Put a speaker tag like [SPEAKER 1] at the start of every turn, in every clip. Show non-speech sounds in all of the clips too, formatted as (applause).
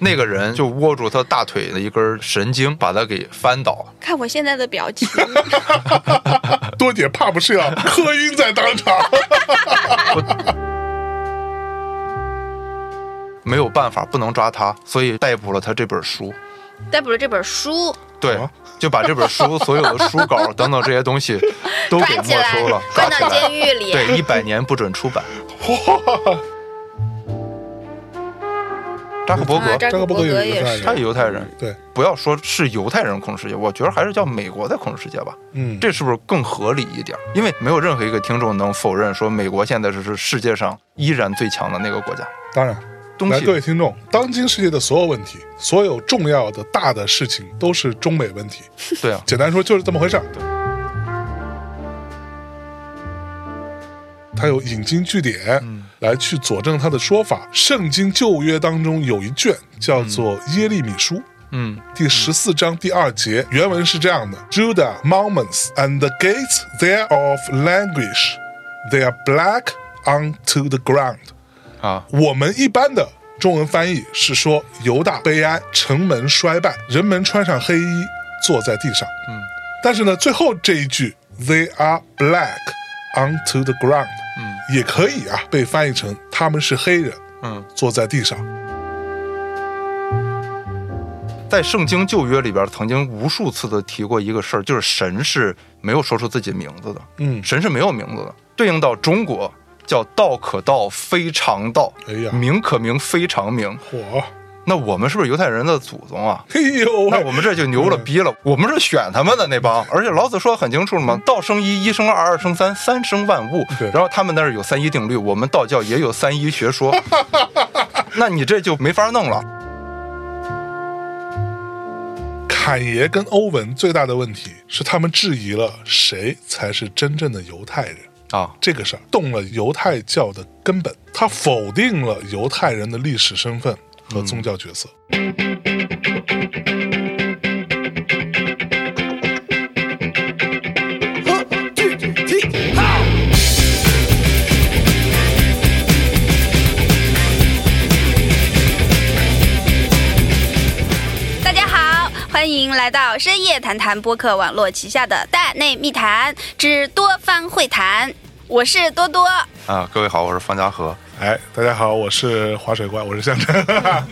[SPEAKER 1] 那个人就握住他大腿的一根神经，把他给翻倒。
[SPEAKER 2] 看我现在的表
[SPEAKER 1] (laughs)
[SPEAKER 2] 情，
[SPEAKER 3] 多姐怕不是要磕晕在当场。
[SPEAKER 1] 没有办法，不能抓他，所以逮捕了他这本书。
[SPEAKER 2] 逮捕了这本书，
[SPEAKER 1] 对，就把这本书所有的书稿等等这些东西都给
[SPEAKER 2] 抓起
[SPEAKER 1] 没
[SPEAKER 2] 来
[SPEAKER 1] 收了，，抓
[SPEAKER 2] 关
[SPEAKER 1] 起
[SPEAKER 2] 到
[SPEAKER 1] 来。
[SPEAKER 2] 监狱里。
[SPEAKER 1] 对，一百年不准出版。扎克伯
[SPEAKER 2] 啊，
[SPEAKER 1] 格，
[SPEAKER 2] 扎克
[SPEAKER 3] 克伯
[SPEAKER 2] 伯
[SPEAKER 3] 格
[SPEAKER 2] 格
[SPEAKER 3] 也是
[SPEAKER 2] 也是
[SPEAKER 3] 犹太人
[SPEAKER 1] 他是犹太人，
[SPEAKER 3] 对，
[SPEAKER 1] 不要说是犹太人控制世界，我觉得还是叫美国在控制世界吧。
[SPEAKER 3] (laughs) 嗯，
[SPEAKER 1] 这是不是更合理一点？因为没有任何一个听众能否认说美国现在是世界上依然最强的那个国家。
[SPEAKER 3] 当然。
[SPEAKER 1] 东
[SPEAKER 3] 来，各
[SPEAKER 1] 西
[SPEAKER 3] 位听众，当今世界的所有问题，所有重要的大的事情都是中美问题。
[SPEAKER 1] 对啊，
[SPEAKER 3] 简单说就是这么回事儿。他有引经据典来去佐证他的说法。圣经旧约当中有一卷叫做耶利米书。
[SPEAKER 1] 嗯
[SPEAKER 3] 第十四章第二节，原文是这样的：Judah mountains and the gates thereof languish, they are black unto the ground。
[SPEAKER 1] 啊，
[SPEAKER 3] 我们一般的中文翻译是说犹大悲哀，城门衰败，人们穿上黑衣坐在地上。嗯，但是呢，最后这一句 They are black onto the ground，嗯，也可以啊被翻译成他们是黑人
[SPEAKER 1] 嗯，
[SPEAKER 3] 坐在地上。
[SPEAKER 1] 在圣经旧约里边曾经无数次的提过一个事儿，就是神是没有说出自己名字的，
[SPEAKER 3] 嗯
[SPEAKER 1] 神是没有名字的。对应到中国叫道可道非常道，
[SPEAKER 3] 哎呀
[SPEAKER 1] 名可名非常名。
[SPEAKER 3] 火，
[SPEAKER 1] 那我们是不是犹太人的祖宗啊？
[SPEAKER 3] 嘿哎呦喂，
[SPEAKER 1] 那我们这就牛了
[SPEAKER 3] 嗯
[SPEAKER 1] 逼了，我们是选他们的那帮，而且老子说得很清楚了嘛，道生一，一生二，二生三，三生万物
[SPEAKER 3] 嗯对。
[SPEAKER 1] 然后他们那儿有三一定律，我们道教也有三一学
[SPEAKER 3] (laughs)
[SPEAKER 1] 说，那你这就没法弄了。
[SPEAKER 3] 侃爷跟欧文最大的问题是他们质疑了谁才是真正的犹太人。
[SPEAKER 1] 啊，
[SPEAKER 3] 这个事儿动了犹太教的根本，他否定了犹太人的历史身份和宗教角色。
[SPEAKER 2] 大家好，欢迎来到深夜谈谈播客网络旗下的《大内密谈之多方会谈》，我是多多。
[SPEAKER 1] 啊，各位好，我是方家
[SPEAKER 3] (laughs)
[SPEAKER 1] 和。
[SPEAKER 3] 哎，大家好，我是滑水怪，我是 (laughs) 向真。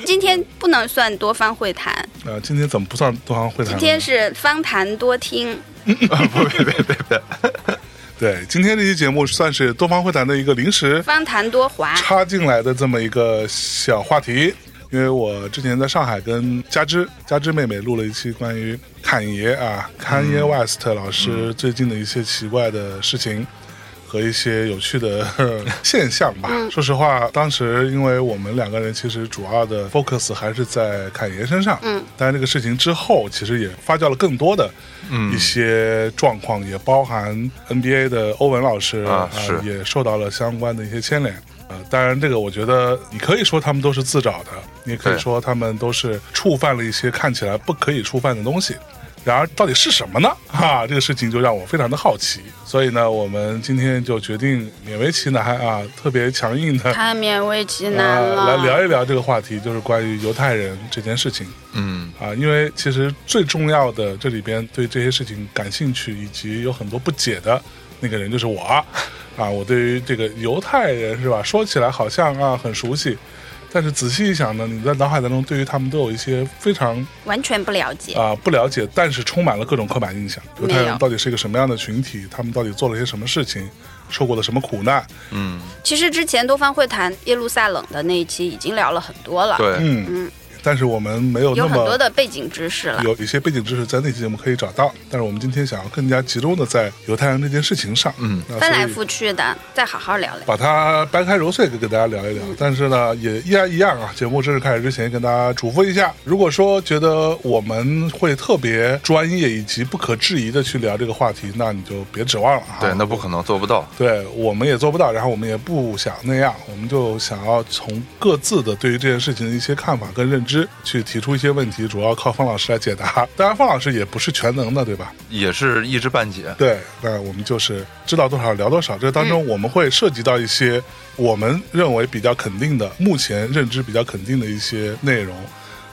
[SPEAKER 2] 今天不能算多方会谈，
[SPEAKER 3] 呃，今天怎么不算多方会
[SPEAKER 1] 嗯
[SPEAKER 3] 谈
[SPEAKER 2] 今
[SPEAKER 3] 呢？
[SPEAKER 2] 天是方谈多听。
[SPEAKER 1] 不别别别别，
[SPEAKER 3] (laughs) 对，今天这期节目算是多方会谈的一个临时
[SPEAKER 2] 方谈多华，
[SPEAKER 1] 啊
[SPEAKER 3] 插进来的这么一个小话题。因为我之前在上海跟佳芝、佳芝妹妹录了一期关于侃爷啊、侃
[SPEAKER 1] 嗯
[SPEAKER 3] 爷 West 老师最近的一些奇怪的事情。和一些有趣的 (laughs) 呵现象吧。
[SPEAKER 1] 嗯
[SPEAKER 3] 说实话，当时因为我们两个人其实主要的 focus 还是在侃爷身上，嗯，但是这个事情之后，其实也发酵了更多的
[SPEAKER 1] 嗯
[SPEAKER 3] 一些状况，也包含 NBA 的欧文老师
[SPEAKER 1] 啊
[SPEAKER 3] 呃
[SPEAKER 1] 是
[SPEAKER 3] 也受到了相关的一些牵连。呃，当然，这个我觉得你可以说他们都是自找的，你也可以
[SPEAKER 1] 对
[SPEAKER 3] 说他们都是触犯了一些看起来不可以触犯的东西。然而，到底是什么呢？哈、这个事情就让我非常的好奇。所以呢，我们今天就决定勉为其难啊，特别强硬的
[SPEAKER 2] 太勉为其难了。
[SPEAKER 3] 呃来聊一聊这个话题，就是关于犹太人这件事情。
[SPEAKER 1] 嗯，
[SPEAKER 3] 啊，因为其实最重要的这里边对这些事情感兴趣以及有很多不解的那个人就是我，啊，我对于这个犹太人是吧，说起来好像啊很熟悉，但是仔细一想呢，你在脑海当中对于他们都有一些非常
[SPEAKER 2] 完全不了解。
[SPEAKER 3] 啊、不了解，但是充满了各种刻板印象。犹
[SPEAKER 2] 没有
[SPEAKER 3] 太人到底是一个什么样的群体？他们到底做了些什么事情？受过了什么苦难？
[SPEAKER 2] 其实之前多方会谈耶路撒冷的那一期已经聊了很多了，
[SPEAKER 1] 对，
[SPEAKER 3] 嗯，但是我们没有
[SPEAKER 2] 有
[SPEAKER 3] 那
[SPEAKER 2] 很
[SPEAKER 3] 么
[SPEAKER 2] 多的背景知识了。
[SPEAKER 3] 有一些背景知识在那期节目可以找到，但是我们今天想要更加集中的在犹太人这件事情上，
[SPEAKER 1] 嗯
[SPEAKER 3] 那
[SPEAKER 2] 翻来
[SPEAKER 3] 所以
[SPEAKER 2] 覆去的，再好好聊聊。
[SPEAKER 3] 把它掰开揉碎，给大家聊一聊。
[SPEAKER 2] 嗯
[SPEAKER 3] 但是呢，也依然一样啊，节目正式开始之前，跟大家嘱咐一下，如果说觉得我们会特别专业以及不可质疑的去聊这个话题，那你就别指望了啊。
[SPEAKER 1] 对，那不可能做不到。
[SPEAKER 3] 对我们也做不到，然后我们也不想那样，我们就想要从各自的对于这件事情的一些看法跟认知去提出一些问题，主要靠方老师来解答。当然，方老师也不是全能的，对吧？
[SPEAKER 1] 也是一知半解。
[SPEAKER 3] 对，那我们就是知道多少聊多少。这当中我们会涉及到一些我们认为比较肯定的，目前认知比较肯定的一些内容。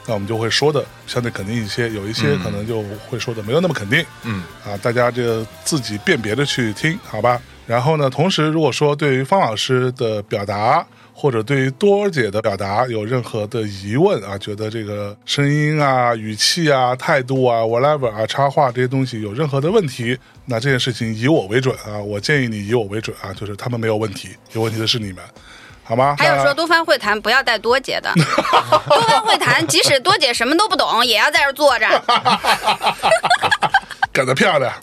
[SPEAKER 3] 那我们就会说的相对肯定一些，有一些可能就会说的没有那么肯定。
[SPEAKER 1] 嗯，
[SPEAKER 3] 啊，大家这个自己辨别的去听，好吧？然后呢，同时如果说对于方老师的表达或者对于多儿姐的表达有任何的疑问啊，觉得这个声音啊、语气啊、态度啊、whatever 啊、插画这些东西有任何的问题，那这件事情以我为准啊，我建议你以我为准啊，就是他们没有问题，有问题的是你们，好吗？
[SPEAKER 2] 还有
[SPEAKER 3] 那
[SPEAKER 2] 说多番会谈不要带多姐的， (laughs) 多番会谈即使多姐什么都不懂，也要在这儿坐着。
[SPEAKER 3] 干得漂亮。 (laughs)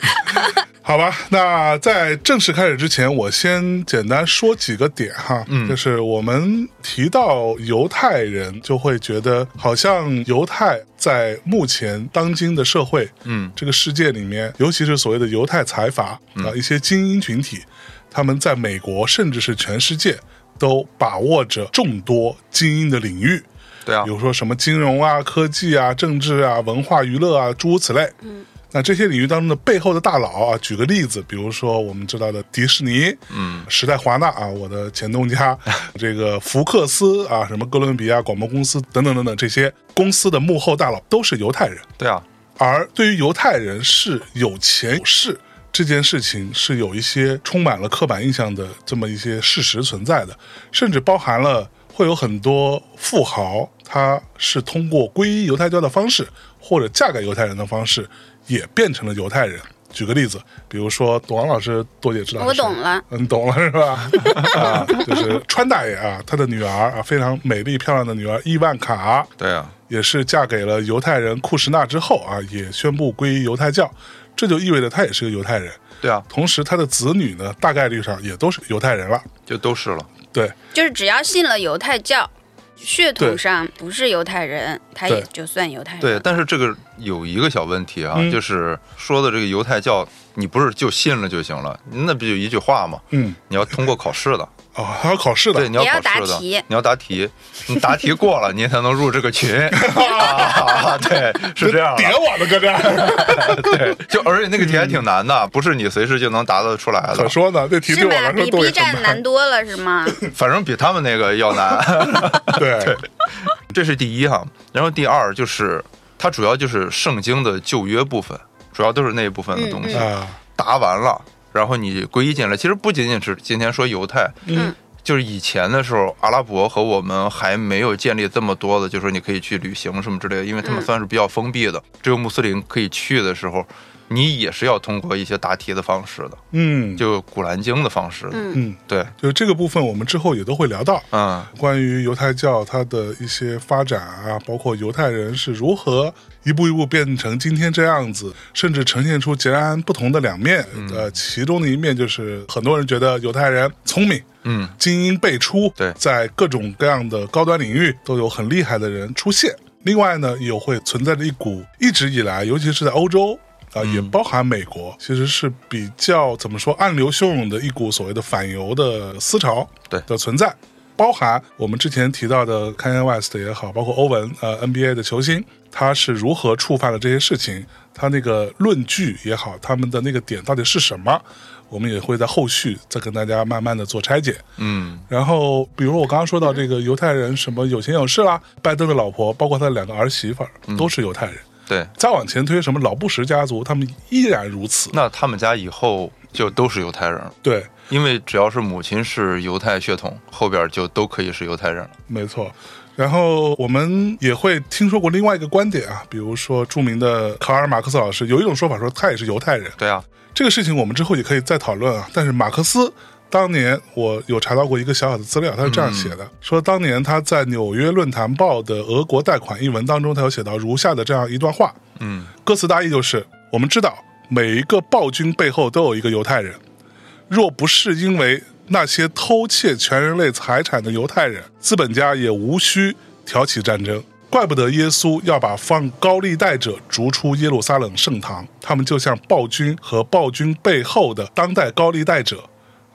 [SPEAKER 3] 好吧，那在正式开始之前，我先简单说几个点哈，嗯、就是我们提到犹太人，就会觉得好像犹太在目前当今的社会，
[SPEAKER 1] 嗯，
[SPEAKER 3] 这个世界里面，尤其是所谓的犹太财阀、啊，一些精英群体，他们在美国甚至是全世界都把握着众多精英的领域，
[SPEAKER 1] 对啊
[SPEAKER 3] 比，如说什么金融啊、科技啊、政治啊、文化娱乐啊，诸如此类。嗯，那这些领域当中的背后的大佬啊，举个例子，比如说我们知道的迪士尼，嗯，时代华纳啊，我的前东家，这个福克斯啊，什么哥伦比亚广播公司等等等等，这些公司的幕后大佬都是犹太人。
[SPEAKER 1] 对啊，
[SPEAKER 3] 而对于犹太人是有钱有势这件事情，是有一些充满了刻板印象的这么一些事实存在的，甚至包含了会有很多富豪，他是通过皈依犹太教的方式，或者嫁给犹太人的方式，也变成了犹太人。举个例子，比如说董王老师，多姐知道是
[SPEAKER 2] 我
[SPEAKER 3] 谁
[SPEAKER 2] 懂了，
[SPEAKER 3] 嗯，懂了是吧？ (laughs) 啊，就是川大爷啊，他的女儿啊，非常美丽漂亮的女儿伊万卡，
[SPEAKER 1] 对啊，
[SPEAKER 3] 也是嫁给了犹太人库什纳之后啊，也宣布皈依犹太教，这就意味着他也是个犹太人。
[SPEAKER 1] 对啊，
[SPEAKER 3] 同时，他的子女呢，大概率上也都是犹太人了。
[SPEAKER 1] 就都是了。
[SPEAKER 3] 对
[SPEAKER 2] 就是只要信了犹太教，血统
[SPEAKER 3] 对
[SPEAKER 2] 上不是犹太人，他也
[SPEAKER 3] 对
[SPEAKER 2] 就算犹太人。
[SPEAKER 1] 对，但是这个有一个小问题啊，
[SPEAKER 3] 嗯
[SPEAKER 1] 就是说的这个犹太教，你不是就信了就行了？那不就一句话吗？
[SPEAKER 3] 嗯，
[SPEAKER 1] 你要通过考试的，
[SPEAKER 3] 哦，还有考试
[SPEAKER 1] 对，
[SPEAKER 3] 的，
[SPEAKER 1] 你要
[SPEAKER 2] 也要
[SPEAKER 1] 考试
[SPEAKER 2] 答
[SPEAKER 1] 的，
[SPEAKER 2] 题
[SPEAKER 1] 你要答题，你答题过了，你才能入这个群。啊、对，是这样的
[SPEAKER 3] 别。我了，搁这儿
[SPEAKER 1] 对，就而且那个题还挺难的，不是你随时就能答得出来
[SPEAKER 3] 可
[SPEAKER 1] 的，
[SPEAKER 3] 说呢，那题对
[SPEAKER 2] 是
[SPEAKER 3] 我
[SPEAKER 2] 吧？
[SPEAKER 3] 来说
[SPEAKER 2] 比
[SPEAKER 3] 都
[SPEAKER 2] B
[SPEAKER 3] 也很
[SPEAKER 2] 站难多了是吗？
[SPEAKER 1] 反正比他们那个要难。 (laughs)
[SPEAKER 3] 对，
[SPEAKER 1] 这是第一哈，然后第二就是它主要就是圣经的旧约部分，主要都是那一部分的东西。
[SPEAKER 3] 啊，
[SPEAKER 1] 答完了，然后你皈依进来，其实不仅仅是今天说犹太，
[SPEAKER 2] 嗯，
[SPEAKER 1] 就是以前的时候，阿拉伯和我们还没有建立这么多的，就是说你可以去旅行什么之类的，因为他们
[SPEAKER 2] 嗯
[SPEAKER 1] 算是比较封闭的，只有穆斯林可以去的时候。你也是要通过一些答题的方式的，
[SPEAKER 3] 嗯，
[SPEAKER 1] 就《古兰经》的方式的，
[SPEAKER 2] 嗯
[SPEAKER 3] 嗯，
[SPEAKER 1] 对，
[SPEAKER 3] 就是这个部分，我们之后也都会聊到。
[SPEAKER 1] 嗯，
[SPEAKER 3] 关于犹太教它的一些发展啊，包括犹太人是如何一步一步变成今天这样子，甚至呈现出截然不同的两面。
[SPEAKER 1] 嗯
[SPEAKER 3] 呃，其中的一面就是很多人觉得犹太人聪明。
[SPEAKER 1] 嗯，
[SPEAKER 3] 精英辈出，
[SPEAKER 1] 对
[SPEAKER 3] 在各种各样的高端领域都有很厉害的人出现。另外呢，也会存在着一股一直以来，尤其是在欧洲啊、
[SPEAKER 1] 嗯
[SPEAKER 3] 也包含美国，其实是比较怎么说暗流汹涌的一股所谓的反犹的思潮
[SPEAKER 1] 对
[SPEAKER 3] 的存在。包含我们之前提到的 Kanye West 也好，包括欧文呃 NBA 的球星，他是如何触犯了这些事情，他那个论据也好，他们的那个点到底是什么，我们也会在后续再跟大家慢慢的做拆解。
[SPEAKER 1] 嗯，
[SPEAKER 3] 然后，比如我刚刚说到这个犹太人什么有钱有势啦，拜登的老婆，包括他的两个儿媳妇儿都是犹太人。
[SPEAKER 1] 对，
[SPEAKER 3] 再往前推，什么老布什家族，他们依然如此。
[SPEAKER 1] 那他们家以后就都是犹太人了。
[SPEAKER 3] 对，
[SPEAKER 1] 因为只要是母亲是犹太血统，后边就都可以是犹太人了。
[SPEAKER 3] 没错。然后我们也会听说过另外一个观点啊，比如说著名的卡尔马克思老师，有一种说法说他也是犹太人，
[SPEAKER 1] 对啊，
[SPEAKER 3] 这个事情我们之后也可以再讨论啊。但是马克思当年我有查到过一个小小的资料，他是这样写的：说当年他在《纽约论坛报》的《俄国贷款》一文当中，他有写到如下的这样一段话，
[SPEAKER 1] 嗯，
[SPEAKER 3] 歌词大意就是：我们知道每一个暴君背后都有一个犹太人，若不是因为那些偷窃全人类财产的犹太人，资本家也无需挑起战争。怪不得耶稣要把放高利贷者逐出耶路撒冷圣堂，他们就像暴君和暴君背后的当代高利贷者，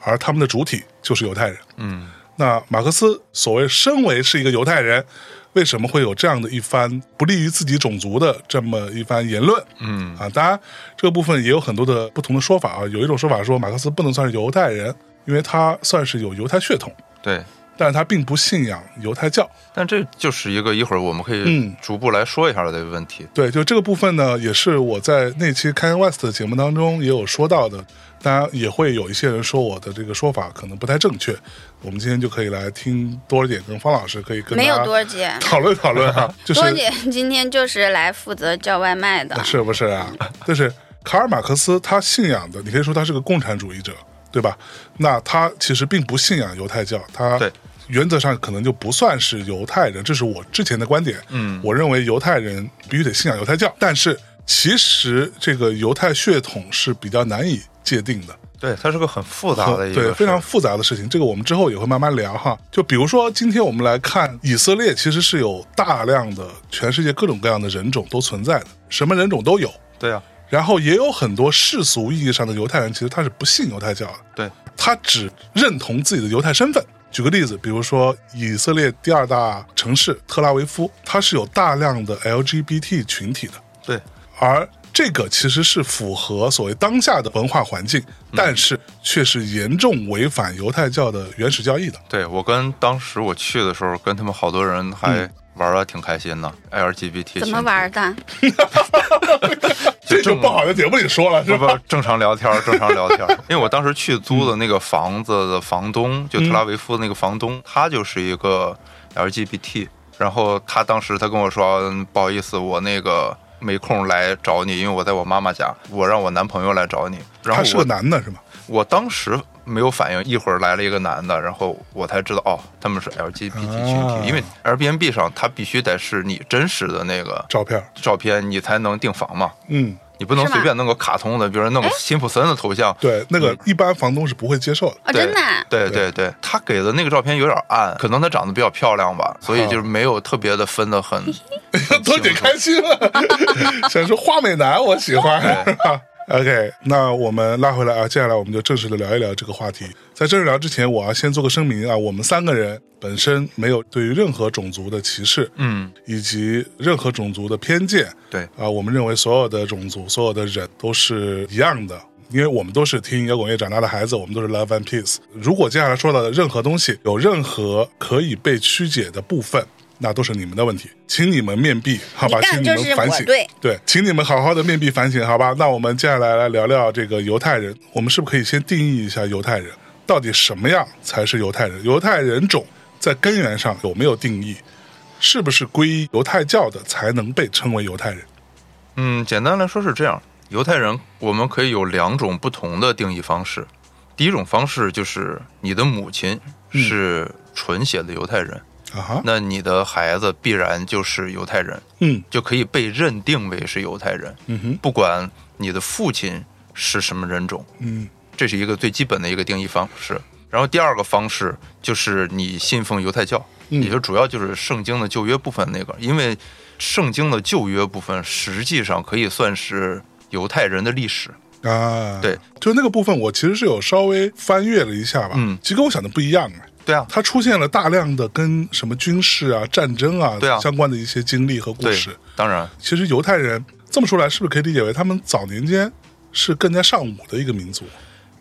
[SPEAKER 3] 而他们的主体就是犹太人。
[SPEAKER 1] 嗯，
[SPEAKER 3] 那马克思所谓身为是一个犹太人，为什么会有这样的一番不利于自己种族的这么一番言论？
[SPEAKER 1] 嗯
[SPEAKER 3] 啊，当然这个部分也有很多的不同的说法啊。有一种说法说马克思不能算是犹太人，因为他算是有犹太血统。
[SPEAKER 1] 对，
[SPEAKER 3] 但是他并不信仰犹太教。
[SPEAKER 1] 但这就是一个一会儿我们可以
[SPEAKER 3] 嗯
[SPEAKER 1] 逐步来说一下的这个问题。
[SPEAKER 3] 对，就这个部分呢，也是我在那期 Kanye West 的节目当中也有说到的。当然也会有一些人说我的这个说法可能不太正确，我们今天就可以来听多一点，跟方老师可以跟
[SPEAKER 2] 没有
[SPEAKER 3] 大家
[SPEAKER 2] 多姐，
[SPEAKER 3] 讨论讨
[SPEAKER 2] (laughs)
[SPEAKER 3] 论哈，就是
[SPEAKER 2] 多姐今天就是来负责叫外卖的。
[SPEAKER 3] (laughs) 是不是啊？就是卡尔马克思他信仰的，你可以说他是个共产主义者，对吧？那他其实并不信仰犹太教，他
[SPEAKER 1] 对
[SPEAKER 3] 原则上可能就不算是犹太人，这是我之前的观点。
[SPEAKER 1] 嗯
[SPEAKER 3] 我认为犹太人必须得信仰犹太教，但是其实这个犹太血统是比较难以界定的。
[SPEAKER 1] 对，它是个很复杂的一个
[SPEAKER 3] 对
[SPEAKER 1] 事
[SPEAKER 3] 非常复杂的事情，这个我们之后也会慢慢聊哈。就比如说，今天我们来看以色列，其实是有大量的全世界各种各样的人种都存在的，什么人种都有。
[SPEAKER 1] 对啊，
[SPEAKER 3] 然后也有很多世俗意义上的犹太人，其实他是不信犹太教的，
[SPEAKER 1] 对，
[SPEAKER 3] 他只认同自己的犹太身份。举个例子，比如说以色列第二大城市特拉维夫，它是有大量的 LGBT 群体的，
[SPEAKER 1] 对，
[SPEAKER 3] 而这个其实是符合所谓当下的文化环境，
[SPEAKER 1] 嗯
[SPEAKER 3] 但是却是严重违反犹太教的原始教义的。
[SPEAKER 1] 对我跟当时我去的时候，跟他们好多人还玩的挺开心的、l g b t
[SPEAKER 2] 怎么？玩的？
[SPEAKER 1] 就
[SPEAKER 3] 这
[SPEAKER 1] 这
[SPEAKER 3] 就
[SPEAKER 1] 么
[SPEAKER 3] 不好在节目里说了，是
[SPEAKER 1] 不
[SPEAKER 3] 吧？
[SPEAKER 1] 不，正常聊天儿，正常聊 (laughs) 天儿。因为我当时去租的那个房子的房东，就特拉维夫的那个房东，他就是一个 LGBT。然后他当时他跟我说，嗯不好意思，我那个没空来找你，因为我在我妈妈家，我让我男朋友来找你。然后
[SPEAKER 3] 他是
[SPEAKER 1] 我
[SPEAKER 3] 个男的，是吗？
[SPEAKER 1] 我当时没有反应，一会儿来了一个男的，然后我才知道哦，他们是 LGBT 群体，
[SPEAKER 3] 啊
[SPEAKER 1] 因为 Airbnb 上它必须得是你真实的那个
[SPEAKER 3] 照片儿，
[SPEAKER 1] 照片，你才能订房嘛，
[SPEAKER 3] 嗯，
[SPEAKER 1] 你不能
[SPEAKER 2] 是吗哎
[SPEAKER 1] 随便弄个卡通的，比如说弄个辛普森的头像。
[SPEAKER 3] 对，那
[SPEAKER 1] 嗯
[SPEAKER 3] 个一般房东是不会接受的。
[SPEAKER 2] 哦，
[SPEAKER 1] 对
[SPEAKER 2] 真的啊？
[SPEAKER 1] 对对对，他给的那个照片有点暗，可能她长得比较漂亮吧，所以就是没有特别的分的很。很
[SPEAKER 3] 多姐
[SPEAKER 1] 清楚
[SPEAKER 3] 开心 (laughs) 了，想说花美男我喜欢。是吧 OK，那我们拉回来啊，接下来我们就正式的聊一聊这个话题。在正式聊之前，我要先做个声明啊，我们三个人本身没有对于任何种族的歧视，
[SPEAKER 1] 嗯，
[SPEAKER 3] 以及任何种族的偏见
[SPEAKER 1] 对，
[SPEAKER 3] 啊，我们认为所有的种族、所有的人都是一样的。因为我们都是听摇滚乐长大的孩子，我们都是 love and peace。如果接下来说到的任何东西有任何可以被曲解的部分，那都是你们的问题，请你们面壁，好吧？
[SPEAKER 2] 你
[SPEAKER 3] 请
[SPEAKER 2] 干
[SPEAKER 3] 你
[SPEAKER 2] 就
[SPEAKER 3] 们
[SPEAKER 2] 是
[SPEAKER 3] 反
[SPEAKER 2] 我
[SPEAKER 3] 省。
[SPEAKER 2] 对，
[SPEAKER 3] 对，请你们好好的面壁反省，好吧？那我们接下来来聊聊这个犹太人，我们是不是可以先定义一下犹太人到底什么样才是犹太人？犹太人种在根源上有没有定义？是不是皈依犹太教的才能被称为犹太人？
[SPEAKER 1] 嗯，简单来说是这样，犹太人我们可以有两种不同的定义方式。第一种方式就是你的母亲是
[SPEAKER 3] 嗯
[SPEAKER 1] 纯血的犹太人，
[SPEAKER 3] 啊哈，
[SPEAKER 1] 那你的孩子必然就是犹太人，
[SPEAKER 3] 嗯
[SPEAKER 1] 就可以被认定为是犹太人，
[SPEAKER 3] 嗯哼，
[SPEAKER 1] 不管你的父亲是什么人种。
[SPEAKER 3] 嗯
[SPEAKER 1] 这是一个最基本的一个定义方式。然后第二个方式就是你信奉犹太教，
[SPEAKER 3] 嗯
[SPEAKER 1] 也就主要就是圣经的旧约部分那个，因为圣经的旧约部分实际上可以算是犹太人的历史。
[SPEAKER 3] 啊，
[SPEAKER 1] 对，
[SPEAKER 3] 就那个部分，我其实是有稍微翻阅了一下吧，
[SPEAKER 1] 嗯
[SPEAKER 3] 其实跟我想的不一样啊。
[SPEAKER 1] 对啊，
[SPEAKER 3] 它出现了大量的跟什么军事啊、战争啊
[SPEAKER 1] 对啊
[SPEAKER 3] 相关的一些经历和故
[SPEAKER 1] 对
[SPEAKER 3] 事。，
[SPEAKER 1] 当然，
[SPEAKER 3] 其实犹太人这么说来，是不是可以理解为他们早年间是更加尚武的一个民族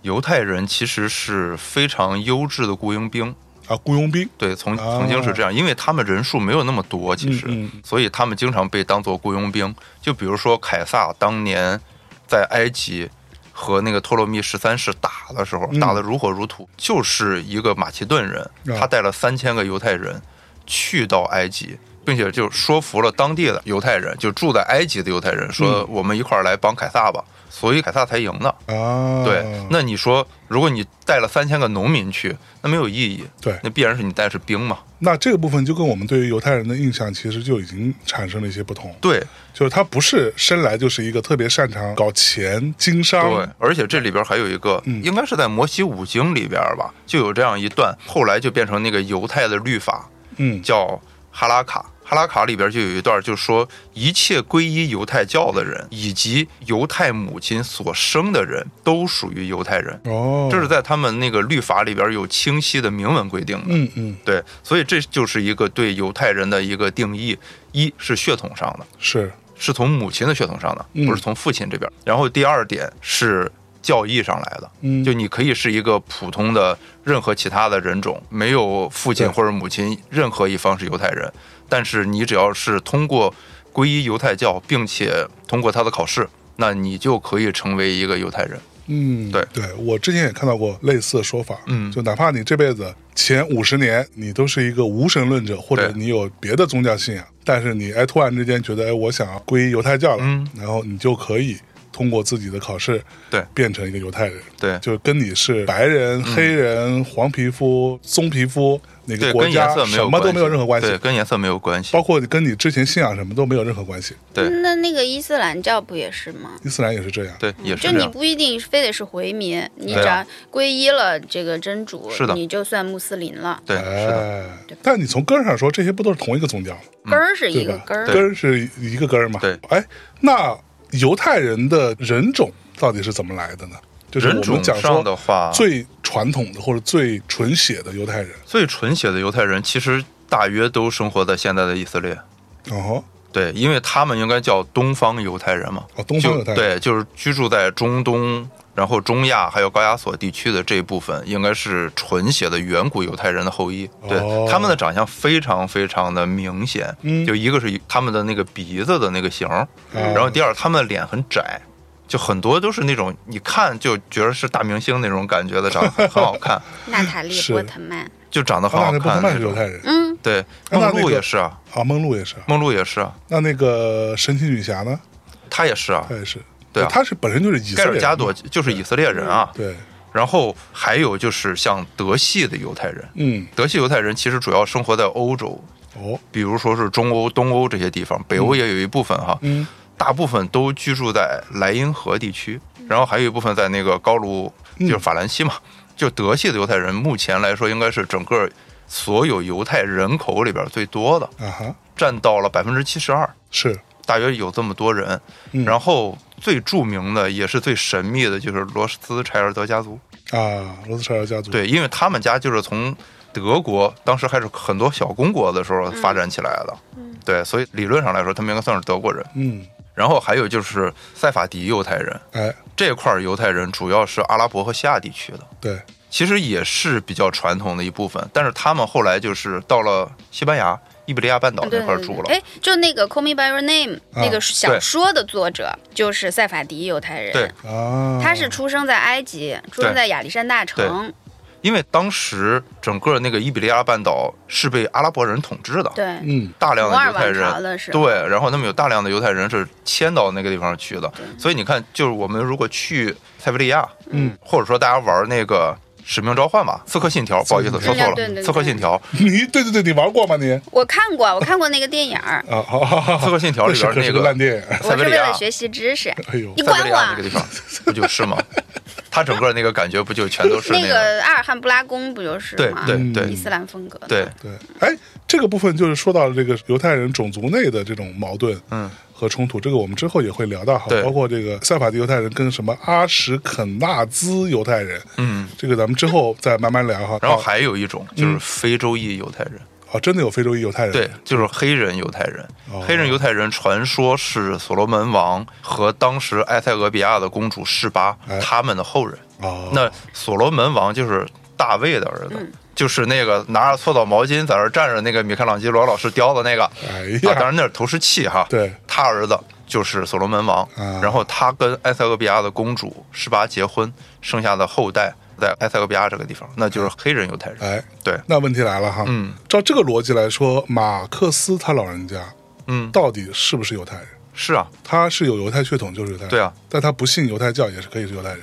[SPEAKER 1] 犹太人其实是非常优质的雇佣兵。
[SPEAKER 3] 啊？雇佣兵，
[SPEAKER 1] 对，从
[SPEAKER 3] 哦
[SPEAKER 1] 曾经是这样，因为他们人数没有那么多，其实，
[SPEAKER 3] 嗯嗯
[SPEAKER 1] 所以他们经常被当做雇佣兵。就比如说凯撒当年在埃及和那个托勒密十三世打的时候，
[SPEAKER 3] 嗯
[SPEAKER 1] 打得如火如荼，就是一个马其顿人，
[SPEAKER 3] 啊
[SPEAKER 1] 他带了三千个犹太人去到埃及。并且就说服了当地的犹太人，就住在埃及的犹太人，说我们一块儿来帮凯撒吧，所以凯撒才赢的。
[SPEAKER 3] 嗯啊，
[SPEAKER 1] 对，那你说，如果你带了三千个农民去，那没有意义。
[SPEAKER 3] 对
[SPEAKER 1] 那必然是你带的是兵嘛。
[SPEAKER 3] 那这个部分就跟我们对于犹太人的印象其实就已经产生了一些不同，
[SPEAKER 1] 对
[SPEAKER 3] 就是他不是生来就是一个特别擅长搞钱经
[SPEAKER 1] 对
[SPEAKER 3] 商，，
[SPEAKER 1] 而且这里边还有一个，应该是在摩西五经里边吧，就有这样一段，后来就变成那个犹太的律法
[SPEAKER 3] 嗯
[SPEAKER 1] 叫哈拉卡。哈拉卡里边就有一段，就说一切皈依犹太教的人，以及犹太母亲所生的人，都属于犹太人。
[SPEAKER 3] 哦，
[SPEAKER 1] 这是在他们那个律法里边有清晰的明文规定的。
[SPEAKER 3] 嗯嗯
[SPEAKER 1] 对，所以这就是一个对犹太人的一个定义，一是血统上的，
[SPEAKER 3] 是
[SPEAKER 1] 是从母亲的血统上的
[SPEAKER 3] 嗯，
[SPEAKER 1] 不是从父亲这边。然后第二点是教义上来的。
[SPEAKER 3] 嗯
[SPEAKER 1] 就你可以是一个普通的任何其他的人种，没有父亲
[SPEAKER 3] 对
[SPEAKER 1] 或者母亲任何一方是犹太人，但是你只要是通过皈依犹太教，并且通过他的考试，那你就可以成为一个犹太人。
[SPEAKER 3] 嗯，
[SPEAKER 1] 对
[SPEAKER 3] 对，我之前也看到过类似的说法，
[SPEAKER 1] 嗯
[SPEAKER 3] 就哪怕你这辈子前五十年你都是一个无神论者，或者
[SPEAKER 1] 对
[SPEAKER 3] 你有别的宗教信仰，但是你哎突然之间觉得哎我想要皈依犹太教了，
[SPEAKER 1] 嗯
[SPEAKER 3] 然后你就可以通过自己的考试，
[SPEAKER 1] 对
[SPEAKER 3] 变成一个犹太人，
[SPEAKER 1] 对嗯
[SPEAKER 3] 就跟你是白人、黑人、黄皮肤、棕皮肤哪个
[SPEAKER 1] 对，
[SPEAKER 3] 国
[SPEAKER 1] 跟颜
[SPEAKER 3] 家
[SPEAKER 1] 色没有
[SPEAKER 3] 什么都没有任何关系
[SPEAKER 1] 对，，跟颜色没有关系
[SPEAKER 3] 包。括你跟你之前信仰什么都没有任何关系，
[SPEAKER 1] 对
[SPEAKER 2] 那那个伊斯兰教不也是吗？
[SPEAKER 3] 伊斯兰也是这样，
[SPEAKER 1] 对，也是
[SPEAKER 2] 就
[SPEAKER 1] 这
[SPEAKER 2] 你
[SPEAKER 1] 样。
[SPEAKER 2] 不一定非得是回民，你只
[SPEAKER 1] 对啊
[SPEAKER 2] 要皈依了这个真主，
[SPEAKER 1] 是的
[SPEAKER 2] 你就算穆斯林了。
[SPEAKER 1] 对，是的，
[SPEAKER 3] 哎
[SPEAKER 2] 对吧
[SPEAKER 3] 但你从根儿上说，这些不都是同一个宗教吗？
[SPEAKER 2] 根儿是一
[SPEAKER 3] 嗯对
[SPEAKER 2] 个
[SPEAKER 3] 吧？
[SPEAKER 2] 根儿，
[SPEAKER 3] 根儿是一个根儿嘛。
[SPEAKER 1] 对，
[SPEAKER 3] 哎，那犹太人的人种到底是怎么来的呢？就是
[SPEAKER 1] 人
[SPEAKER 3] 我
[SPEAKER 1] 种
[SPEAKER 3] 们讲
[SPEAKER 1] 上
[SPEAKER 3] 说
[SPEAKER 1] 的话，
[SPEAKER 3] 最传统的或者最纯血的犹太人。
[SPEAKER 1] 最纯血的犹太人其实大约都生活在现在的以色列。
[SPEAKER 2] 嗯
[SPEAKER 3] 哦，
[SPEAKER 1] 对，因为他们应该叫东方犹太人嘛，
[SPEAKER 3] 哦，东
[SPEAKER 1] 就
[SPEAKER 3] 方犹太人。
[SPEAKER 1] 对，就是居住在中东，然后中亚还有高加索地区的这一部分，应该是纯血的远古犹太人的后裔。对，
[SPEAKER 3] 哦
[SPEAKER 1] 他们的长相非常非常的明显，
[SPEAKER 3] 嗯
[SPEAKER 1] 就一个是他们的那个鼻子的那个型儿，
[SPEAKER 3] 啊
[SPEAKER 1] 然后第二他们的脸很窄。就很多都是那种你看就觉得是大明星那种感觉的，长得很很好看，
[SPEAKER 2] 娜塔莉
[SPEAKER 3] 是
[SPEAKER 2] 波特曼，
[SPEAKER 1] 就长得很
[SPEAKER 3] (laughs) 安
[SPEAKER 1] 好
[SPEAKER 3] 娜波特
[SPEAKER 1] 看
[SPEAKER 3] 曼
[SPEAKER 1] 那
[SPEAKER 3] 是犹
[SPEAKER 1] 种。
[SPEAKER 3] 太人
[SPEAKER 2] 嗯，
[SPEAKER 1] 对，
[SPEAKER 3] 那
[SPEAKER 1] 梦
[SPEAKER 3] 那
[SPEAKER 1] 露
[SPEAKER 3] 个
[SPEAKER 1] 也是啊，
[SPEAKER 3] 啊，梦露也是啊。
[SPEAKER 1] 梦露也是啊，
[SPEAKER 3] 那那个神奇女侠呢？
[SPEAKER 1] 她也是啊
[SPEAKER 3] 她，也是。
[SPEAKER 1] 对啊
[SPEAKER 3] 她是本身就是以色
[SPEAKER 1] 盖
[SPEAKER 3] 列
[SPEAKER 1] 尔
[SPEAKER 3] 人嘛。
[SPEAKER 1] 加朵就是以色列人啊。
[SPEAKER 3] 对，
[SPEAKER 1] 然后还有就是像德系的犹太人，
[SPEAKER 3] 嗯，
[SPEAKER 1] 德系犹太人其实主要生活在欧洲，
[SPEAKER 3] 哦，
[SPEAKER 1] 比如说是中欧、东欧这些地方，北欧也有一部分哈，
[SPEAKER 3] 嗯，
[SPEAKER 1] 大部分都居住在莱茵河地区，然后还有一部分在那个高卢，
[SPEAKER 3] 嗯
[SPEAKER 1] 就是法兰西嘛。就德系的犹太人，目前来说应该是整个所有犹太人口里边最多的，
[SPEAKER 3] 啊哈，
[SPEAKER 1] 占到了百分之七十二，
[SPEAKER 3] 是，
[SPEAKER 1] 大约有这么多人。
[SPEAKER 3] 嗯
[SPEAKER 1] 然后最著名的也是最神秘的，就是罗斯柴尔德家族。
[SPEAKER 3] 啊，罗斯柴尔家族。，
[SPEAKER 1] 对，因为他们家就是从德国当时还是很多小公国的时候发展起来的，
[SPEAKER 2] 嗯
[SPEAKER 1] 对，所以理论上来说，他们应该算是德国人。
[SPEAKER 3] 嗯，
[SPEAKER 1] 然后还有就是塞法迪犹太人
[SPEAKER 3] 哎，
[SPEAKER 1] 这块儿，犹太人主要是阿拉伯和西亚地区的，
[SPEAKER 3] 对，
[SPEAKER 1] 其实也是比较传统的一部分，但是他们后来就是到了西班牙伊比利亚半岛
[SPEAKER 2] 对
[SPEAKER 1] 那块儿
[SPEAKER 2] 对
[SPEAKER 1] 住了。
[SPEAKER 2] 对哎，就那个《Call Me by Your Name》
[SPEAKER 3] 啊
[SPEAKER 2] 那个小
[SPEAKER 1] 对
[SPEAKER 2] 说的作者就是塞法迪犹太人，
[SPEAKER 1] 对
[SPEAKER 3] 啊，
[SPEAKER 2] 他是出生在埃及，出生
[SPEAKER 1] 对
[SPEAKER 2] 在亚历山大城，
[SPEAKER 1] 因为当时整个那个伊比利亚半岛是被阿拉伯人统治的，
[SPEAKER 2] 对，
[SPEAKER 3] 嗯，
[SPEAKER 1] 大量
[SPEAKER 2] 摩
[SPEAKER 1] 的
[SPEAKER 2] 尔
[SPEAKER 1] 犹太
[SPEAKER 2] 王
[SPEAKER 1] 人
[SPEAKER 2] 朝的是，
[SPEAKER 1] 对，然后他们有大量的犹太人是迁到那个地方去的，所以你看，就是我们如果去塞维利亚，
[SPEAKER 3] 嗯，
[SPEAKER 1] 或者说大家玩那个使命召唤吧，刺客信条，不好意思，
[SPEAKER 3] 刺客
[SPEAKER 1] 说
[SPEAKER 3] 信条啊
[SPEAKER 1] 错
[SPEAKER 2] 对对对
[SPEAKER 1] 了，刺客信条，
[SPEAKER 3] 你对对对，你玩过吗你？
[SPEAKER 2] 我看过，我看过那个电影儿，
[SPEAKER 3] 啊，好好好，
[SPEAKER 1] 刺客信条里边
[SPEAKER 3] 这是
[SPEAKER 1] 那
[SPEAKER 3] 个烂电影。
[SPEAKER 2] 我
[SPEAKER 1] (laughs) 塞
[SPEAKER 2] 是
[SPEAKER 1] 维
[SPEAKER 2] 为
[SPEAKER 1] 利亚
[SPEAKER 2] 了，学习知识。
[SPEAKER 3] 哎呦
[SPEAKER 2] 你，
[SPEAKER 1] 塞维利亚
[SPEAKER 2] 管我啊
[SPEAKER 1] 那个地方不就是吗？它整个那个感觉不就全都是
[SPEAKER 2] 那
[SPEAKER 1] 个？
[SPEAKER 2] 个嗯阿尔汉布拉宫不就是
[SPEAKER 1] 对
[SPEAKER 2] 吗？
[SPEAKER 1] 对
[SPEAKER 2] 伊
[SPEAKER 1] 对
[SPEAKER 2] 斯兰风格的。
[SPEAKER 1] 对，
[SPEAKER 3] 对，哎，这个部分就是说到这个犹太人种族内的这种矛盾
[SPEAKER 1] 嗯，
[SPEAKER 3] 和冲突，这个我们之后也会聊到哈，
[SPEAKER 1] 对
[SPEAKER 3] 包括这个塞法迪犹太人跟什么阿什肯纳兹犹太人，
[SPEAKER 1] 嗯，
[SPEAKER 3] 这个咱们之后再慢慢聊哈。
[SPEAKER 1] 然后
[SPEAKER 3] 啊
[SPEAKER 1] 还有一种就是非洲裔犹太人，
[SPEAKER 3] 哦，真的有非洲裔犹太人，
[SPEAKER 1] 对，就是黑人犹太人
[SPEAKER 3] 哦。
[SPEAKER 1] 黑人犹太人传说是所罗门王和当时埃塞俄比亚的公主示巴
[SPEAKER 3] 哎
[SPEAKER 1] 他们的后人。
[SPEAKER 3] 哦，
[SPEAKER 1] 那所罗门王就是大卫的儿子，
[SPEAKER 2] 嗯
[SPEAKER 1] 就是那个拿着搓澡毛巾在那儿站着那个米开朗基罗老师雕的那个，
[SPEAKER 3] 哎
[SPEAKER 1] 啊，当
[SPEAKER 3] 呀，
[SPEAKER 1] 然那是投石器哈。
[SPEAKER 3] 对，
[SPEAKER 1] 他儿子就是所罗门王，
[SPEAKER 3] 啊
[SPEAKER 1] 然后他跟埃塞俄比亚的公主施巴结婚，生下的后代在埃塞俄比亚这个地方，那就是黑人犹太人。
[SPEAKER 3] 哎，
[SPEAKER 1] 对，
[SPEAKER 3] 那问题来了哈，
[SPEAKER 1] 嗯
[SPEAKER 3] 照这个逻辑来说，马克思他老人家
[SPEAKER 1] 嗯，
[SPEAKER 3] 到底是不是犹太人？
[SPEAKER 1] 是啊，
[SPEAKER 3] 他是有犹太血统，就是犹太人，
[SPEAKER 1] 对啊，
[SPEAKER 3] 但他不信犹太教也是可以是犹太人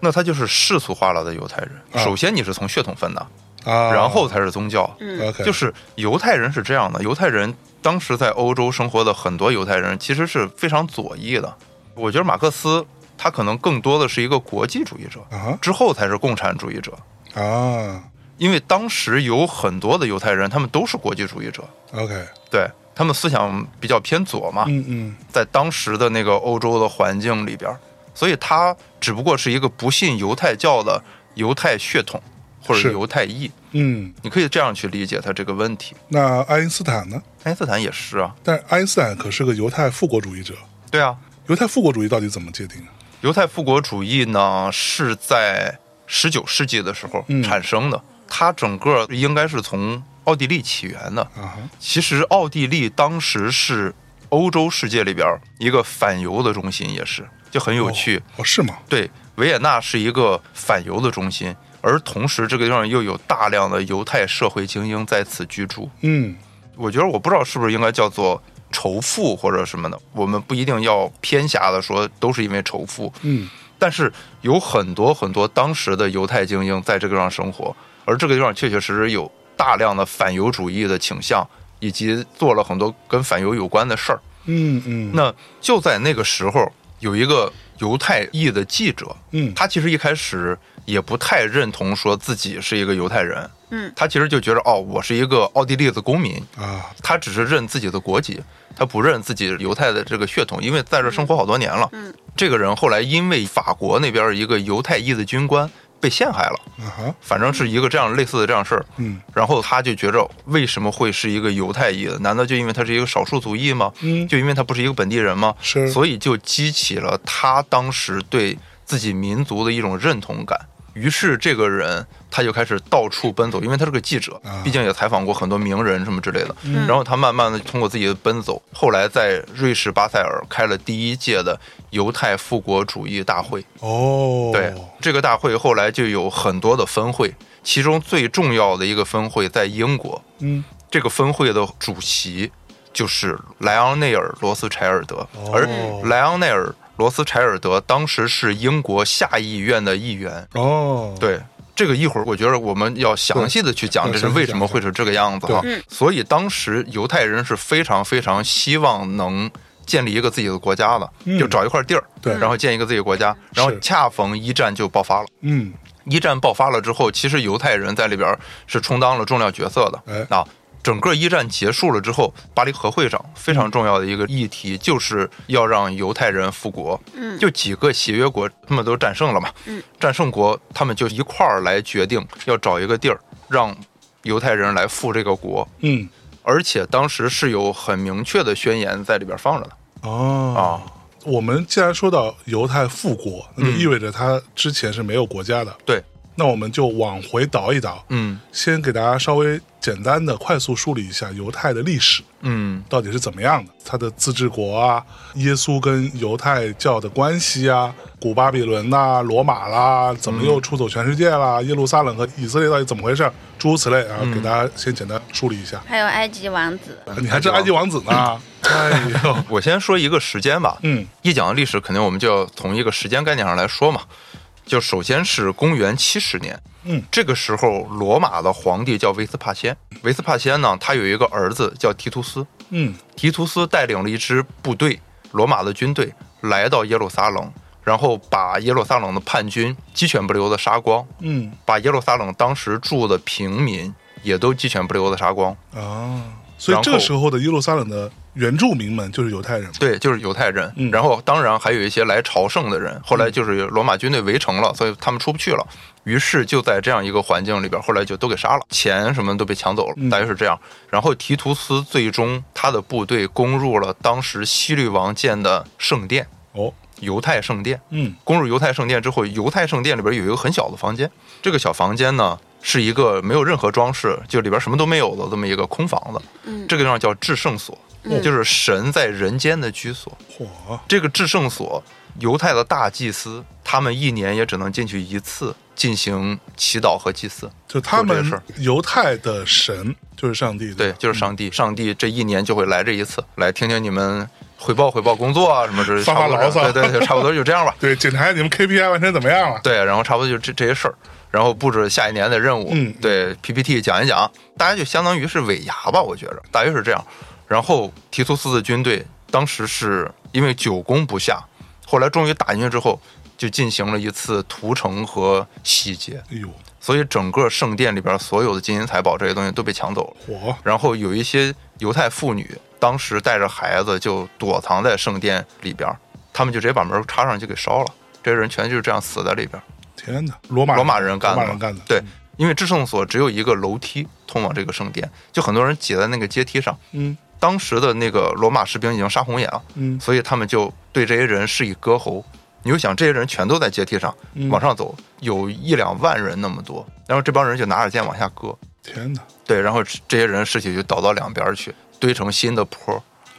[SPEAKER 1] 那他就是世俗化了的犹太人。
[SPEAKER 3] 啊
[SPEAKER 1] 首先你是从血统分的，
[SPEAKER 3] 啊，
[SPEAKER 1] 然后才是宗教。
[SPEAKER 2] 嗯，
[SPEAKER 3] OK
[SPEAKER 1] 就是犹太人是这样的，犹太人当时在欧洲生活的很多犹太人其实是非常左翼的。我觉得马克思他可能更多的是一个国际主义者，
[SPEAKER 3] 啊
[SPEAKER 1] 之后才是共产主义者。
[SPEAKER 3] 啊
[SPEAKER 1] 因为当时有很多的犹太人，他们都是国际主义者，
[SPEAKER 3] ，OK，
[SPEAKER 1] 对他们思想比较偏左嘛，
[SPEAKER 3] 嗯嗯，
[SPEAKER 1] 在当时的那个欧洲的环境里边儿，所以他只不过是一个不信犹太教的犹太血统或者
[SPEAKER 3] 是
[SPEAKER 1] 犹太裔，
[SPEAKER 3] 嗯，
[SPEAKER 1] 你可以这样去理解他这个问题。
[SPEAKER 3] 那爱因斯坦呢？
[SPEAKER 1] 爱因斯坦也是啊，
[SPEAKER 3] 但是爱因斯坦可是个犹太复国主义者，
[SPEAKER 1] 对啊，
[SPEAKER 3] 犹太复国主义到底怎么界定啊？
[SPEAKER 1] 犹太复国主义呢是在十九世纪的时候
[SPEAKER 3] 嗯
[SPEAKER 1] 产生的，它整个应该是从奥地利起源的。
[SPEAKER 3] 啊哈，
[SPEAKER 1] 其实奥地利当时是欧洲世界里边儿一个反犹的中心，也是就很有趣。
[SPEAKER 3] 哦，是吗？
[SPEAKER 1] 对，维也纳是一个反犹的中心，而同时这个地方又有大量的犹太社会精英在此居住。
[SPEAKER 3] 嗯，
[SPEAKER 1] 我觉得我不知道是不是应该叫做仇富或者什么的，我们不一定要偏狭的说都是因为仇富，
[SPEAKER 3] 嗯，
[SPEAKER 1] 但是有很多很多当时的犹太精英在这个地方生活，而这个地方确确实实有大量的反犹主义的倾向，以及做了很多跟反犹有关的事儿。
[SPEAKER 3] 嗯嗯，
[SPEAKER 1] 那就在那个时候，有一个犹太裔的记者，
[SPEAKER 3] 嗯
[SPEAKER 1] 他其实一开始也不太认同说自己是一个犹太人，
[SPEAKER 2] 嗯，
[SPEAKER 1] 他其实就觉得哦，我是一个奥地利的公民，
[SPEAKER 3] 啊，
[SPEAKER 1] 他只是认自己的国籍，他不认自己犹太的这个血统，因为在这生活好多年了。
[SPEAKER 2] 嗯嗯
[SPEAKER 1] 这个人后来因为法国那边一个犹太裔的军官被陷害了，
[SPEAKER 3] 啊哈，
[SPEAKER 1] 反正是一个这样类似的这样事儿。
[SPEAKER 3] 嗯
[SPEAKER 1] 然后他就觉着，为什么会是一个犹太裔的？难道就因为他是一个少数族裔吗？
[SPEAKER 3] 嗯，
[SPEAKER 1] 就因为他不是一个本地人吗？
[SPEAKER 3] 是
[SPEAKER 1] 所以就激起了他当时对自己民族的一种认同感。于是这个人他就开始到处奔走，因为他是个记者
[SPEAKER 3] 啊，
[SPEAKER 1] 毕竟也采访过很多名人什么之类的。
[SPEAKER 2] 嗯
[SPEAKER 1] 然后他慢慢的通过自己的奔走，后来在瑞士巴塞尔开了第一届的犹太复国主义大会。
[SPEAKER 3] 哦，
[SPEAKER 1] 对，这个大会后来就有很多的分会，其中最重要的一个分会在英国，
[SPEAKER 3] 嗯
[SPEAKER 1] 这个分会的主席就是莱昂内尔·罗斯柴尔德
[SPEAKER 3] 哦，
[SPEAKER 1] 而莱昂内尔·罗斯柴尔德当时是英国下议院的议员。
[SPEAKER 3] 哦，，
[SPEAKER 1] 对，这个一会儿我觉得我们要详细的去讲，
[SPEAKER 3] 对
[SPEAKER 1] 这是为什么会是这个样子哈
[SPEAKER 2] 对嗯。
[SPEAKER 1] 所以当时犹太人是非常非常希望能。建立一个自己的国家的，
[SPEAKER 3] 嗯
[SPEAKER 1] 就找一块地儿，
[SPEAKER 3] 对
[SPEAKER 1] 然后建一个自己的国家，然后
[SPEAKER 3] 是
[SPEAKER 1] 恰逢一战就爆发了。
[SPEAKER 3] 嗯
[SPEAKER 1] 一战爆发了之后，其实犹太人在里边是充当了重要角色的。
[SPEAKER 3] 哎
[SPEAKER 1] 啊，整个一战结束了之后，巴黎和会上非
[SPEAKER 3] 嗯
[SPEAKER 1] 常重要的一个议题就是要让犹太人复国。
[SPEAKER 2] 嗯
[SPEAKER 1] 就几个协约国他们都战胜了嘛，
[SPEAKER 2] 嗯
[SPEAKER 1] 战胜国他们就一块儿来决定要找一个地儿让犹太人来复这个国，
[SPEAKER 3] 嗯，
[SPEAKER 1] 而且当时是有很明确的宣言在里边放着的
[SPEAKER 3] 哦
[SPEAKER 1] 啊。
[SPEAKER 3] 我们既然说到犹太复国，那就
[SPEAKER 1] 嗯
[SPEAKER 3] 意味着他之前是没有国家的。
[SPEAKER 1] 对，
[SPEAKER 3] 那我们就往回倒一倒，
[SPEAKER 1] 嗯
[SPEAKER 3] 先给大家稍微简单的、快速梳理一下犹太的历史
[SPEAKER 1] 嗯
[SPEAKER 3] 到底是怎么样的，他的自治国啊，耶稣跟犹太教的关系啊，古巴比伦呐、罗马啦，怎么又出走全世界啦，
[SPEAKER 1] 嗯
[SPEAKER 3] 耶路撒冷和以色列到底怎么回事，诸如此类啊，给大家先简单梳理一下。
[SPEAKER 2] 还有埃及王子，
[SPEAKER 1] 嗯
[SPEAKER 3] 你还是埃及王子呢？哎
[SPEAKER 1] (laughs)
[SPEAKER 3] 呦，
[SPEAKER 1] 我先说一个时间吧，
[SPEAKER 3] 嗯
[SPEAKER 1] 一讲历史，肯定我们就要从一个时间概念上来说嘛。就首先是公元七十年，
[SPEAKER 3] 嗯，
[SPEAKER 1] 这个时候罗马的皇帝叫维斯帕先，维斯帕先呢，他有一个儿子叫提图斯，
[SPEAKER 3] 嗯
[SPEAKER 1] 提图斯带领了一支部队，罗马的军队来到耶路撒冷，然后把耶路撒冷的叛军鸡犬不留的杀光，
[SPEAKER 3] 嗯
[SPEAKER 1] 把耶路撒冷当时住的平民也都鸡犬不留的杀光。
[SPEAKER 3] 啊，所以这
[SPEAKER 1] 然
[SPEAKER 3] 个
[SPEAKER 1] 后
[SPEAKER 3] 时候的耶路撒冷的原住民们就是犹太人嘛。
[SPEAKER 1] 对，就是犹太人，
[SPEAKER 3] 嗯
[SPEAKER 1] 然后当然还有一些来朝圣的人。后来就是罗马军队围城了，所以他们出不去了。于是就在这样一个环境里边，后来就都给杀了，钱什么都被抢走了
[SPEAKER 3] 嗯，
[SPEAKER 1] 大约是这样。然后提图斯最终他的部队攻入了当时西律王建的圣殿
[SPEAKER 3] 哦，
[SPEAKER 1] ——犹太圣殿。
[SPEAKER 3] 嗯
[SPEAKER 1] 攻入犹太圣殿之后，犹太圣殿里边有一个很小的房间，这个小房间呢是一个没有任何装饰，就里边什么都没有的这么一个空房子。
[SPEAKER 2] 嗯
[SPEAKER 1] 这个地方叫至圣所，
[SPEAKER 2] 嗯
[SPEAKER 1] 就是神在人间的居所。
[SPEAKER 3] 嚯，
[SPEAKER 1] 这个至圣所，犹太的大祭司，他们一年也只能进去一次进行祈祷和祭祀。
[SPEAKER 3] 就他
[SPEAKER 1] 就
[SPEAKER 3] 们
[SPEAKER 1] 这事儿
[SPEAKER 3] 犹太的神就是上帝，
[SPEAKER 1] 对，
[SPEAKER 3] 吧
[SPEAKER 1] 就是上帝，上帝这一年就会来这一次，来听听你们汇报汇报工作啊什么之类的，
[SPEAKER 3] 发发
[SPEAKER 1] 差不多
[SPEAKER 3] 牢骚
[SPEAKER 1] 对对对，差不多就这样吧。
[SPEAKER 3] 对，检查一下你们 KPI 完成怎么样了？
[SPEAKER 1] 对，然后差不多就这这些事儿，然后布置下一年的任务，
[SPEAKER 3] 嗯
[SPEAKER 1] 对 PPT 讲一讲，大家就相当于是尾牙吧，我觉着大约是这样。然后提图斯的军队当时是因为久攻不下，后来终于打进去之后，就进行了一次屠城和洗劫，
[SPEAKER 3] 哎呦，
[SPEAKER 1] 所以整个圣殿里边所有的金银财宝这些东西都被抢走了。
[SPEAKER 3] 嚯，
[SPEAKER 1] 然后有一些犹太妇女当时带着孩子就躲藏在圣殿里边，他们就直接把门插上就给烧了，这些人全就是这样死在里边。
[SPEAKER 3] 天哪！罗马
[SPEAKER 1] 罗马人干的，
[SPEAKER 3] 罗马人干的，嗯
[SPEAKER 1] 对，因为至圣所只有一个楼梯通往这个圣殿，就很多人挤在那个阶梯上。
[SPEAKER 3] 嗯
[SPEAKER 1] 当时的那个罗马士兵已经杀红眼了，
[SPEAKER 3] 嗯
[SPEAKER 1] 所以他们就对这些人施以割喉，你就想这些人全都在阶梯上
[SPEAKER 3] 嗯
[SPEAKER 1] 往上走，有一两万人那么多，然后这帮人就拿着剑往下割，
[SPEAKER 3] 天哪，
[SPEAKER 1] 对，然后这些人尸体就倒到两边儿去，堆成新的坡，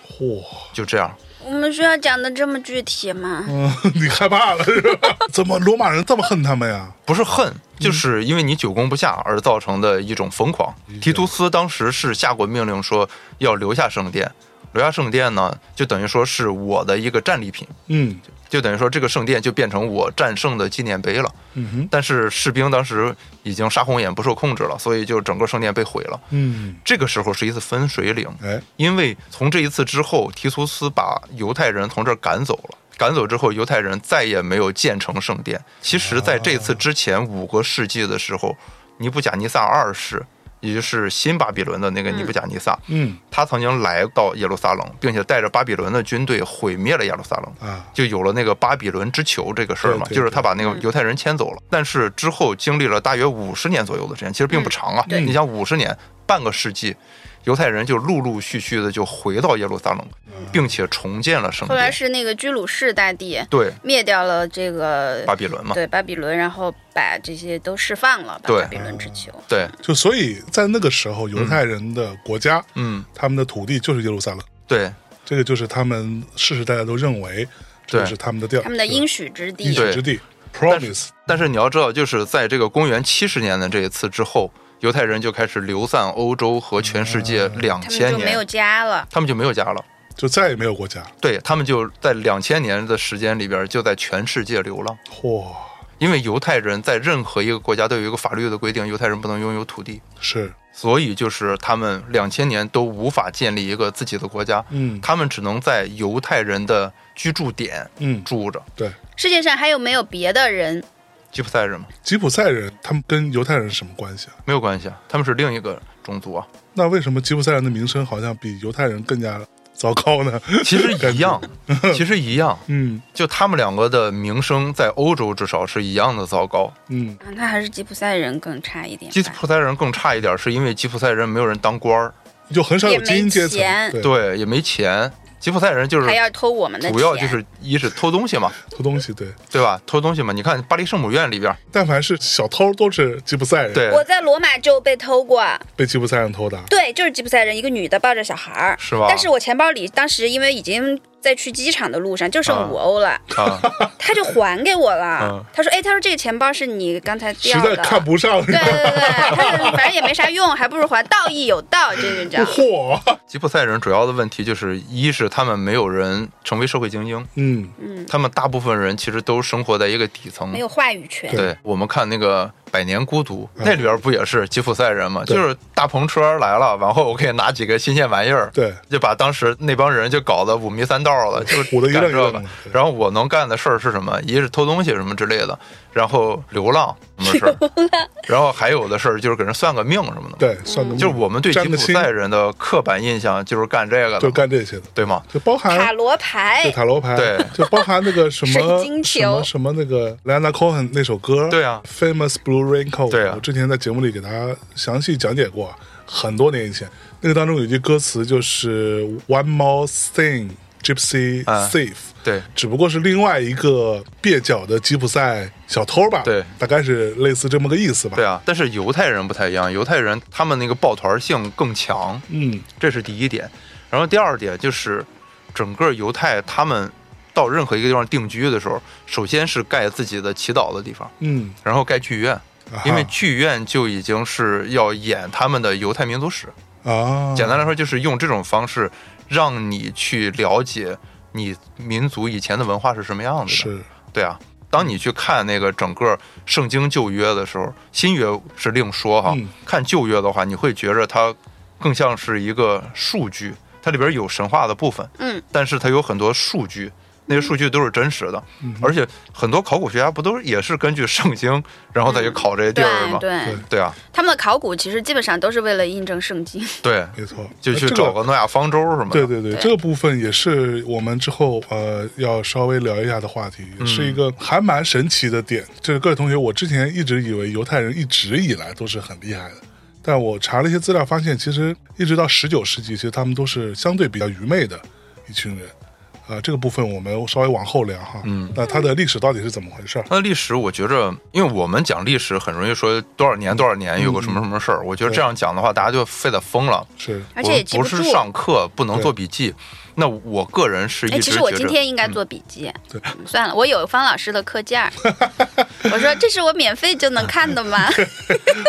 [SPEAKER 3] 嚯！
[SPEAKER 1] 就这样。
[SPEAKER 2] 我们需要讲的这么具体吗？
[SPEAKER 3] 嗯，你害怕了是吧？ (laughs) 怎么罗马人这么恨他们呀？
[SPEAKER 1] 不是恨，就是因为你久攻不下而造成的一种疯狂。提图斯当时是下过命令说要留下圣殿，留下圣殿呢，就等于说是我的一个战利品，
[SPEAKER 3] 嗯
[SPEAKER 1] 就等于说这个圣殿就变成我战胜的纪念碑了。
[SPEAKER 3] 嗯哼
[SPEAKER 1] 但是士兵当时已经杀红眼不受控制了，所以就整个圣殿被毁了。
[SPEAKER 3] 嗯，
[SPEAKER 1] 这个时候是一次分水岭，
[SPEAKER 3] 哎，
[SPEAKER 1] 因为从这一次之后，提图斯把犹太人从这儿赶走了。赶走之后，犹太人再也没有建成圣殿。其实，在这次之前五个世纪的时候，尼布甲尼撒二世，也就是新巴比伦的那个尼布甲尼撒，
[SPEAKER 3] 嗯
[SPEAKER 1] 他曾经来到耶路撒冷，并且带着巴比伦的军队毁灭了耶路撒冷。
[SPEAKER 3] 啊，
[SPEAKER 1] 就有了那个巴比伦之囚这个事儿嘛，
[SPEAKER 3] 对对
[SPEAKER 1] 就是他把那
[SPEAKER 2] 嗯
[SPEAKER 1] 个犹太人迁走了。但是之后经历了大约五十年左右的时间，其实并不长啊。
[SPEAKER 3] 对
[SPEAKER 1] 你想五十年，半个世纪，犹太人就陆陆续续的就回到耶路撒冷，
[SPEAKER 3] 嗯
[SPEAKER 1] 并且重建了圣
[SPEAKER 2] 后来
[SPEAKER 1] 殿。
[SPEAKER 2] 是那个居鲁士大帝
[SPEAKER 1] 对，
[SPEAKER 2] 灭掉了这个
[SPEAKER 1] 巴比伦嘛，
[SPEAKER 2] 对巴比伦，然后把这些都释放了，把
[SPEAKER 1] 对
[SPEAKER 2] 巴比伦之囚。
[SPEAKER 1] 对，
[SPEAKER 3] 就所以在那个时候，犹太人的国家，
[SPEAKER 1] 嗯，
[SPEAKER 3] 他们的土地就是耶路撒冷，
[SPEAKER 1] 对，
[SPEAKER 3] 这个就是他们世世代代都认为这就是他们的地儿，
[SPEAKER 2] 他们的应许之地
[SPEAKER 3] 应，许之地，promise，
[SPEAKER 1] 但是你要知道，就是在这个公元七十年的这一次之后，犹太人就开始流散欧洲和全世界
[SPEAKER 3] 嗯
[SPEAKER 1] 两
[SPEAKER 2] 他们
[SPEAKER 1] 千
[SPEAKER 2] 就没有
[SPEAKER 1] 年，
[SPEAKER 2] 家了。
[SPEAKER 1] 他们就没有家了。
[SPEAKER 3] 就再也没有国家。
[SPEAKER 1] 对他们就在两千年的时间里边，就在全世界流浪。
[SPEAKER 3] 嚯，
[SPEAKER 1] 因为犹太人在任何一个国家都有一个法律的规定，犹太人不能拥有土地，
[SPEAKER 3] 是，
[SPEAKER 1] 所以就是他们两千年都无法建立一个自己的国家，
[SPEAKER 3] 嗯
[SPEAKER 1] 他们只能在犹太人的居住点
[SPEAKER 3] 嗯，
[SPEAKER 1] 住着。
[SPEAKER 3] 对，
[SPEAKER 2] 世界上还有没有别的人？
[SPEAKER 1] 吉普赛人嘛，
[SPEAKER 3] 吉普赛人他们跟犹太人是什么关系啊？
[SPEAKER 1] 没有关系啊，他们是另一个种族
[SPEAKER 2] (laughs)
[SPEAKER 1] 啊，
[SPEAKER 3] 那为什么吉普赛人的名声好像比犹太人更加糟糕呢？
[SPEAKER 1] 其实一样，其实一样，
[SPEAKER 3] 嗯
[SPEAKER 1] 就他们两个的名声在欧洲至少是一样的糟糕。
[SPEAKER 3] 嗯，
[SPEAKER 2] 啊，那还是吉普赛人更差一点吧。
[SPEAKER 1] 吉普赛人更差一点，是因为吉普赛人没有人当官儿，
[SPEAKER 3] 就很少有精英阶层
[SPEAKER 2] 也没，钱
[SPEAKER 3] 对，
[SPEAKER 1] 对，也没钱。吉普赛人就是
[SPEAKER 2] 还要偷我们的钱，
[SPEAKER 1] 主要就是一是偷东西嘛，
[SPEAKER 3] 偷东西，对，
[SPEAKER 1] 对吧？偷东西嘛，你看巴黎圣母院里边，
[SPEAKER 3] 但凡是小偷都是吉普赛人，
[SPEAKER 1] 对，
[SPEAKER 2] 我在罗马就被偷过，
[SPEAKER 3] 被吉普赛人偷的。
[SPEAKER 2] 对，就是吉普赛人，一个女的抱着小孩儿，
[SPEAKER 1] 是吧？
[SPEAKER 2] 但是我钱包里当时因为已经在去机场的路上就剩五欧了，
[SPEAKER 1] 啊，
[SPEAKER 2] 他就还给我了
[SPEAKER 1] 嗯。
[SPEAKER 2] 他说：“哎，他说这个钱包是你刚才
[SPEAKER 3] 实
[SPEAKER 2] 掉
[SPEAKER 3] 在
[SPEAKER 2] 的。”
[SPEAKER 3] 看不上， (laughs)
[SPEAKER 2] 对对对，对他就反正也没啥用，还不如还道义有道，这个叫。
[SPEAKER 3] 嚯，
[SPEAKER 1] 吉普赛人主要的问题就是，一是他们没有人成为社会精英，
[SPEAKER 3] 嗯，
[SPEAKER 2] 嗯，
[SPEAKER 1] 他们大部分人其实都生活在一个底层
[SPEAKER 2] 没。有嗯话语权。
[SPEAKER 1] 嗯对我们看那个《百年孤独》，那里边不也是吉普赛人嘛？就是大篷车来了，然后我可以拿几个新鲜玩意儿，
[SPEAKER 3] 对，
[SPEAKER 1] 就把当时那帮人就搞得五迷三道了，
[SPEAKER 3] (laughs)
[SPEAKER 1] 就
[SPEAKER 3] 唬得一
[SPEAKER 1] 干
[SPEAKER 3] 愣一
[SPEAKER 1] 这
[SPEAKER 3] 愣
[SPEAKER 1] 个
[SPEAKER 3] 的。对
[SPEAKER 1] 然后我能干的事儿是什么？一是偷东西什么之类的，然后流浪什么事儿，然后还有的事儿就是给人算个命什么的。，
[SPEAKER 3] 对，算个
[SPEAKER 1] 就是我们对吉
[SPEAKER 3] 占
[SPEAKER 1] 普
[SPEAKER 3] 个
[SPEAKER 1] 赛人的刻板印象就是干这个
[SPEAKER 3] 就
[SPEAKER 1] 的，
[SPEAKER 3] 干这些的，
[SPEAKER 1] 对吗？
[SPEAKER 3] 就包含
[SPEAKER 2] 塔罗牌
[SPEAKER 3] 对，塔罗牌，
[SPEAKER 1] 对
[SPEAKER 3] 就包含那个什么
[SPEAKER 2] 哎水晶球
[SPEAKER 3] 什么什么那个莱 n 科恩那首歌，
[SPEAKER 1] 对啊
[SPEAKER 3] ，Famous Blue Raincoat，
[SPEAKER 1] 对啊
[SPEAKER 3] 我之前在节目里给大家详细讲解过，很多年以前，那个当中有一句歌词就是 One more thing, Gypsy
[SPEAKER 1] 啊
[SPEAKER 3] thief，、
[SPEAKER 1] 对，
[SPEAKER 3] 只不过是另外一个蹩脚的吉普赛小偷吧，
[SPEAKER 1] 对
[SPEAKER 3] 大概是类似这么个意思吧，
[SPEAKER 1] 对啊。但是犹太人不太一样，犹太人他们那个抱团性更强，
[SPEAKER 3] 嗯，
[SPEAKER 1] 这是第一点。然后第二点就是，整个犹太他们到任何一个地方定居的时候，首先是盖自己的祈祷的地方，
[SPEAKER 3] 嗯
[SPEAKER 1] 然后盖剧院。
[SPEAKER 3] 啊哈，
[SPEAKER 1] 因为剧院就已经是要演他们的犹太民族史。
[SPEAKER 3] 啊，
[SPEAKER 1] 简单来说，就是用这种方式让你去了解你民族以前的文化是什么样子的。
[SPEAKER 3] 是，
[SPEAKER 1] 对啊，当你去看那个整个圣经旧约的时候，新约是另说哈。
[SPEAKER 3] 嗯
[SPEAKER 1] 看旧约的话，你会觉着它更像是一个数据，它里边有神话的部分，
[SPEAKER 2] 嗯，
[SPEAKER 1] 但是它有很多数据。那些数据都是真实的，
[SPEAKER 3] 嗯
[SPEAKER 1] 而且很多考古学家不都是也是根据圣经，然后再去考这些地
[SPEAKER 2] 对
[SPEAKER 1] 儿吗？
[SPEAKER 2] 对
[SPEAKER 3] 对，
[SPEAKER 1] 对啊，
[SPEAKER 2] 他们的考古其实基本上都是为了印证圣经。
[SPEAKER 1] 对，
[SPEAKER 3] 没错，哎
[SPEAKER 1] 就去
[SPEAKER 3] 这
[SPEAKER 1] 找个诺亚方舟什么的。
[SPEAKER 3] 对对对，
[SPEAKER 2] 对
[SPEAKER 3] 这个部分也是我们之后呃要稍微聊一下的话题，也
[SPEAKER 1] 嗯
[SPEAKER 3] 是一个还蛮神奇的点。就是各位同学，我之前一直以为犹太人一直以来都是很厉害的，但我查了一些资料，发现其实一直到十九世纪，其实他们都是相对比较愚昧的一群人。啊、这个部分我们稍微往后聊哈。
[SPEAKER 1] 嗯，
[SPEAKER 3] 那它的历史到底是怎么回事儿？
[SPEAKER 1] 它的历史，我觉着，因为我们讲历史很容易说多少年多少年有个什么什么事儿，我觉得这样讲的话，大家就非得疯了。
[SPEAKER 3] 是
[SPEAKER 2] 而且也记
[SPEAKER 1] 我不
[SPEAKER 2] 住
[SPEAKER 1] 是。上课不能做笔记，那我个人是
[SPEAKER 2] 哎，
[SPEAKER 1] 一
[SPEAKER 2] 其
[SPEAKER 1] 直
[SPEAKER 2] 实
[SPEAKER 1] 觉
[SPEAKER 2] 我
[SPEAKER 1] 着
[SPEAKER 2] 今天应该做笔记，
[SPEAKER 3] 对
[SPEAKER 2] 嗯算了，我有方老师的课
[SPEAKER 1] (laughs)
[SPEAKER 2] 件儿，我说这是我免费就能看的吗？
[SPEAKER 1] 嗯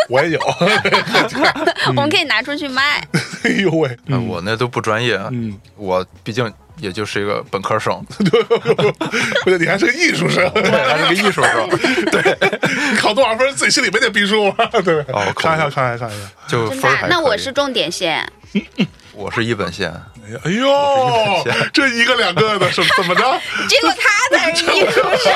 [SPEAKER 3] 我也有， (laughs)
[SPEAKER 2] 我们可以拿出去卖。
[SPEAKER 3] 哎呦喂，
[SPEAKER 1] 嗯我那都不专业，
[SPEAKER 3] 嗯，
[SPEAKER 1] 我毕竟也就是一个本科
[SPEAKER 2] (laughs)
[SPEAKER 1] 生，
[SPEAKER 3] 不是你还是个艺术生， (laughs)
[SPEAKER 1] 还是个艺术生，
[SPEAKER 3] 考多少分自己心里没点逼数吗？ (laughs) 对，
[SPEAKER 1] 哦
[SPEAKER 3] 开玩笑，开玩笑，开玩笑。
[SPEAKER 1] 就
[SPEAKER 2] 真
[SPEAKER 1] 分
[SPEAKER 2] 的
[SPEAKER 1] 儿
[SPEAKER 2] 啊
[SPEAKER 1] 还？
[SPEAKER 2] 那
[SPEAKER 1] 可
[SPEAKER 2] 我
[SPEAKER 1] 以
[SPEAKER 2] 是重点线，
[SPEAKER 1] 我是一本线，
[SPEAKER 3] 哎呦，这一个两个的，是怎么着？
[SPEAKER 2] 结果他才是
[SPEAKER 1] (laughs)
[SPEAKER 2] 艺术生。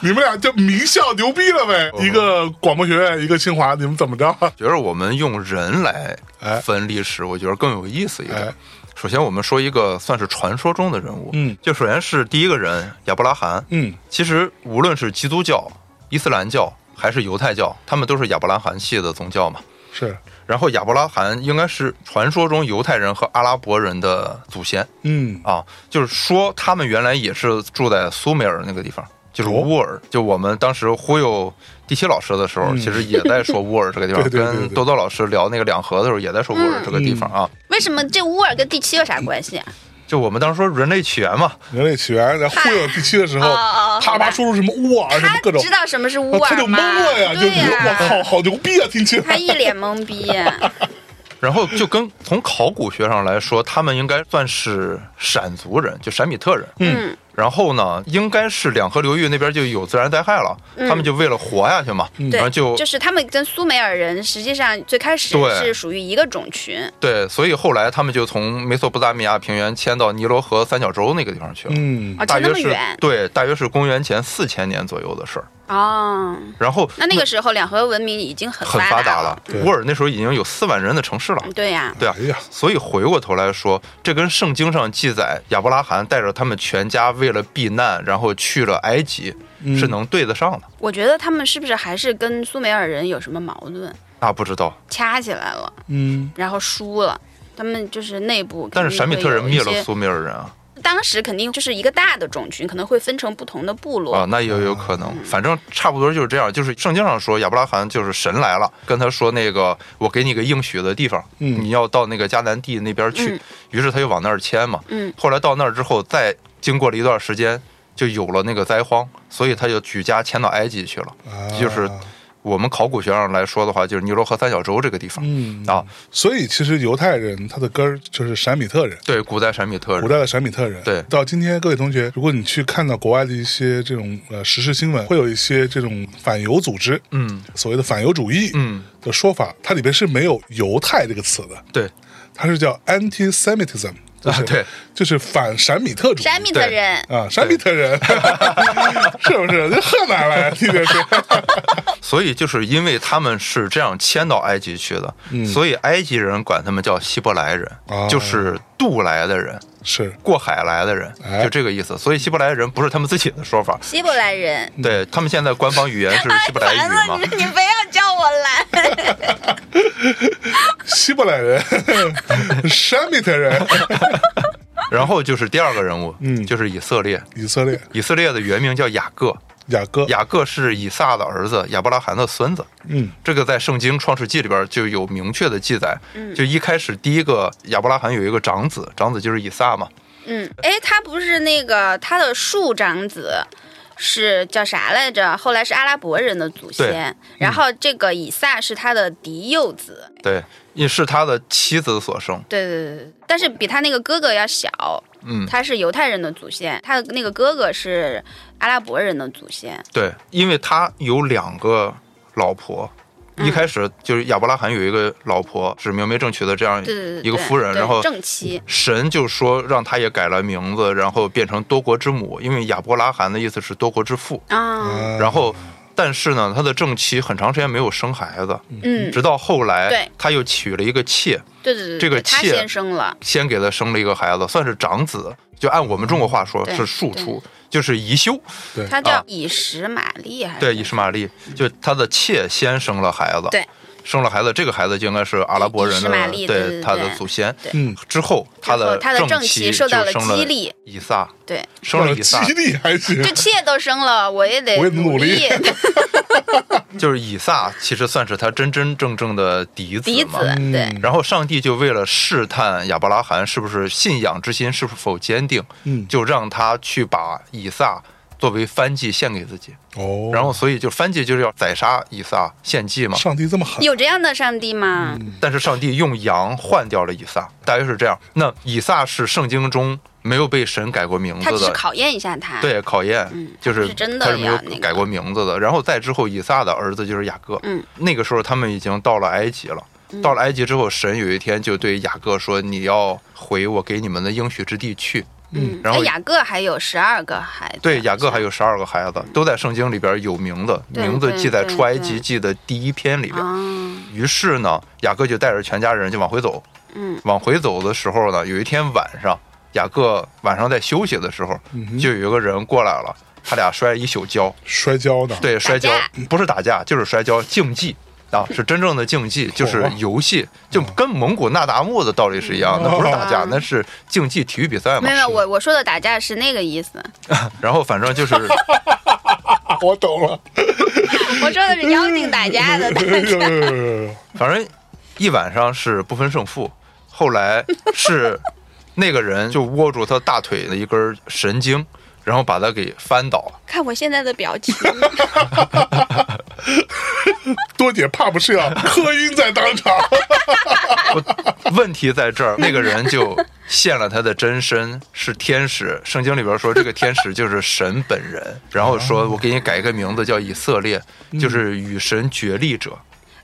[SPEAKER 3] 你们俩就名校牛逼了呗？一个广播学院，一个清华，你们怎么着？
[SPEAKER 1] 觉得我们用人来
[SPEAKER 3] 哎
[SPEAKER 1] 分历史，我觉得更有意思一
[SPEAKER 3] 哎
[SPEAKER 1] 点。首先，我们说一个算是传说中的人物，
[SPEAKER 3] 嗯，
[SPEAKER 1] 就首先是第一个人亚伯拉罕，
[SPEAKER 3] 嗯，
[SPEAKER 1] 其实无论是基督教、伊斯兰教还是犹太教，他们都是亚伯拉罕系的宗教嘛。
[SPEAKER 3] 是，
[SPEAKER 1] 然后亚伯拉罕应该是传说中犹太人和阿拉伯人的祖先
[SPEAKER 3] 嗯，
[SPEAKER 1] 啊，就是说他们原来也是住在苏美尔那个地方，就是乌尔。就我们当时忽悠第七老师的时候，
[SPEAKER 3] 嗯
[SPEAKER 1] 其实也在说乌尔这个地方，
[SPEAKER 3] (laughs) 对对对对嗯
[SPEAKER 1] 跟豆豆老师聊那个两河的时候，也在说乌尔这个地方啊。
[SPEAKER 2] (laughs) 为什么这乌尔跟第七有啥关系啊？
[SPEAKER 1] 就我们当时说人类起源嘛，
[SPEAKER 3] 人类起源，然后忽悠第七的时候
[SPEAKER 2] 哎哦哦，
[SPEAKER 3] 啪啪说出什么乌尔什么各
[SPEAKER 2] 他
[SPEAKER 3] 种啊
[SPEAKER 2] 知，道什么是乌
[SPEAKER 1] 啊
[SPEAKER 3] 他
[SPEAKER 2] 尔
[SPEAKER 3] 就懵
[SPEAKER 2] 吗？
[SPEAKER 3] 了呀，就
[SPEAKER 2] 对
[SPEAKER 3] 觉得
[SPEAKER 2] 呀、
[SPEAKER 3] 我靠，好牛逼啊！听起
[SPEAKER 2] 他
[SPEAKER 3] 来，
[SPEAKER 2] 一脸懵
[SPEAKER 1] (laughs)
[SPEAKER 2] 逼。
[SPEAKER 1] 然后就跟从考古学上来说，他们应该算是闪族人，就闪米特人。
[SPEAKER 2] 嗯，
[SPEAKER 1] 然后呢，应该是两河流域那边就有自然灾害了，他们就为了活下去嘛，
[SPEAKER 2] 嗯对
[SPEAKER 1] 然后，就
[SPEAKER 2] 就是他们跟苏美尔人实际上最开始
[SPEAKER 1] 对
[SPEAKER 2] 是属于一个种群。
[SPEAKER 1] 对，所以后来他们就从美索不达米亚平原迁到尼罗河三角洲那个地方去了。
[SPEAKER 3] 嗯
[SPEAKER 2] 哦，
[SPEAKER 1] 大
[SPEAKER 2] 迁那
[SPEAKER 1] 约
[SPEAKER 2] 么
[SPEAKER 1] 是
[SPEAKER 2] 远
[SPEAKER 1] 对，大约是公元前四千年左右的事儿。
[SPEAKER 2] 哦，
[SPEAKER 1] 然后
[SPEAKER 2] 那那个时候两河文明已经很
[SPEAKER 1] 很
[SPEAKER 2] 发
[SPEAKER 1] 发达
[SPEAKER 2] 了嗯
[SPEAKER 1] 了。，
[SPEAKER 3] 对
[SPEAKER 1] 乌尔那时候已经有四万人的城市了。
[SPEAKER 2] 对呀、
[SPEAKER 1] 对啊
[SPEAKER 3] 哎，呀，
[SPEAKER 1] 所以回过头来说，这跟圣经上记载亚伯拉罕带着他们全家为了避难，然后去了埃及，是
[SPEAKER 3] 嗯
[SPEAKER 1] 能对得上的。
[SPEAKER 2] 我觉得他们是不是还是跟苏美尔人有什么矛盾，
[SPEAKER 1] 那不知道，
[SPEAKER 2] 掐起来了，
[SPEAKER 3] 嗯，
[SPEAKER 2] 然后输了。他们就是内部，
[SPEAKER 1] 但是闪米特人灭了
[SPEAKER 2] 苏，
[SPEAKER 1] 苏美尔人啊，
[SPEAKER 2] 当时肯定就是一个大的种群，可能会分成不同的部落。
[SPEAKER 1] 啊，那也有可能，
[SPEAKER 3] 嗯
[SPEAKER 1] 反正差不多就是这样。就是圣经上说亚伯拉罕就是神来了，跟他说那个我给你个应许的地方，
[SPEAKER 3] 嗯
[SPEAKER 1] 你要到那个迦南地那边去。
[SPEAKER 2] 嗯
[SPEAKER 1] 于是他就往那儿迁嘛。
[SPEAKER 2] 嗯
[SPEAKER 1] 后来到那儿之后，再经过了一段时间，就有了那个灾荒，所以他就举家迁到埃及去了。
[SPEAKER 3] 啊
[SPEAKER 1] 就是我们考古学上来说的话，就是尼罗河三角洲这个地方、
[SPEAKER 3] 嗯
[SPEAKER 1] 啊，
[SPEAKER 3] 所以其实犹太人他的根儿就是闪米特人。
[SPEAKER 1] 对，古代闪米特人。
[SPEAKER 3] 古代的闪米特人。
[SPEAKER 1] 对
[SPEAKER 3] 到今天各位同学，如果你去看到国外的一些这种呃时事新闻，会有一些这种反犹组织，
[SPEAKER 1] 嗯
[SPEAKER 3] 所谓的反犹主义
[SPEAKER 1] 嗯，
[SPEAKER 3] 的说法，它里边是没有“犹太”这个词的，
[SPEAKER 1] 对
[SPEAKER 3] 它是叫 anti-Semitism，就是、
[SPEAKER 1] 啊对，
[SPEAKER 3] 就是反闪米特主义。
[SPEAKER 2] 山米特人，
[SPEAKER 3] 啊，闪米特
[SPEAKER 1] (laughs)
[SPEAKER 3] 人，是不是？这河南来，你这是，
[SPEAKER 1] 所以就是因为他们是这样迁到埃及去的，
[SPEAKER 3] 嗯
[SPEAKER 1] 所以埃及人管他们叫希伯来人，
[SPEAKER 3] 哦
[SPEAKER 1] 就是渡来的人、
[SPEAKER 3] 是
[SPEAKER 1] 过海来的人，
[SPEAKER 3] 哎
[SPEAKER 1] 就这个意思。所以希伯来人不是他们自己的说法，
[SPEAKER 2] 希伯来人。
[SPEAKER 3] 嗯
[SPEAKER 1] 对他们现在官方语言是希伯来
[SPEAKER 2] 烦
[SPEAKER 1] 语
[SPEAKER 2] 了
[SPEAKER 1] 嘛
[SPEAKER 2] 你，， (laughs) 你非要叫我来。
[SPEAKER 3] 希伯来人，闪米特人，
[SPEAKER 1] 然后就是第二个人物，
[SPEAKER 3] 嗯
[SPEAKER 1] 就是以色列。
[SPEAKER 3] 以色列
[SPEAKER 1] 以色列的原名叫雅各，
[SPEAKER 3] 雅各，
[SPEAKER 1] 雅各是以撒的儿子，亚伯拉罕的孙子。
[SPEAKER 3] 嗯
[SPEAKER 1] 这个在圣经《创世纪》里边就有明确的记载。就一开始第一个亚伯拉罕有一个长子，长子就是以撒嘛。
[SPEAKER 2] 嗯，哎，他不是那个他的庶长子是叫啥来着？后来是阿拉伯人的祖先，
[SPEAKER 1] 嗯
[SPEAKER 2] 然后这个以撒是他的嫡幼子，
[SPEAKER 1] 对，也是他的妻子所生。
[SPEAKER 2] 对对对对，但是比他那个哥哥要小，
[SPEAKER 1] 嗯，
[SPEAKER 2] 他是犹太人的祖先，他的那个哥哥是阿拉伯人的祖先，
[SPEAKER 1] 对，因为他有两个老婆。
[SPEAKER 2] 嗯
[SPEAKER 1] 一开始就是亚伯拉罕有一个老婆是明媒正娶的这样
[SPEAKER 2] 对对对对，
[SPEAKER 1] 一个夫人，
[SPEAKER 2] 对
[SPEAKER 1] 然后
[SPEAKER 2] 正妻，
[SPEAKER 1] 神就说让他也改了名字，然后变成多国之母，因为亚伯拉罕的意思是多国之父。
[SPEAKER 2] 啊，
[SPEAKER 1] 然后，但是呢，他的正妻很长时间没有生孩子，
[SPEAKER 2] 嗯，
[SPEAKER 1] 直到后
[SPEAKER 2] 对
[SPEAKER 1] 来他又娶了一个妾，
[SPEAKER 2] 对对对，对
[SPEAKER 1] 这个
[SPEAKER 2] 他
[SPEAKER 1] 妾
[SPEAKER 2] 先生了，
[SPEAKER 1] 先给他生了一个孩子，算是长子，就按我们中国话说
[SPEAKER 2] 对
[SPEAKER 1] 是庶出。就是宜修，
[SPEAKER 3] 对，
[SPEAKER 2] 他叫
[SPEAKER 1] 啊
[SPEAKER 2] 以实玛丽还是？
[SPEAKER 1] 对，伊什玛丽，就是他的妾先生了孩子，
[SPEAKER 2] 对，
[SPEAKER 1] 生了孩子，这个孩子就应该是阿拉伯人的
[SPEAKER 2] 伊什玛丽，对对对
[SPEAKER 1] 他的祖先。
[SPEAKER 2] 对
[SPEAKER 3] 嗯，
[SPEAKER 1] 之后他
[SPEAKER 2] 之后
[SPEAKER 1] 的
[SPEAKER 2] 他的正
[SPEAKER 1] 妻
[SPEAKER 2] 妻受到
[SPEAKER 1] 就
[SPEAKER 2] 了
[SPEAKER 1] 生了
[SPEAKER 2] 激励
[SPEAKER 1] 以撒
[SPEAKER 2] 对，
[SPEAKER 1] 生了以
[SPEAKER 3] 哦激
[SPEAKER 1] 撒，
[SPEAKER 3] 励还
[SPEAKER 1] 嗯
[SPEAKER 3] 行，
[SPEAKER 2] 这妾都生了，我也得
[SPEAKER 3] 我也努力
[SPEAKER 2] 力
[SPEAKER 1] (laughs) 就是以撒其实算是他真真正正的嫡
[SPEAKER 2] 嫡
[SPEAKER 1] 子
[SPEAKER 2] 子
[SPEAKER 1] 嘛。，
[SPEAKER 3] 嗯
[SPEAKER 2] 对
[SPEAKER 1] 然后上帝就为了试探亚伯拉罕是不是信仰之心是否坚定，
[SPEAKER 3] 嗯
[SPEAKER 1] 就让他去把以撒作为翻祭献给自己。
[SPEAKER 3] 哦，
[SPEAKER 1] 然后所以就翻祭就是要宰杀以撒献祭嘛。
[SPEAKER 3] 上帝这么狠，
[SPEAKER 2] 有这样的上帝吗？
[SPEAKER 1] 但是上帝用羊换掉了以撒，大约是这样。那以撒是圣经中没有被神改过名
[SPEAKER 2] 他只
[SPEAKER 1] 字
[SPEAKER 2] 是
[SPEAKER 1] 的，
[SPEAKER 2] 考验一下他。
[SPEAKER 1] 对，考验，
[SPEAKER 2] 嗯
[SPEAKER 1] 就是
[SPEAKER 2] 是真的
[SPEAKER 1] 他是没有
[SPEAKER 2] 要那个
[SPEAKER 1] 改过名字的。然后再之后，以撒的儿子就是雅各。
[SPEAKER 2] 嗯，
[SPEAKER 1] 那个时候他们已经到了埃及了。到了埃及之后，神有一天就对雅各说：“你要回我给你们的应许之地去。”
[SPEAKER 2] 嗯，
[SPEAKER 1] 然后
[SPEAKER 2] 哎雅各还有十二个孩子。
[SPEAKER 1] 对，雅各还有十二个孩子，都在圣经里边有名的，
[SPEAKER 2] 对
[SPEAKER 1] 名字
[SPEAKER 2] 对
[SPEAKER 1] 记在
[SPEAKER 2] 对
[SPEAKER 1] 出埃
[SPEAKER 2] 对
[SPEAKER 1] 及记的第一篇里边。
[SPEAKER 2] 啊，
[SPEAKER 1] 于是呢，雅各就带着全家人就往回走。
[SPEAKER 2] 嗯，
[SPEAKER 1] 往回走的时候呢，有一天晚上，雅各晚上在休息的时候，
[SPEAKER 3] 嗯哼
[SPEAKER 1] 就有一个人过来了，他俩摔了一宿跤，
[SPEAKER 3] 摔跤的，
[SPEAKER 1] 对，摔跤
[SPEAKER 2] 打
[SPEAKER 1] 不是打架，就是摔跤竞技。啊，是真正的竞技，就是游戏，就跟蒙古那达慕的道理是一样的，
[SPEAKER 3] 嗯
[SPEAKER 1] 不是打架
[SPEAKER 2] 哦，
[SPEAKER 1] 那是竞技体育比赛嘛
[SPEAKER 2] 没。有没有，我我说的打架是那个意思，
[SPEAKER 1] 然后反正就是
[SPEAKER 2] (laughs)
[SPEAKER 3] 啊，我懂了，
[SPEAKER 2] 我说的是妖精打架的
[SPEAKER 1] 嗯
[SPEAKER 2] 打
[SPEAKER 3] 哎呦呦呦呦
[SPEAKER 1] 反正一晚上是不分胜负。后来是那个人就握住他大腿的一根神经，然后把他给翻倒了。
[SPEAKER 2] (laughs) 看我现在的表情，
[SPEAKER 3] 多姐怕不是要磕晕在当
[SPEAKER 1] (laughs)
[SPEAKER 3] 场，
[SPEAKER 1] 不问题在这儿，那个人就现了他的真身，是天使。圣经里边说，这个天使就是神本人。然后说我给你改一个名字叫以色列，就是与神决力者，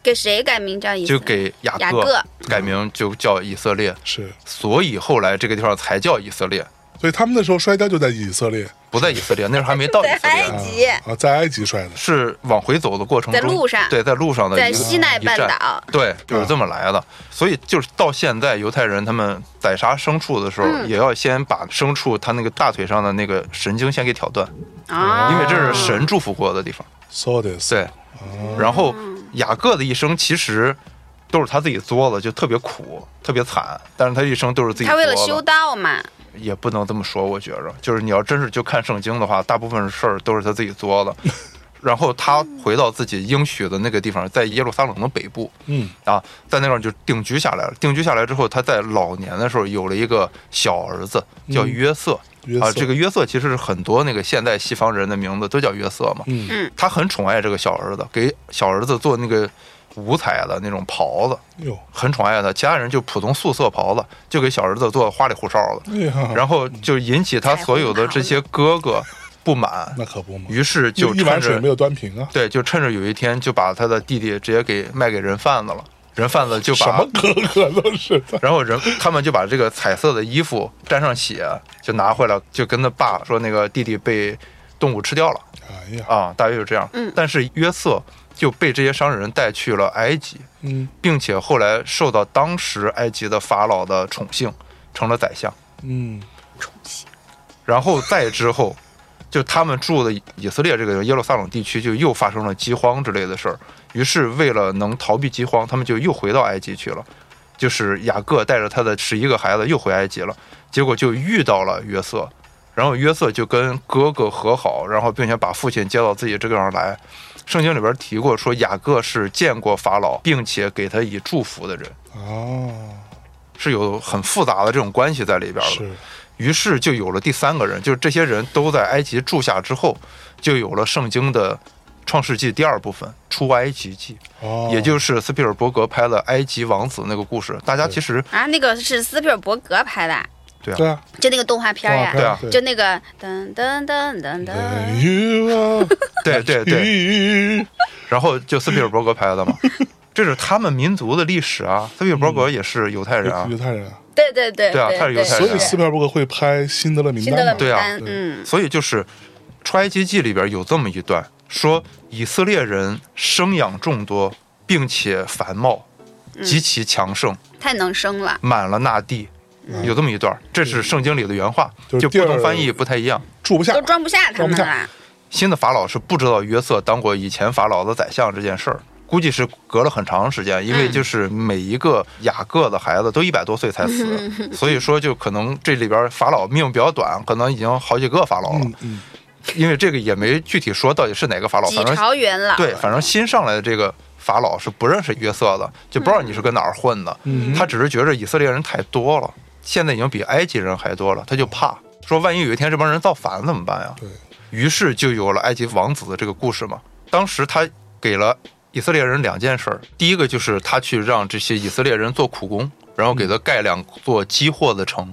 [SPEAKER 2] 给谁改名叫以色
[SPEAKER 1] 就
[SPEAKER 2] 列？
[SPEAKER 1] 给雅
[SPEAKER 2] 雅
[SPEAKER 1] 各
[SPEAKER 2] 各
[SPEAKER 1] 改名就叫以色列。
[SPEAKER 3] 是，
[SPEAKER 1] 所以后来这个地方才叫以色列，
[SPEAKER 3] 所以他们那时候摔跤就在以色列，
[SPEAKER 1] 不在以色列，那时候还没到以色列
[SPEAKER 2] 在埃
[SPEAKER 1] 呢。
[SPEAKER 3] 啊
[SPEAKER 2] 及
[SPEAKER 3] 啊，在埃及摔的，
[SPEAKER 1] 是往回走的过程中，
[SPEAKER 2] 在路上
[SPEAKER 1] 对，在路上的
[SPEAKER 2] 在
[SPEAKER 1] 一个
[SPEAKER 2] 西奈半，
[SPEAKER 1] 一站
[SPEAKER 2] 岛，
[SPEAKER 1] 对，就是这么来的。所以就是到现在，犹太人他们宰杀牲畜的时候，
[SPEAKER 2] 嗯
[SPEAKER 1] 也要先把牲畜它那个大腿上的那个神经先给挑断，
[SPEAKER 2] 啊，
[SPEAKER 1] 因为这是神祝福过的地方。
[SPEAKER 3] so this，
[SPEAKER 1] 对，然后雅各的一生其实都是他自己作的，就特别苦，特别惨，但是他一生都是自己
[SPEAKER 2] 他
[SPEAKER 1] 作
[SPEAKER 2] 为
[SPEAKER 1] 的。
[SPEAKER 2] 了修道嘛，
[SPEAKER 1] 也不能这么说，我觉着，就是你要真是就看圣经的话，大部分事儿都是他自己作
[SPEAKER 3] (laughs)
[SPEAKER 1] 的。然后他回到自己应许的那个地方，在耶路撒冷的北部
[SPEAKER 3] 嗯，
[SPEAKER 1] 啊，在那块儿就定居下来了。定居下来之后，他在老年的时候有了一个小儿子，叫约瑟、
[SPEAKER 3] 嗯约瑟
[SPEAKER 1] 啊。这个约瑟其实是很多那个现代西方人的名字都叫约瑟嘛。
[SPEAKER 3] 嗯
[SPEAKER 2] 嗯
[SPEAKER 1] 他很宠爱这个小儿子，给小儿子做那个五彩的那种袍子，
[SPEAKER 3] 哟，
[SPEAKER 1] 很宠爱他。其他人就普通素色袍子，就给小儿子做花里胡哨的。
[SPEAKER 3] 哎呀，
[SPEAKER 1] 然后就引起他所有的这些哥哥不满，
[SPEAKER 3] 嗯那可不嘛，
[SPEAKER 1] 于是就
[SPEAKER 3] 一一
[SPEAKER 1] 趁
[SPEAKER 3] 碗水没
[SPEAKER 1] 着
[SPEAKER 3] 有端平啊，
[SPEAKER 1] 对，就趁着有一天就把他的弟弟直接给卖给人贩子了，人贩子就
[SPEAKER 3] 什
[SPEAKER 1] 把
[SPEAKER 3] 么，哥哥都是在，
[SPEAKER 1] 然后人他们就把这个彩色的衣服沾上血，就拿回来，就跟他爸说那个弟弟被动物吃掉了
[SPEAKER 3] 哎呀，
[SPEAKER 1] 啊，大约就这样。
[SPEAKER 2] 嗯
[SPEAKER 1] 但是约瑟就被这些商人带去了埃及，
[SPEAKER 3] 嗯
[SPEAKER 1] 并且后来受到当时埃及的法老的宠幸，成了宰相。
[SPEAKER 3] 嗯，
[SPEAKER 1] 然后再之后，就他们住的以色列这个耶路撒冷地区，就又发生了饥荒之类的事儿。于是为了能逃避饥荒，他们就又回到埃及去了。就是雅各带着他的十一个孩子又回埃及了，结果就遇到了约瑟，然后约瑟就跟哥哥和好，然后并且把父亲接到自己这个地方来。圣经里边提过说，雅各是见过法老，并且给他以祝福的人，
[SPEAKER 3] 啊，
[SPEAKER 1] 是有很复杂的这种关系在里边的。
[SPEAKER 3] 是，
[SPEAKER 1] 于是就有了第三个人，就是这些人都在埃及住下之后，就有了圣经的《创世纪》第二部分《出埃及记》，
[SPEAKER 3] 哦，
[SPEAKER 1] 也就是斯皮尔伯格拍的《埃及王子》那个故事。大家其实
[SPEAKER 2] 啊，那个是斯皮尔伯格拍的，
[SPEAKER 3] 对啊，
[SPEAKER 2] 就那个动画片儿呀、
[SPEAKER 1] 对啊
[SPEAKER 2] 就那个噔噔噔噔噔，
[SPEAKER 3] ，Then you are
[SPEAKER 1] 对对哎
[SPEAKER 3] (laughs)
[SPEAKER 1] 对，
[SPEAKER 3] free
[SPEAKER 1] 然后就斯皮尔伯格拍
[SPEAKER 3] (laughs)
[SPEAKER 1] 的嘛，这是他们民族的历史啊。斯皮尔伯格也是犹太人啊，
[SPEAKER 3] 犹太人啊，
[SPEAKER 2] 对对对
[SPEAKER 1] 对啊他是犹太
[SPEAKER 3] 所
[SPEAKER 1] 人
[SPEAKER 3] 以斯皮尔伯格会拍《辛德勒名
[SPEAKER 2] 辛
[SPEAKER 3] 单
[SPEAKER 2] 德勒》
[SPEAKER 1] 对
[SPEAKER 3] 嘛，
[SPEAKER 1] 啊
[SPEAKER 2] 名单嗯，
[SPEAKER 1] 所以就是《出埃及记》里边有这么一段，说以色列人生养众多，并且繁茂，极其强盛。
[SPEAKER 2] 太能生了，
[SPEAKER 1] 满了那地，有这么一段儿，这是圣经里的原话，
[SPEAKER 3] 就是
[SPEAKER 1] 就
[SPEAKER 3] 地
[SPEAKER 1] 不
[SPEAKER 3] 儿
[SPEAKER 1] 同翻译不太一样。
[SPEAKER 3] 住不下
[SPEAKER 2] 都，装不下他
[SPEAKER 3] 装不
[SPEAKER 2] 们
[SPEAKER 3] 下
[SPEAKER 2] 了。
[SPEAKER 1] 新的法老是不知道约瑟当过以前法老的宰相这件事儿，估计是隔了很长时间，因为
[SPEAKER 2] 嗯
[SPEAKER 1] 就是每一个雅各的孩子都一百多岁才死，所以说就可能这里边法老命比较短，可能已经好几个法老了，
[SPEAKER 3] 嗯嗯，
[SPEAKER 1] 因为这个也没具体说到底是哪个法老，
[SPEAKER 2] 几
[SPEAKER 1] 反正
[SPEAKER 2] 朝元老，
[SPEAKER 1] 对，反正新上来的这个法老是不认识约瑟的，就不知道你是跟哪儿混的，
[SPEAKER 3] 嗯
[SPEAKER 1] 他只是觉着以色列人太多了，现在已经比埃及人还多了，他就怕说万一有一天这帮人造反怎么办呀？
[SPEAKER 3] 对，
[SPEAKER 1] 于是就有了埃及王子的这个故事嘛。当时他给了以色列人两件事儿，第一个就是他去让这些以色列人做苦工，然后给他盖两座积货的城，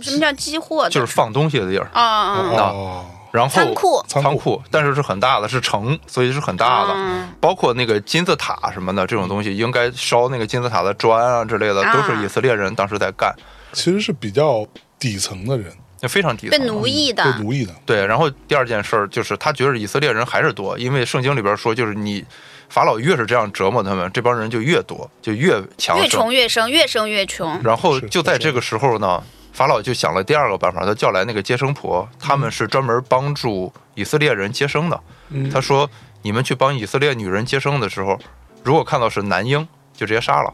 [SPEAKER 2] 什么叫激活的？
[SPEAKER 1] 就是放东西的地儿。
[SPEAKER 2] 哦哦哦，
[SPEAKER 3] 哦，
[SPEAKER 1] 然后
[SPEAKER 2] 仓库
[SPEAKER 3] 仓库
[SPEAKER 1] 仓库，但是是很大的，是城，所以是很大的。
[SPEAKER 2] 嗯
[SPEAKER 1] 包括那个金字塔什么的这种东西，应该烧那个金字塔的砖啊之类的，
[SPEAKER 2] 啊
[SPEAKER 1] 都是以色列人当时在干，
[SPEAKER 3] 其实是比较底层的人，
[SPEAKER 1] 那非常底
[SPEAKER 2] 被
[SPEAKER 1] 层。
[SPEAKER 2] 奴役的，
[SPEAKER 3] 被奴役的，
[SPEAKER 1] 对，然后第二件事儿就是，他觉得以色列人还是多，因为圣经里边说，就是你法老越是这样折磨他们，这帮人就越多，就哦越强
[SPEAKER 2] 越
[SPEAKER 1] 盛。
[SPEAKER 2] 穷越生，越生越穷。
[SPEAKER 1] 然后
[SPEAKER 3] 是
[SPEAKER 1] 就在这个时候呢，法老就想了第二个办法，他叫来那个接生婆，他
[SPEAKER 2] 嗯
[SPEAKER 1] 们是专门帮助以色列人接生的。
[SPEAKER 3] 嗯
[SPEAKER 1] 他说，你们去帮以色列女人接生的时候，如果看到是男婴，就直接杀了；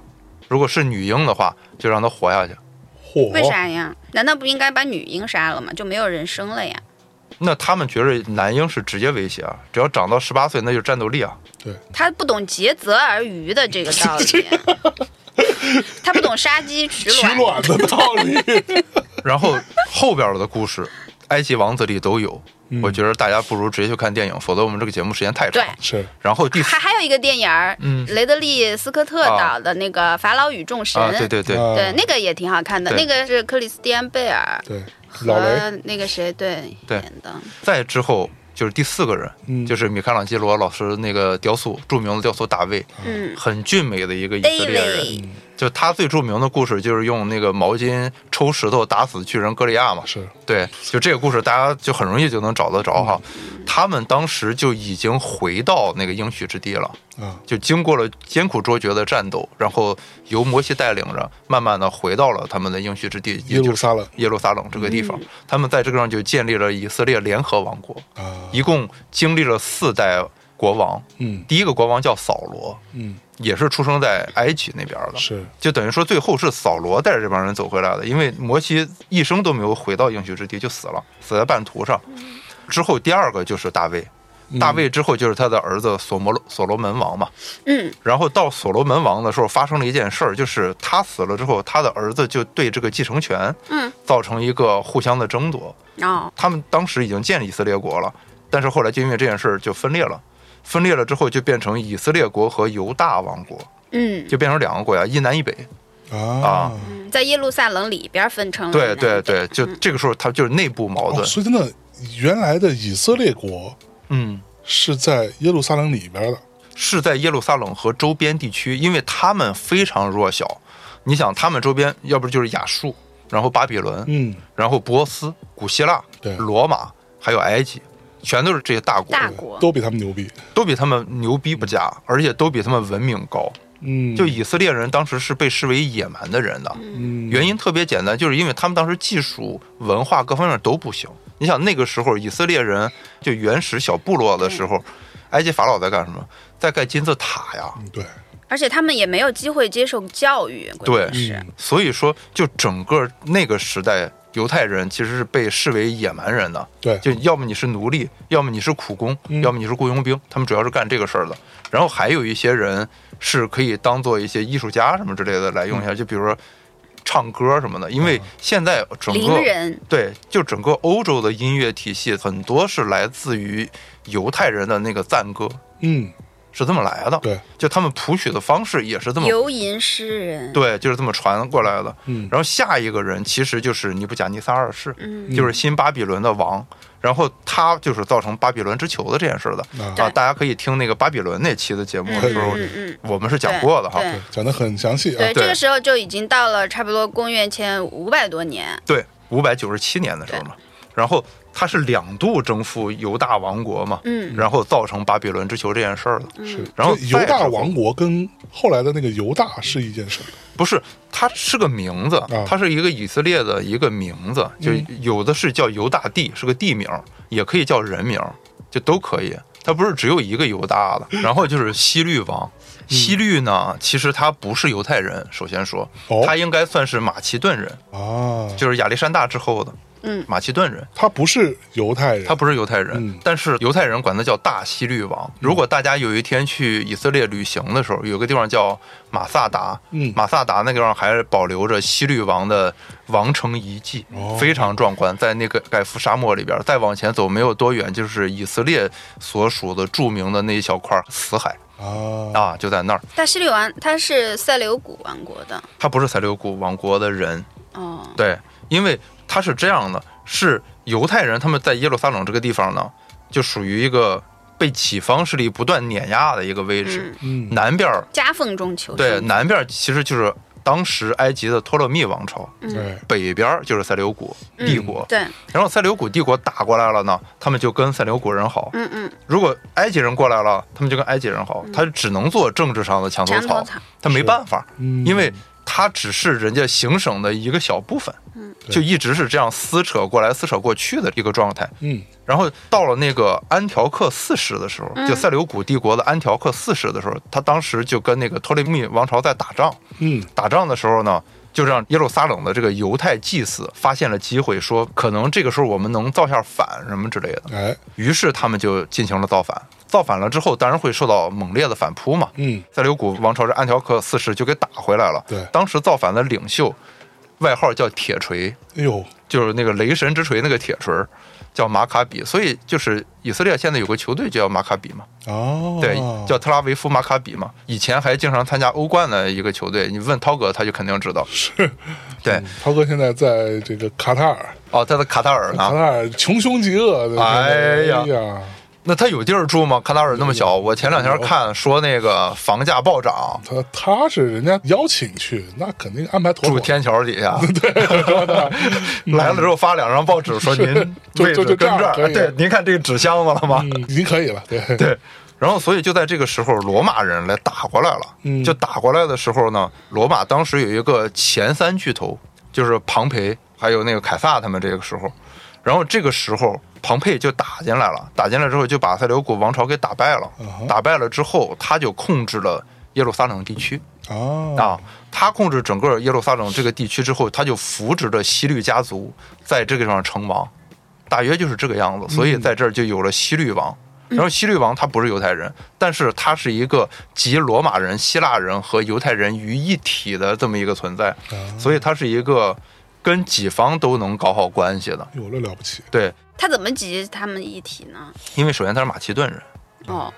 [SPEAKER 1] 如果是女婴的话，就让她活下去。
[SPEAKER 3] 嚯，
[SPEAKER 2] 为啥呀？难道不应该把女婴杀了吗？就没有人生了呀？
[SPEAKER 1] 那他们觉着男婴是直接威胁啊，只要长到十八岁，那就是战斗力啊。
[SPEAKER 2] 他不懂竭泽而渔的这个
[SPEAKER 1] (laughs)
[SPEAKER 2] 道理，他不懂杀鸡取
[SPEAKER 3] 取
[SPEAKER 2] 卵。
[SPEAKER 3] 卵的道理，
[SPEAKER 1] (laughs) 然后后边的故事，埃及王子里都有。
[SPEAKER 3] 嗯
[SPEAKER 1] 我觉得大家不如直接去看电影，否则我们这个节目时间太长
[SPEAKER 2] 对。
[SPEAKER 3] 是
[SPEAKER 1] 然后第四
[SPEAKER 2] 还还有一个电影儿，
[SPEAKER 1] 嗯
[SPEAKER 2] 雷德利·斯科特导的那个《法老与众神》，
[SPEAKER 1] 啊，对对对，
[SPEAKER 3] 啊
[SPEAKER 2] 对那个也挺好看的。
[SPEAKER 1] 对
[SPEAKER 2] 那个是克里斯蒂安·贝尔
[SPEAKER 3] 对，老雷，
[SPEAKER 2] 和那个谁对
[SPEAKER 1] 对
[SPEAKER 2] 演的，
[SPEAKER 1] 再之后就是第四个人，
[SPEAKER 3] 嗯，
[SPEAKER 1] 就是米开朗基罗老师那个雕塑，著名的雕塑大卫，
[SPEAKER 2] 嗯
[SPEAKER 1] 很俊美的一个以色列人。
[SPEAKER 2] ，David
[SPEAKER 1] 就他最著名的故事，就是用那个毛巾抽石头打死巨人歌利亚嘛。
[SPEAKER 3] 是
[SPEAKER 1] 对，就这个故事，大家就很容易就能找得着哈。他们当时就已经回到那个应许之地了，
[SPEAKER 3] 啊，
[SPEAKER 1] 就经过了艰苦卓绝的战斗，然后由摩西带领着，慢慢的回到了他们的应许之地，
[SPEAKER 3] 耶
[SPEAKER 1] 也就
[SPEAKER 3] 路
[SPEAKER 1] 是
[SPEAKER 3] 撒冷
[SPEAKER 1] 耶路撒冷这个地方。他们在这个上就建立了以色列联合王国，
[SPEAKER 3] 啊，
[SPEAKER 1] 一共经历了四代国王。
[SPEAKER 3] 嗯
[SPEAKER 1] 第一个国王叫扫罗，
[SPEAKER 3] 嗯，
[SPEAKER 1] 也是出生在埃及那边的。
[SPEAKER 3] 是
[SPEAKER 1] 就等于说最后是扫罗带着这帮人走回来的，因为摩西一生都没有回到应许之地，就死了，死在半途上。之后第二个就是大卫，大卫之后就是他的儿子所摩罗所罗门王嘛。
[SPEAKER 2] 嗯，
[SPEAKER 1] 然后到所罗门王的时候，发生了一件事儿，就是他死了之后，他的儿子就对这个继承权，
[SPEAKER 2] 嗯，
[SPEAKER 1] 造成一个互相的争夺。
[SPEAKER 2] 哦，
[SPEAKER 1] 他们当时已经建立以色列国了，但是后来就因为这件事儿就分裂了。分裂了之后，就变成以色列国和犹大王国，
[SPEAKER 2] 嗯，
[SPEAKER 1] 就变成两个国家，一南一北。
[SPEAKER 3] 啊
[SPEAKER 1] 啊，
[SPEAKER 2] 嗯在耶路撒冷里边分
[SPEAKER 3] 嗯
[SPEAKER 2] 成了
[SPEAKER 1] 对对
[SPEAKER 2] 南北
[SPEAKER 1] 对，就这个时候他就是内部矛
[SPEAKER 3] 哦，
[SPEAKER 1] 盾。
[SPEAKER 3] 所以真的，原来的以色列国
[SPEAKER 1] 嗯，
[SPEAKER 3] 是在耶路撒冷里边的，
[SPEAKER 1] 是在耶路撒冷和周边地区，因为他们非常弱小。你想，他们周边要不就是亚述，然后巴比伦，
[SPEAKER 3] 嗯，
[SPEAKER 1] 然后波斯、古希腊
[SPEAKER 3] 对、
[SPEAKER 1] 罗马，还有埃及，全都是这些大国，
[SPEAKER 2] 大国，
[SPEAKER 3] 都比他们牛逼，
[SPEAKER 1] 都比他们牛逼不假，而且都比他们文明高。
[SPEAKER 3] 嗯，
[SPEAKER 1] 就以色列人当时是被视为野蛮的人的，
[SPEAKER 3] 嗯
[SPEAKER 1] 原因特别简单，就是因为他们当时技术、文化各方面都不行。你想那个时候以色列人就原始小部落的时候，埃及法老在干什么？在盖金字塔呀。
[SPEAKER 3] 嗯对，
[SPEAKER 2] 而且他们也没有机会接受教育，关键
[SPEAKER 1] 对
[SPEAKER 2] 是
[SPEAKER 3] 嗯
[SPEAKER 1] 所以说，就整个那个时代，犹太人其实是被视为野蛮人的。
[SPEAKER 3] 对
[SPEAKER 1] 就要么你是奴隶，要么你是苦工，
[SPEAKER 3] 嗯
[SPEAKER 1] 要么你是雇佣兵，他们主要是干这个事儿的。然后还有一些人是可以当做一些艺术家什么之类的来用一下，就比如说唱歌什么的，因为现在整个
[SPEAKER 2] 邻人，
[SPEAKER 1] 对，就整个欧洲的音乐体系很多是来自于犹太人的那个赞歌，
[SPEAKER 3] 嗯，
[SPEAKER 1] 是这么来的。
[SPEAKER 3] 对，
[SPEAKER 1] 就他们谱曲的方式也是这么
[SPEAKER 2] 游吟诗人，
[SPEAKER 1] 对，就是这么传过来的。
[SPEAKER 3] 嗯
[SPEAKER 1] 然后下一个人其实就是尼布甲尼撒二世，
[SPEAKER 2] 嗯，
[SPEAKER 1] 就是新巴比伦的王。然后他就是造成巴比伦之囚的这件事的啊，
[SPEAKER 3] 啊
[SPEAKER 2] 对
[SPEAKER 1] 大家可以听那个巴比伦那期的节目的时候
[SPEAKER 2] 嗯，嗯嗯，
[SPEAKER 1] 我们是讲过的哈。
[SPEAKER 2] 对
[SPEAKER 3] 对，讲的很详细啊
[SPEAKER 2] 对，，
[SPEAKER 1] 对
[SPEAKER 2] 这个时候就已经到了差不多公元前五百多年，
[SPEAKER 1] 对，五百九十七年的时候嘛。然后他是两度征服犹大王国嘛，
[SPEAKER 2] 嗯
[SPEAKER 1] 然后造成巴比伦之囚这件事儿了。
[SPEAKER 3] 是，
[SPEAKER 1] 然后
[SPEAKER 3] 就犹
[SPEAKER 1] 再之
[SPEAKER 3] 大
[SPEAKER 1] 后
[SPEAKER 3] 王国跟后来的那个犹大是一件事儿，
[SPEAKER 1] 不是，它是个名字
[SPEAKER 3] 啊，嗯
[SPEAKER 1] 它是一个以色列的一个名字，就有的是叫犹大地，是个地名，也可以叫人名，就都可以。它不是只有一个犹大
[SPEAKER 3] 嗯
[SPEAKER 1] 的。然后就是西律王，西律呢，其实他不是犹太人，首先说
[SPEAKER 3] 哦，
[SPEAKER 1] 他应该算是马其顿人，
[SPEAKER 3] 啊，
[SPEAKER 1] 就是亚历山大之后的
[SPEAKER 2] 嗯
[SPEAKER 1] 马其顿人。
[SPEAKER 3] 他不是犹太人，
[SPEAKER 1] 他不是犹太人，
[SPEAKER 3] 嗯
[SPEAKER 1] 但是犹太人管他叫大希律王。如果大家有一天去以色列旅行的时候，有个地方叫马萨达，
[SPEAKER 3] 嗯
[SPEAKER 1] 马萨达那个地方还保留着希律王的王城遗迹，
[SPEAKER 3] 哦
[SPEAKER 1] 非常壮观，在那个盖夫沙漠里边。再往前走没有多远，就是以色列所属的著名的那一小块死海
[SPEAKER 3] 啊，
[SPEAKER 1] 啊，就在那儿。
[SPEAKER 2] 大西律王他是塞琉古王国的，
[SPEAKER 1] 他不是塞琉古王国的人，
[SPEAKER 2] 哦，
[SPEAKER 1] 对，因为他是这样的，是犹太人他们在耶路撒冷这个地方呢，就属于一个被己方势力不断碾压的一个位置。
[SPEAKER 2] 嗯，
[SPEAKER 3] 嗯
[SPEAKER 1] 南边儿，
[SPEAKER 2] 夹缝中求
[SPEAKER 1] 对，
[SPEAKER 2] 生，
[SPEAKER 1] 南边儿其实就是当时埃及的托勒密王朝，
[SPEAKER 2] 嗯，
[SPEAKER 3] 哎，
[SPEAKER 1] 北边儿就是塞琉古帝国。
[SPEAKER 2] 对，
[SPEAKER 1] 然后塞琉古帝国打过来了呢，他们就跟塞琉古人好；
[SPEAKER 2] 嗯嗯，
[SPEAKER 1] 如果埃及人过来了，他们就跟埃及人好。他只能做政治上的墙头
[SPEAKER 2] 墙头
[SPEAKER 1] 草，
[SPEAKER 2] 草，
[SPEAKER 1] 他没
[SPEAKER 3] 是
[SPEAKER 1] 办法。
[SPEAKER 3] 嗯
[SPEAKER 1] 因为它只是人家行省的一个小部分，
[SPEAKER 2] 嗯
[SPEAKER 1] 就一直是这样撕扯过来、撕扯过去的一个状态。
[SPEAKER 3] 嗯
[SPEAKER 1] 然后到了那个安条克四世的时候，
[SPEAKER 2] 嗯
[SPEAKER 1] 就塞琉古帝国的安条克四世的时候，他当时就跟那个托勒密王朝在打仗，
[SPEAKER 3] 嗯
[SPEAKER 1] 打仗的时候呢。就让耶路撒冷的这个犹太祭司发现了机会，说可能这个时候我们能造下反什么之类的，
[SPEAKER 3] 哎
[SPEAKER 1] 于是他们就进行了造反。造反了之后，当然会受到猛烈的反扑嘛。
[SPEAKER 3] 嗯
[SPEAKER 1] 塞琉古王朝这安条克四世就给打回来了。
[SPEAKER 3] 对
[SPEAKER 1] 当时造反的领袖，外号叫铁锤，
[SPEAKER 3] 哎呦
[SPEAKER 1] 就是那个雷神之锤那个铁锤儿，叫马卡比。所以就是以色列现在有个球队就叫马卡比嘛，
[SPEAKER 3] 哦，
[SPEAKER 1] 对，叫特拉维夫马卡比嘛。以前还经常参加欧冠的一个球队，你问涛哥他就肯定知道。是，对，
[SPEAKER 3] 涛哥现在在这个卡塔尔，
[SPEAKER 1] 哦，他在卡塔尔
[SPEAKER 3] 卡塔
[SPEAKER 1] 呢。
[SPEAKER 3] 尔穷凶极恶的，
[SPEAKER 1] 哎呀
[SPEAKER 3] 哎呀，
[SPEAKER 1] 那他有地儿住吗？卡塔尔那么小，我前两天看说那个房价暴涨，
[SPEAKER 3] 他他是人家邀请去，那肯定安排妥
[SPEAKER 1] 住
[SPEAKER 3] 妥，
[SPEAKER 1] 天桥底
[SPEAKER 3] (laughs)
[SPEAKER 1] 下。
[SPEAKER 3] 说的
[SPEAKER 1] (laughs) 来了之后发两张报纸说您
[SPEAKER 3] (laughs) 就
[SPEAKER 1] 位
[SPEAKER 3] 就
[SPEAKER 1] 置
[SPEAKER 3] 就
[SPEAKER 1] 跟
[SPEAKER 3] 这
[SPEAKER 1] 这
[SPEAKER 3] 样可
[SPEAKER 1] 儿，哎
[SPEAKER 3] 以
[SPEAKER 1] 对，您看这个纸箱子了吗？
[SPEAKER 3] 嗯，已经可以了，对
[SPEAKER 1] 对。然后，所以就在这个时候，罗马人来打过来了。
[SPEAKER 3] 嗯
[SPEAKER 1] 就打过来的时候呢，罗马当时有一个前三巨头，就是庞培还有那个凯撒他们这个时候。然后这个时候，庞培就打进来了，打进来之后就把塞琉古王朝给打败了。
[SPEAKER 3] 嗯哼
[SPEAKER 1] 打败了之后，他就控制了耶路撒冷地区。
[SPEAKER 3] 啊，
[SPEAKER 1] 啊，他控制整个耶路撒冷这个地区之后，他就扶植着西律家族在这个地方称王，大约就是这个样子。所以在这儿就有了西律王。然后西律王他不是犹太人，但是他是一个集罗马人、希腊人和犹太人于一体的这么一个存在，
[SPEAKER 3] 哎
[SPEAKER 1] 所以他是一个跟几方都能搞好关系的。
[SPEAKER 3] 有了了不起，
[SPEAKER 1] 对，
[SPEAKER 2] 他怎么集他们一体呢？
[SPEAKER 1] 因为首先他是马其顿人，
[SPEAKER 2] 哦，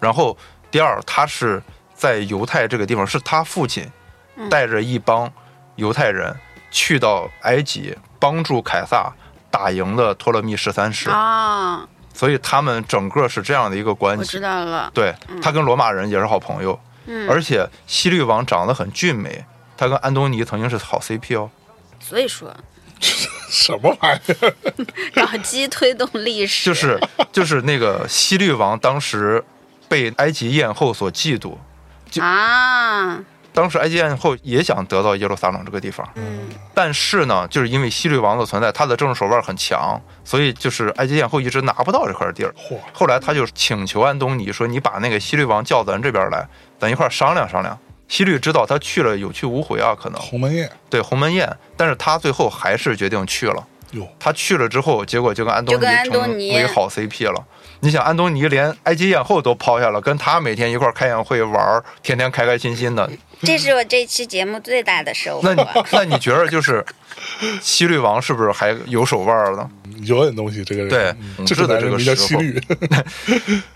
[SPEAKER 1] 然后第二，他是在犹太这个地方，是他父亲
[SPEAKER 2] 嗯
[SPEAKER 1] 带着一帮犹太人去到埃及，帮助凯撒打赢的托勒密十三世，
[SPEAKER 2] 啊、
[SPEAKER 1] 所以他们整个是这样的一个关
[SPEAKER 2] 我
[SPEAKER 1] 系
[SPEAKER 2] 知。道了，
[SPEAKER 1] 对他跟罗马人也是好朋友，
[SPEAKER 2] 嗯，
[SPEAKER 1] 而且西律王长得很俊美，他跟安东尼曾经是好 CP 哦。
[SPEAKER 2] 所以说， (laughs)
[SPEAKER 3] 什么玩意儿？
[SPEAKER 2] 搞基推动历史，
[SPEAKER 1] 就是就是那个西律王当时被埃及艳后所嫉妒，
[SPEAKER 2] 啊，
[SPEAKER 1] 当时埃及艳后也想得到耶路撒冷这个地方，
[SPEAKER 2] 嗯
[SPEAKER 1] 但是呢，就是因为西律王的存在，他的政治手腕很强，所以就是埃及艳后一直拿不到这块地儿。
[SPEAKER 3] 嚯，
[SPEAKER 1] 后来他就请求安东尼说：“你把那个西律王叫咱这边来，咱一块儿商量商量。”西律知道他去了有去无回啊，可能
[SPEAKER 3] 鸿门宴，
[SPEAKER 1] 对鸿门宴，但是他最后还是决定去了。
[SPEAKER 3] 哟，
[SPEAKER 1] 他去了之后，结果就跟安东尼
[SPEAKER 2] 就跟安东
[SPEAKER 1] 成
[SPEAKER 2] 尼
[SPEAKER 1] 为好 CP 了。你想，安东尼连埃及艳后都抛下了，跟他每天一块儿开宴会玩儿，天天开开心心的， (laughs)
[SPEAKER 2] 这是我这期节目最大的收
[SPEAKER 1] 那
[SPEAKER 2] 获
[SPEAKER 1] 你。那你觉得就是西律王是不是还有手腕儿呢？
[SPEAKER 3] 有点东西，这个人，
[SPEAKER 1] 对
[SPEAKER 3] 嗯
[SPEAKER 1] 统
[SPEAKER 3] 这
[SPEAKER 1] 治的
[SPEAKER 3] 男
[SPEAKER 1] 这
[SPEAKER 3] 人
[SPEAKER 1] 个
[SPEAKER 3] 名叫
[SPEAKER 1] 时
[SPEAKER 3] 西
[SPEAKER 1] 候
[SPEAKER 3] 律，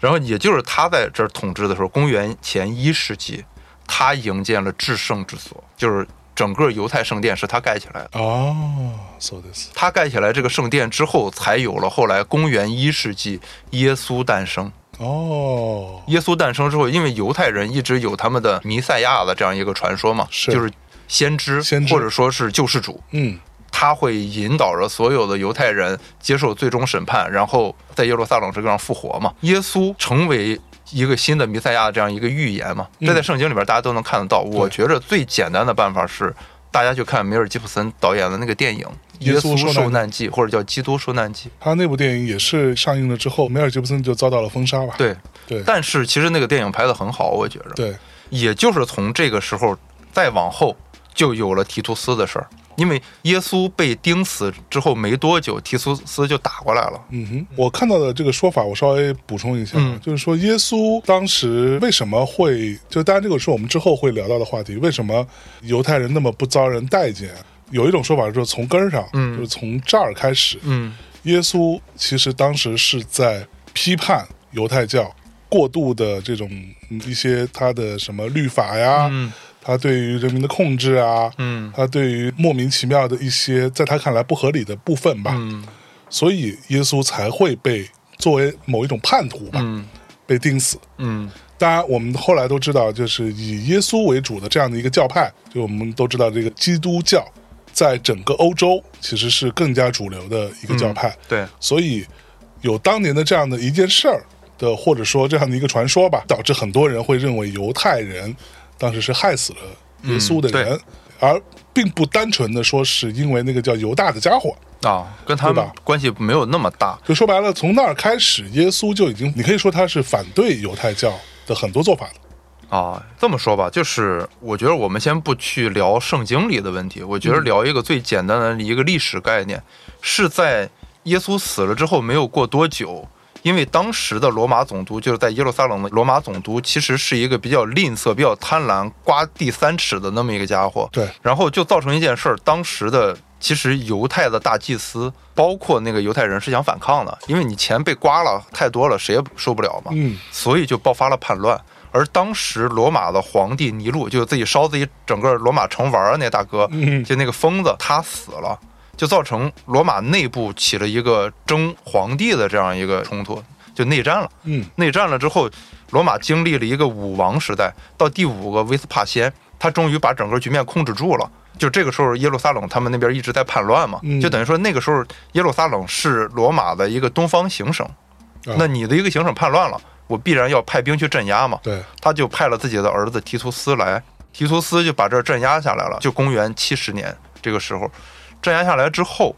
[SPEAKER 1] 然后也就是他在这儿统治的时候，公元前一世纪，他营建了至圣之所，就是整个犹太圣殿是他盖起来的。
[SPEAKER 3] 哦，so this，
[SPEAKER 1] 他盖起来这个圣殿之后，才有了后来公元一世纪耶稣诞生。
[SPEAKER 3] 哦，
[SPEAKER 1] 耶稣诞生之后，因为犹太人一直有他们的弥赛亚的这样一个传说嘛，
[SPEAKER 3] 是
[SPEAKER 1] 就是先知
[SPEAKER 3] 先知
[SPEAKER 1] 或者说是救世主。
[SPEAKER 3] 嗯，
[SPEAKER 1] 他会引导着所有的犹太人接受最终审判，然后在耶路撒冷这个上复活嘛。耶稣成为一个新的弥赛亚的这样一个预言嘛，
[SPEAKER 3] 嗯
[SPEAKER 1] 这在圣经里边大家都能看得到。我觉着最简单的办法是，大家去看梅尔吉普森导演的那个电影《
[SPEAKER 3] 耶
[SPEAKER 1] 耶
[SPEAKER 3] 稣
[SPEAKER 1] 稣
[SPEAKER 3] 受难记
[SPEAKER 1] 受难记》，或者叫《基督受难记》。
[SPEAKER 3] 他那部电影也是上映了之后，梅尔吉布森就遭到了封杀吧？
[SPEAKER 1] 对，
[SPEAKER 3] 对
[SPEAKER 1] 但是其实那个电影拍得很好，我觉着。
[SPEAKER 3] 对，
[SPEAKER 1] 也就是从这个时候再往后，就有了提图斯的事儿。因为耶稣被钉死之后没多久，提图斯就打过来了。
[SPEAKER 3] 嗯哼，我看到的这个说法，我稍微补充一下，
[SPEAKER 1] 嗯
[SPEAKER 3] 就是说耶稣当时为什么会，就当然这个是我们之后会聊到的话题，为什么犹太人那么不遭人待见？有一种说法就是从根儿上，
[SPEAKER 1] 嗯
[SPEAKER 3] 就是从这儿开始，
[SPEAKER 1] 嗯，
[SPEAKER 3] 耶稣其实当时是在批判犹太教过度的这种嗯一些他的什么律法呀，
[SPEAKER 1] 嗯
[SPEAKER 3] 他对于人民的控制啊，
[SPEAKER 1] 嗯
[SPEAKER 3] 他对于莫名其妙的一些在他看来不合理的部分吧，
[SPEAKER 1] 嗯
[SPEAKER 3] 所以耶稣才会被作为某一种叛徒吧、
[SPEAKER 1] 嗯
[SPEAKER 3] 被钉死。
[SPEAKER 1] 嗯
[SPEAKER 3] 当然，我们后来都知道，就是以耶稣为主的这样的一个教派，就我们都知道，这个基督教在整个欧洲其实是更加主流的一个教派。
[SPEAKER 1] 对，
[SPEAKER 3] 所以有当年的这样的一件事儿的，或者说这样的一个传说吧，导致很多人会认为犹太人当时是害死了耶稣的
[SPEAKER 1] 嗯
[SPEAKER 3] 人，而并不单纯的说是因为那个叫犹大的家伙。
[SPEAKER 1] 啊，跟他
[SPEAKER 3] 对
[SPEAKER 1] 们
[SPEAKER 3] 吧
[SPEAKER 1] 关系没有那么大。
[SPEAKER 3] 就说白了，从那儿开始，耶稣就已经，你可以说他是反对犹太教的很多做法的。
[SPEAKER 1] 啊，这么说吧，就是我觉得我们先不去聊圣经里的问题，我觉
[SPEAKER 3] 嗯
[SPEAKER 1] 得聊一个最简单的一个历史概念，是在耶稣死了之后没有过多久，因为当时的罗马总督就是在耶路撒冷的罗马总督，其实是一个比较吝啬、比较贪婪、刮第三尺的那么一个家伙，
[SPEAKER 3] 对，
[SPEAKER 1] 然后就造成一件事儿，当时的其实犹太的大祭司，包括那个犹太人是想反抗的，因为你钱被刮了太多了，谁也受不了嘛，
[SPEAKER 3] 嗯，
[SPEAKER 1] 所以就爆发了叛乱。而当时罗马的皇帝尼禄，就自己烧自己整个罗马城玩儿啊那大哥，
[SPEAKER 3] 嗯
[SPEAKER 1] 就那个疯子，他死了，就造成罗马内部起了一个争皇帝的这样一个冲突，就内战了。
[SPEAKER 3] 嗯，
[SPEAKER 1] 内战了之后，罗马经历了一个武王时代，到第五个威斯帕先，他终于把整个局面控制住了。就这个时候，耶路撒冷他们那边一直在叛乱嘛，
[SPEAKER 3] 嗯
[SPEAKER 1] 就等于说那个时候耶路撒冷是罗马的一个东方行省，
[SPEAKER 3] 啊
[SPEAKER 1] 那你的一个行省叛乱了，我必然要派兵去镇压嘛。
[SPEAKER 3] 对，
[SPEAKER 1] 他就派了自己的儿子提图斯来，提图斯就把这儿镇压下来了。就公元七十年这个时候，镇压下来之后，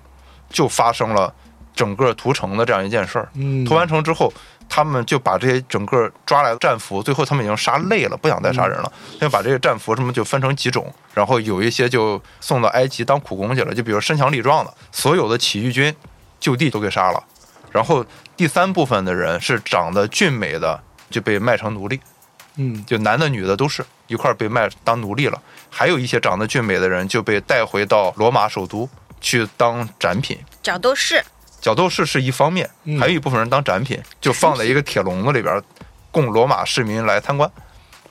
[SPEAKER 1] 就发生了整个屠城的这样一件事儿。
[SPEAKER 3] 嗯，
[SPEAKER 1] 屠完城之后，他们就把这些整个抓来的战俘，最后他们已经杀累了，不想再杀人了，他就把这些战俘什么就分成几种，然后有一些就送到埃及当苦工去了，就比如身强力壮的，所有的起义军就地都给杀了，然后第三部分的人是长得俊美的就被卖成奴隶。
[SPEAKER 3] 嗯
[SPEAKER 1] 就男的女的都是一块儿被卖当奴隶了。还有一些长得俊美的人就被带回到罗马首都去当展品。
[SPEAKER 2] 角斗士，
[SPEAKER 1] 角斗士是一方面
[SPEAKER 3] 嗯，
[SPEAKER 1] 还有一部分人当展品，就放在一个铁笼子里边儿，供罗马市民来参观。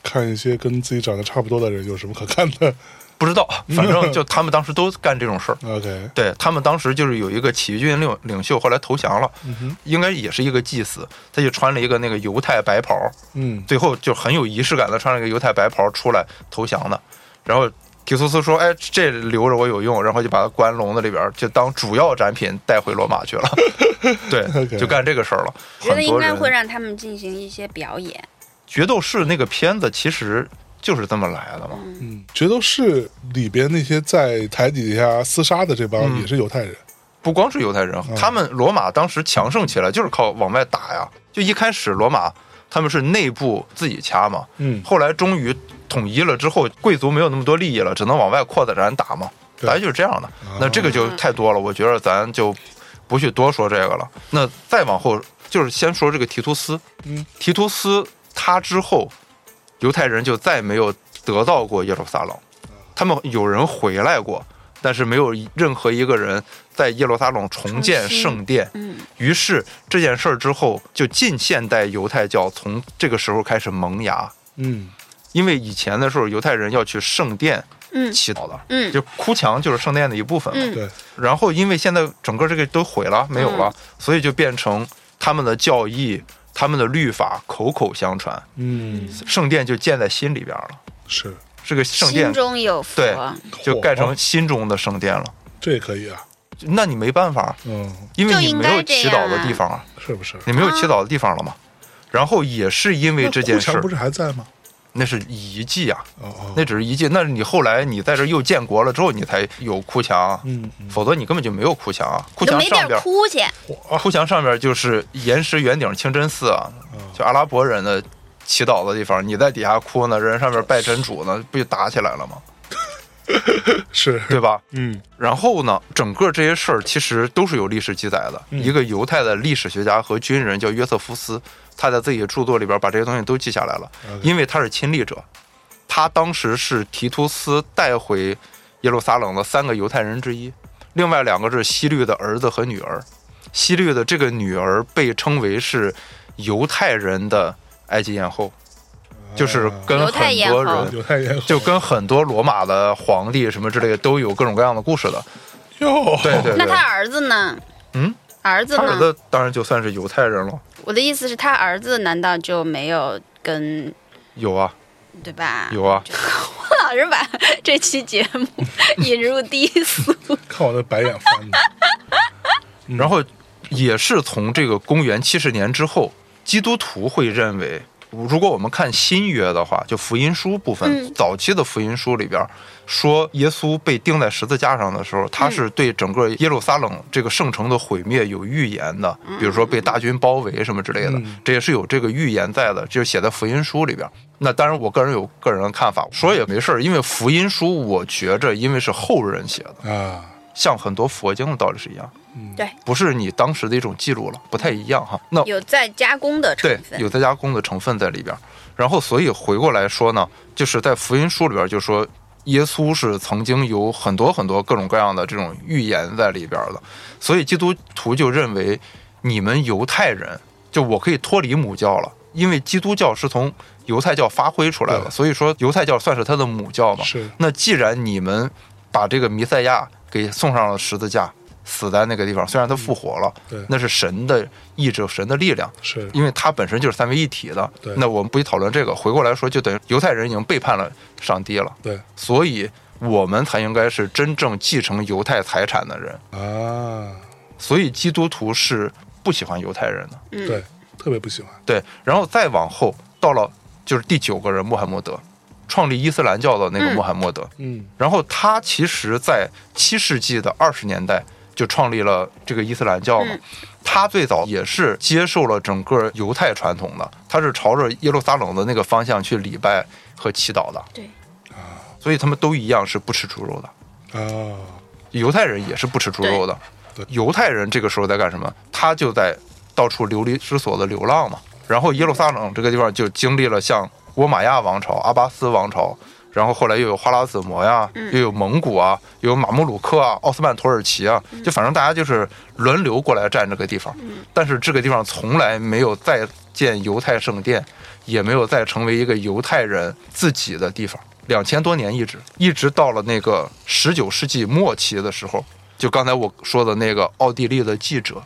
[SPEAKER 3] 看一些跟自己长得差不多的人有什么可看的
[SPEAKER 1] 不知道，反正
[SPEAKER 3] (laughs)
[SPEAKER 1] 就他们当时都干这种事儿。
[SPEAKER 3] ？OK，
[SPEAKER 1] 对他们当时就是有一个起义军领领袖，后来投降了，
[SPEAKER 3] 嗯哼，
[SPEAKER 1] 应该也是一个祭司，他就穿了一个那个犹太白袍，
[SPEAKER 3] 嗯
[SPEAKER 1] 最后就很有仪式感的穿了一个犹太白袍出来投降的。然后提苏斯说：“哎，这留着我有用。”然后就把它关笼子里边儿，就当主要展品带回罗马去 (laughs) 了。
[SPEAKER 3] OK
[SPEAKER 1] 对，就干这个事儿了。
[SPEAKER 2] 我觉得
[SPEAKER 1] 很多
[SPEAKER 2] 应该
[SPEAKER 1] 人
[SPEAKER 2] 会让他们进行一些表演。
[SPEAKER 1] 决斗士那个片子其实就是这么来的嘛。
[SPEAKER 3] 嗯，决斗士里边那些在台底下厮杀的这帮
[SPEAKER 1] 嗯
[SPEAKER 3] 也是犹太人。
[SPEAKER 1] 不光是犹太人，他们罗马当时强盛起来就是靠往外打呀。就一开始罗马他们是内部自己掐嘛，
[SPEAKER 3] 嗯
[SPEAKER 1] 后来终于统一了之后，贵族没有那么多利益了，只能往外扩展打嘛。
[SPEAKER 3] 对
[SPEAKER 1] 大家就是这样的，
[SPEAKER 3] 啊
[SPEAKER 1] 那这个就
[SPEAKER 2] 嗯
[SPEAKER 1] 太多了，我觉得咱就不去多说这个了。那再往后就是先说这个提图斯，
[SPEAKER 3] 嗯，
[SPEAKER 1] 提图斯他之后，犹太人就再没有得到过耶路撒冷，他们有人回来过，但是没有任何一个人在耶路撒冷重建
[SPEAKER 2] 重新
[SPEAKER 1] 圣殿。
[SPEAKER 2] 嗯，
[SPEAKER 1] 于是这件事儿之后，就近现代犹太教从这个时候开始萌芽。
[SPEAKER 3] 嗯
[SPEAKER 1] 因为以前的时候，犹太人要去圣殿
[SPEAKER 2] 嗯
[SPEAKER 1] 祈祷的，
[SPEAKER 2] 嗯
[SPEAKER 1] 就哭墙就是圣殿的一部分嘛。
[SPEAKER 2] 嗯
[SPEAKER 3] 对，
[SPEAKER 1] 然后因为现在整个这个都毁了，没有了，所以就变成他们的教义、他们的律法口口相传，
[SPEAKER 3] 嗯
[SPEAKER 1] 圣殿就建在心里边了。
[SPEAKER 3] 是
[SPEAKER 1] 这个圣
[SPEAKER 2] 心
[SPEAKER 1] 殿
[SPEAKER 2] 中有佛，
[SPEAKER 1] 对就盖成心中的圣殿了。
[SPEAKER 3] 这也可以啊，
[SPEAKER 1] 那你没办法，
[SPEAKER 3] 嗯，
[SPEAKER 1] 因为
[SPEAKER 2] 就
[SPEAKER 1] 你
[SPEAKER 2] 应
[SPEAKER 1] 没有
[SPEAKER 2] 该这
[SPEAKER 1] 祈祷的
[SPEAKER 2] 样啊
[SPEAKER 1] 地方啊，
[SPEAKER 3] 是不是？
[SPEAKER 1] 你没有祈祷的地方
[SPEAKER 2] 啊
[SPEAKER 1] 了嘛。然后也是因为这件事
[SPEAKER 3] 那顾
[SPEAKER 1] 儿
[SPEAKER 3] 强不，是还在吗？
[SPEAKER 1] 那是遗迹啊，
[SPEAKER 3] 哦哦，
[SPEAKER 1] 那只是遗迹。那是你后来你在这儿又建国了之后，你才有哭墙，啊
[SPEAKER 3] 嗯嗯
[SPEAKER 1] 否则你根本就没有哭墙啊。哭
[SPEAKER 2] 你
[SPEAKER 1] 墙
[SPEAKER 2] 都没地
[SPEAKER 1] 上边儿，
[SPEAKER 2] 儿哭去，
[SPEAKER 3] 哇，
[SPEAKER 1] 哭墙上边儿就是岩石圆顶清真寺啊，就阿拉伯人的祈祷的地方。你在底下哭呢，人上面拜真主呢，不就打起来了吗？
[SPEAKER 3] 是，
[SPEAKER 1] 对吧？
[SPEAKER 3] (laughs) 嗯
[SPEAKER 1] 然后呢，整个这些事儿其实都是有历史记载的。一个犹太的历史学家和军人叫约瑟夫斯，他在自己的著作里边把这些东西都记下来了，
[SPEAKER 3] OK
[SPEAKER 1] 因为他是亲历者。他当时是提图斯带回耶路撒冷的三个犹太人之一，另外两个是希律的儿子和女儿。希律的这个女儿被称为是犹太人的埃及艳后，就是跟
[SPEAKER 2] 犹
[SPEAKER 1] 很
[SPEAKER 2] 太艳
[SPEAKER 1] 多
[SPEAKER 2] 后
[SPEAKER 1] 人。
[SPEAKER 3] 啊犹太人
[SPEAKER 1] 就跟很多罗马的皇帝什么之类的都有各种各样的故事的，
[SPEAKER 3] 哟，
[SPEAKER 1] 对对
[SPEAKER 2] 那他儿子呢？
[SPEAKER 1] 嗯，
[SPEAKER 2] 儿子
[SPEAKER 1] 他儿
[SPEAKER 2] 呢？
[SPEAKER 1] 子当然就算是犹太人了，
[SPEAKER 2] 我的意思是，他儿子难道就没有跟
[SPEAKER 1] 有啊
[SPEAKER 2] 对吧？
[SPEAKER 1] 有啊，
[SPEAKER 2] 我老是把这期节目 (laughs) 引入低
[SPEAKER 1] (laughs)
[SPEAKER 2] 俗，
[SPEAKER 3] 看我的白眼翻的， (laughs)
[SPEAKER 1] 然后也是从这个公元七十年之后，基督徒会认为，如果我们看新约的话，就福音书部分，
[SPEAKER 2] 嗯
[SPEAKER 1] 早期的福音书里边说，耶稣被钉在十字架上的时候，他是对整个耶路撒冷这个圣城的毁灭有预言的，比如说被大军包围什么之类的，
[SPEAKER 3] 嗯
[SPEAKER 1] 这也是有这个预言在的，就是写在福音书里边。那当然，我个人有个人的看法，说也没事儿，因为福音书我觉着，因为是后人写的，
[SPEAKER 3] 啊，
[SPEAKER 1] 像很多佛经的道理是一样。
[SPEAKER 2] 对，
[SPEAKER 1] 不是你当时的一种记录了，不太一样哈。那
[SPEAKER 2] 有在加工的成
[SPEAKER 1] 对
[SPEAKER 2] 分。
[SPEAKER 1] 有再加工的成分在里边儿，然后所以回过来说呢，就是在福音书里边儿就说，耶稣是曾经有很多很多各种各样的这种预言在里边儿的，所以基督徒就认为你们犹太人，就我可以脱离母教了，因为基督教是从犹太教发挥出来的，
[SPEAKER 3] 对
[SPEAKER 1] 所以说犹太教算是他的母教嘛。
[SPEAKER 3] 是
[SPEAKER 1] 那既然你们把这个弥赛亚给送上了十字架，死在那个地方，虽然他复活了，
[SPEAKER 3] 对
[SPEAKER 1] 那是神的意志、神的力量，
[SPEAKER 3] 是，
[SPEAKER 1] 因为它本身就是三位一体的
[SPEAKER 3] 对。
[SPEAKER 1] 那我们不去讨论这个，回过来说，就等于犹太人已经背叛了上帝了，
[SPEAKER 3] 对
[SPEAKER 1] 所以我们才应该是真正继承犹太财产的人。
[SPEAKER 3] 啊，
[SPEAKER 1] 所以基督徒是不喜欢犹太人的。
[SPEAKER 2] 嗯
[SPEAKER 3] 对，特别不喜欢，
[SPEAKER 1] 对，然后再往后到了就是第九个人穆罕默德，创立伊斯兰教的那个
[SPEAKER 2] 嗯
[SPEAKER 1] 穆罕默德，
[SPEAKER 3] 嗯
[SPEAKER 1] 然后他其实，在七世纪的二十年代就创立了这个伊斯兰教嘛。
[SPEAKER 2] 嗯
[SPEAKER 1] 他最早也是接受了整个犹太传统的，他是朝着耶路撒冷的那个方向去礼拜和祈祷的。
[SPEAKER 2] 对，
[SPEAKER 1] 所以他们都一样是不吃猪肉的。
[SPEAKER 3] 啊，
[SPEAKER 1] 犹太人也是不吃猪肉的
[SPEAKER 3] 对。
[SPEAKER 1] 犹太人这个时候在干什么？他就在到处流离失所的流浪嘛。然后耶路撒冷这个地方就经历了像倭马亚王朝、阿巴斯王朝，然后后来又有花剌子模呀，又有蒙古啊，又有马穆鲁克啊、奥斯曼土耳其啊，就反正大家就是轮流过来占这个地方。但是这个地方从来没有再建犹太圣殿，也没有再成为一个犹太人自己的地方。两千多年一直一直到了那个十九世纪末期的时候，就刚才我说的那个奥地利的记者，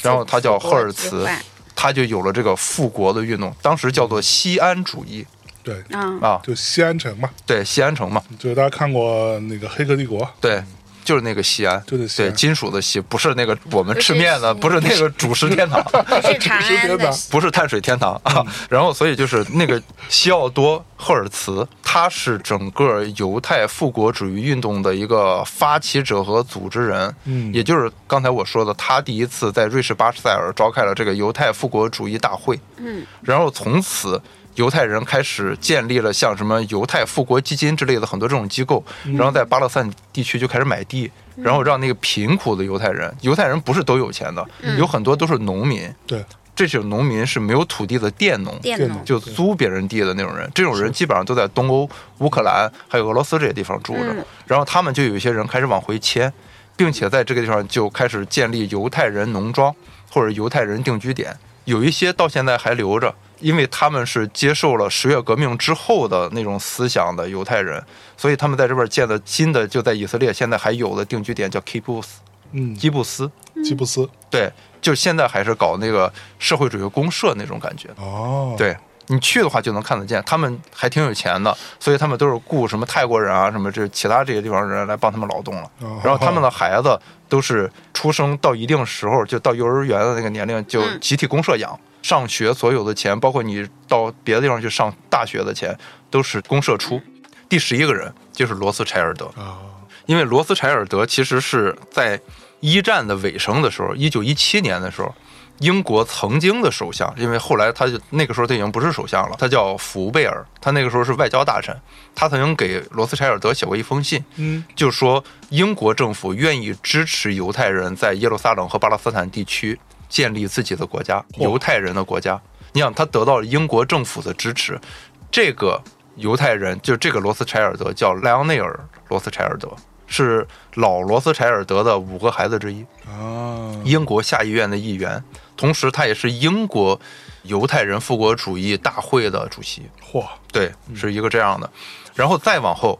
[SPEAKER 1] 然后他叫赫尔
[SPEAKER 2] 复
[SPEAKER 1] 茨
[SPEAKER 2] 国计划，
[SPEAKER 1] 他就有了这个复国的运动，当时叫做西安主义
[SPEAKER 3] 对，
[SPEAKER 2] 嗯，
[SPEAKER 1] 啊，
[SPEAKER 3] 就西安城嘛，
[SPEAKER 1] 对，西安城嘛，
[SPEAKER 3] 就是大家看过那个《黑客帝国》，
[SPEAKER 1] 对。就是那个西安，
[SPEAKER 3] 就是西安
[SPEAKER 1] 对金属的锡，不是那个我们
[SPEAKER 2] 不是
[SPEAKER 1] 吃面的，
[SPEAKER 2] 西
[SPEAKER 1] 不是那个主食天堂，
[SPEAKER 2] 不是长安的，
[SPEAKER 1] 不是碳水天堂啊。 (laughs) 然后，所以就是那个西奥多·赫尔茨，他是整个犹太复国主义运动的一个发起者和组织人。
[SPEAKER 3] 嗯
[SPEAKER 1] 也就是刚才我说的，他第一次在瑞士巴塞尔召开了这个犹太复国主义大会。
[SPEAKER 2] 嗯，
[SPEAKER 1] 然后从此。犹太人开始建立了像什么犹太复国基金之类的很多这种机构，然后在巴勒斯坦地区就开始买地，然后让那个贫苦的犹太人，犹太人不是都有钱的，有很多都是农民，
[SPEAKER 3] 对，
[SPEAKER 1] 这种农民是没有土地的佃农，
[SPEAKER 2] 佃
[SPEAKER 3] 电
[SPEAKER 2] 农
[SPEAKER 3] 脑
[SPEAKER 1] 就租别人地的那种人。这种人基本上都在东欧、乌克兰还有俄罗斯这些地方住着
[SPEAKER 2] 嗯，
[SPEAKER 1] 然后他们就有一些人开始往回迁，并且在这个地方就开始建立犹太人农庄或者犹太人定居点，有一些到现在还留着。因为他们是接受了十月革命之后的那种思想的犹太人，所以他们在这边建的新的就在以色列现在还有的定居点叫 kibbutz
[SPEAKER 3] 嗯，
[SPEAKER 1] 基布斯，
[SPEAKER 3] 吉布斯，
[SPEAKER 1] 对，就现在还是搞那个社会主义公社那种感觉。
[SPEAKER 3] 哦，
[SPEAKER 1] 对，你去的话就能看得见，他们还挺有钱的，所以他们都是雇什么泰国人啊，什么这其他这些地方人来帮他们劳动了。
[SPEAKER 3] 哦
[SPEAKER 1] 然后他们的孩子都是出生到一定时候，就到幼儿园的那个年龄，就
[SPEAKER 2] 嗯
[SPEAKER 1] 集体公社养。上学所有的钱，包括你到别的地方去上大学的钱，都是公社出。第十一个人就是罗斯柴尔德，
[SPEAKER 3] 啊，
[SPEAKER 1] 因为罗斯柴尔德其实是在一战的尾声的时候，一九一七年的时候，英国曾经的首相，因为后来他就那个时候他已经不是首相了，他叫福贝尔，他那个时候是外交大臣，他曾经给罗斯柴尔德写过一封信，
[SPEAKER 3] 嗯，
[SPEAKER 1] 就说英国政府愿意支持犹太人在耶路撒冷和巴勒斯坦地区建立自己的国家，
[SPEAKER 3] 嚯
[SPEAKER 1] 犹太人的国家。你想，他得到了英国政府的支持，这个犹太人就这个罗斯柴尔德叫莱昂内尔·罗斯柴尔德，是老罗斯柴尔德的五个孩子之一。
[SPEAKER 3] 啊，
[SPEAKER 1] 英国下议院的议员，同时他也是英国犹太人复国主义大会的主席。
[SPEAKER 3] 嚯，啊
[SPEAKER 1] 对，是一个这样的。然后再往后，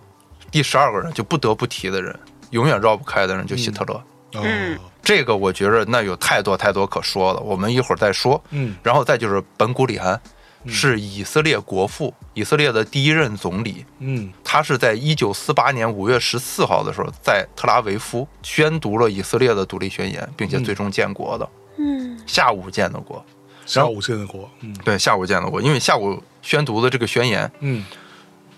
[SPEAKER 1] 第十二个人就不得不提的人，永远绕不开的人就希特勒。
[SPEAKER 3] 哦
[SPEAKER 2] 嗯，
[SPEAKER 1] 这个我觉着那有太多太多可说了，我们一会儿再说。
[SPEAKER 3] 嗯，
[SPEAKER 1] 然后再就是本古里安，是以色列国父，以色列的第一任总理。
[SPEAKER 3] 嗯，
[SPEAKER 1] 他是在一九四八年五月十四号的时候，在特拉维夫宣读了以色列的独立宣言，并且最终建国的，
[SPEAKER 2] 嗯
[SPEAKER 1] 下午建的国。
[SPEAKER 3] 下午现的国，嗯
[SPEAKER 1] 对，下午建的国，因为下午宣读的这个宣言，
[SPEAKER 3] 嗯，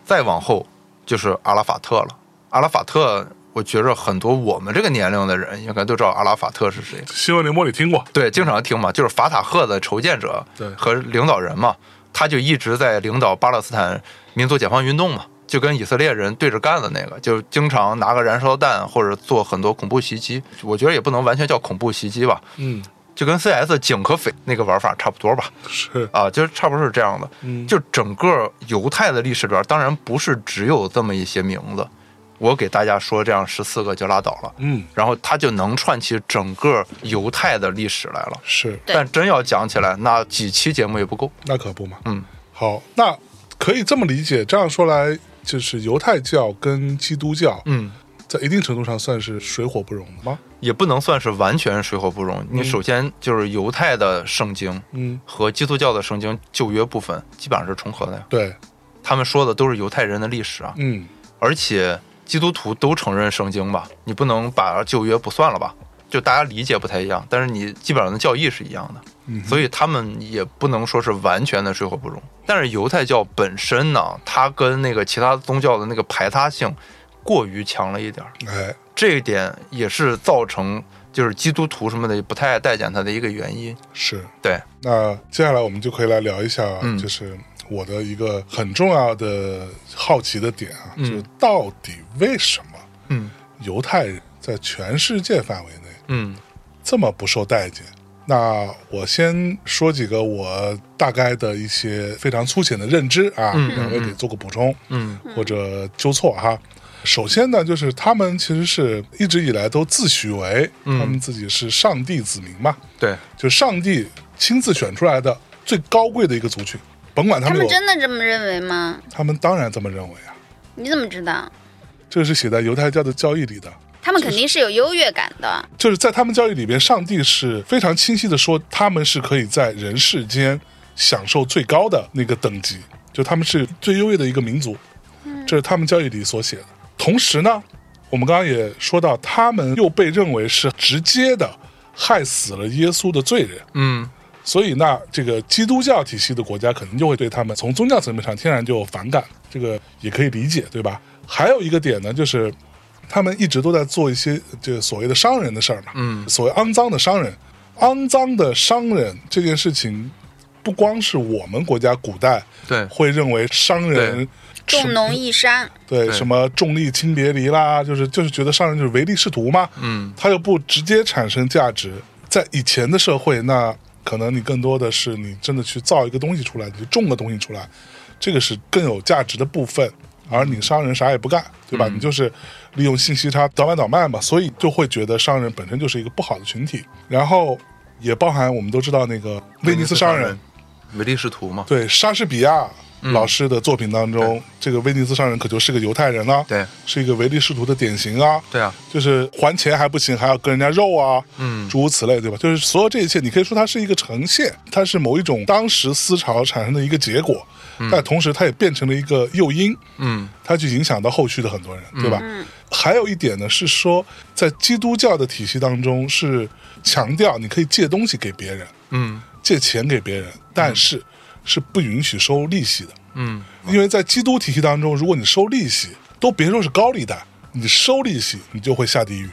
[SPEAKER 1] 再往后就是阿拉法特了。阿拉法特，我觉着很多我们这个年龄的人应该都知道阿拉法特是谁。
[SPEAKER 3] 新闻联播里听过，
[SPEAKER 1] 对，经常听嘛，就是法塔赫的筹建者
[SPEAKER 3] 对
[SPEAKER 1] 和领导人嘛，他就一直在领导巴勒斯坦民族解放运动嘛，就跟以色列人对着干的那个，就经常拿个燃烧弹或者做很多恐怖袭击。我觉得也不能完全叫恐怖袭击吧，
[SPEAKER 3] 嗯，
[SPEAKER 1] 就跟 CS 警和匪那个玩法差不多吧。
[SPEAKER 3] 是，
[SPEAKER 1] 啊，就是差不多是这样的。
[SPEAKER 3] 嗯
[SPEAKER 1] 就整个犹太的历史里边，当然不是只有这么一些名字，我给大家说这样十四个就拉倒了，
[SPEAKER 3] 嗯，
[SPEAKER 1] 然后它就能串起整个犹太的历史来了。
[SPEAKER 3] 是，
[SPEAKER 2] 对
[SPEAKER 1] 但真要讲起来，那几期节目也不够。
[SPEAKER 3] 那可不嘛，
[SPEAKER 1] 嗯，
[SPEAKER 3] 好，那可以这么理解，这样说来，就是犹太教跟基督教
[SPEAKER 1] 嗯，
[SPEAKER 3] 在一定程度上算是水火不容的吗？
[SPEAKER 1] 也不能算是完全水火不容。你首先就是犹太的圣经
[SPEAKER 3] 嗯，
[SPEAKER 1] 和基督教的圣经旧约部分基本上是重合的呀，
[SPEAKER 3] 对，
[SPEAKER 1] 他们说的都是犹太人的历史啊，
[SPEAKER 3] 嗯，
[SPEAKER 1] 而且基督徒都承认圣经吧，你不能把旧约不算了吧？就大家理解不太一样，但是你基本上的教义是一样的，
[SPEAKER 3] 嗯哼
[SPEAKER 1] 所以他们也不能说是完全的水火不容。但是犹太教本身呢，它跟那个其他宗教的那个排他性过于强了一点儿，
[SPEAKER 3] 哎，
[SPEAKER 1] 这一点也是造成就是基督徒什么的不太爱待见它的一个原因。
[SPEAKER 3] 是，
[SPEAKER 1] 对，
[SPEAKER 3] 那接下来我们就可以来聊一下，
[SPEAKER 1] 嗯
[SPEAKER 3] 就是我的一个很重要的好奇的点啊，
[SPEAKER 1] 嗯
[SPEAKER 3] 就是到底为什么
[SPEAKER 1] 嗯
[SPEAKER 3] 犹太人在全世界范围内
[SPEAKER 1] 嗯
[SPEAKER 3] 这么不受待见？那我先说几个我大概的一些非常粗浅的认知啊，
[SPEAKER 1] 嗯
[SPEAKER 3] 两位得做个补充
[SPEAKER 1] 嗯
[SPEAKER 3] 或者纠错哈。首先呢，就是他们其实是一直以来都自诩为
[SPEAKER 1] 嗯
[SPEAKER 3] 他们自己是上帝子民嘛，
[SPEAKER 1] 对，
[SPEAKER 3] 就上帝亲自选出来的最高贵的一个族群，甭管他
[SPEAKER 2] 他
[SPEAKER 3] 们
[SPEAKER 2] 们
[SPEAKER 3] 有，
[SPEAKER 2] 真的这么认为吗？
[SPEAKER 3] 他们当然这么认为啊，
[SPEAKER 2] 你怎么知道？
[SPEAKER 3] 这是写在犹太教的教义里的，
[SPEAKER 2] 他们肯定是有优越感的。
[SPEAKER 3] 就是在他们教义里边，上帝是非常清晰的说，他们是可以在人世间享受最高的那个等级，就他们是最优越的一个民族，这是他们教义里所写的。同时呢，我们刚刚也说到，他们又被认为是直接的害死了耶稣的罪人，
[SPEAKER 1] 嗯
[SPEAKER 3] 所以那这个基督教体系的国家肯定就会对他们从宗教层面上天然就有反感，这个也可以理解，对吧？还有一个点呢，就是他们一直都在做一些这个所谓的商人的事儿嘛，
[SPEAKER 1] 嗯，
[SPEAKER 3] 所谓肮脏的商人，肮脏的商人这件事情，不光是我们国家古代
[SPEAKER 1] 对，
[SPEAKER 3] 会认为商人
[SPEAKER 2] 重农抑商，
[SPEAKER 3] 对
[SPEAKER 1] 对
[SPEAKER 3] 什么重利轻别离啦，就是就是觉得商人就是唯利是图嘛，
[SPEAKER 1] 嗯
[SPEAKER 3] 它又不直接产生价值。在以前的社会，那可能你更多的是你真的去造一个东西出来，你去种个东西出来，这个是更有价值的部分。而你商人啥也不干，对吧？
[SPEAKER 1] 嗯
[SPEAKER 3] 你就是利用信息差倒买倒卖嘛，所以就会觉得商人本身就是一个不好的群体。然后也包含我们都知道那个威尼斯商人，
[SPEAKER 1] 威尼斯商人，唯利是图嘛。
[SPEAKER 3] 对莎士比亚老师的作品当中，这个威尼斯商人可就是个犹太人啊，
[SPEAKER 1] 对，
[SPEAKER 3] 是一个唯利是图的典型啊，
[SPEAKER 1] 对啊，
[SPEAKER 3] 就是还钱还不行，还要跟人家肉啊，
[SPEAKER 1] 嗯
[SPEAKER 3] 诸如此类，对吧？就是所有这一切，你可以说它是一个呈现，它是某一种当时思潮产生的一个结果，但同时它也变成了一个诱因，
[SPEAKER 1] 嗯
[SPEAKER 3] 它去影响到后续的很多人，对吧？还有一点呢是说，在基督教的体系当中是强调你可以借东西给别人，
[SPEAKER 1] 嗯
[SPEAKER 3] 借钱给别人，但是是不允许收利息的，
[SPEAKER 1] 嗯
[SPEAKER 3] 因为在基督体系当中，如果你收利息，都别说是高利贷，你收利息你就会下地狱，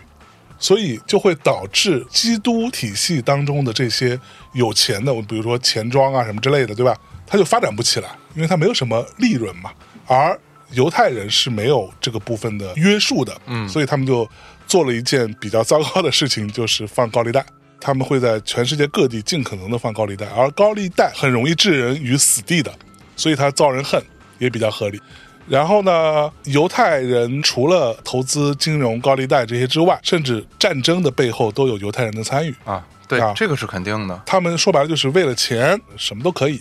[SPEAKER 3] 所以就会导致基督体系当中的这些有钱的，我比如说钱庄啊什么之类的，对吧？它就发展不起来，因为它没有什么利润嘛。而犹太人是没有这个部分的约束的，嗯，所以他们就做了一件比较糟糕的事情，就是放高利贷。他们会在全世界各地尽可能的放高利贷，而高利贷很容易置人于死地的，所以它遭人恨也比较合理。然后呢，犹太人除了投资、金融、高利贷这些之外，甚至战争的背后都有犹太人的参与。
[SPEAKER 1] 啊，对
[SPEAKER 3] 啊，
[SPEAKER 1] 这个是肯定的。
[SPEAKER 3] 他们说白了就是为了钱，什么都可以。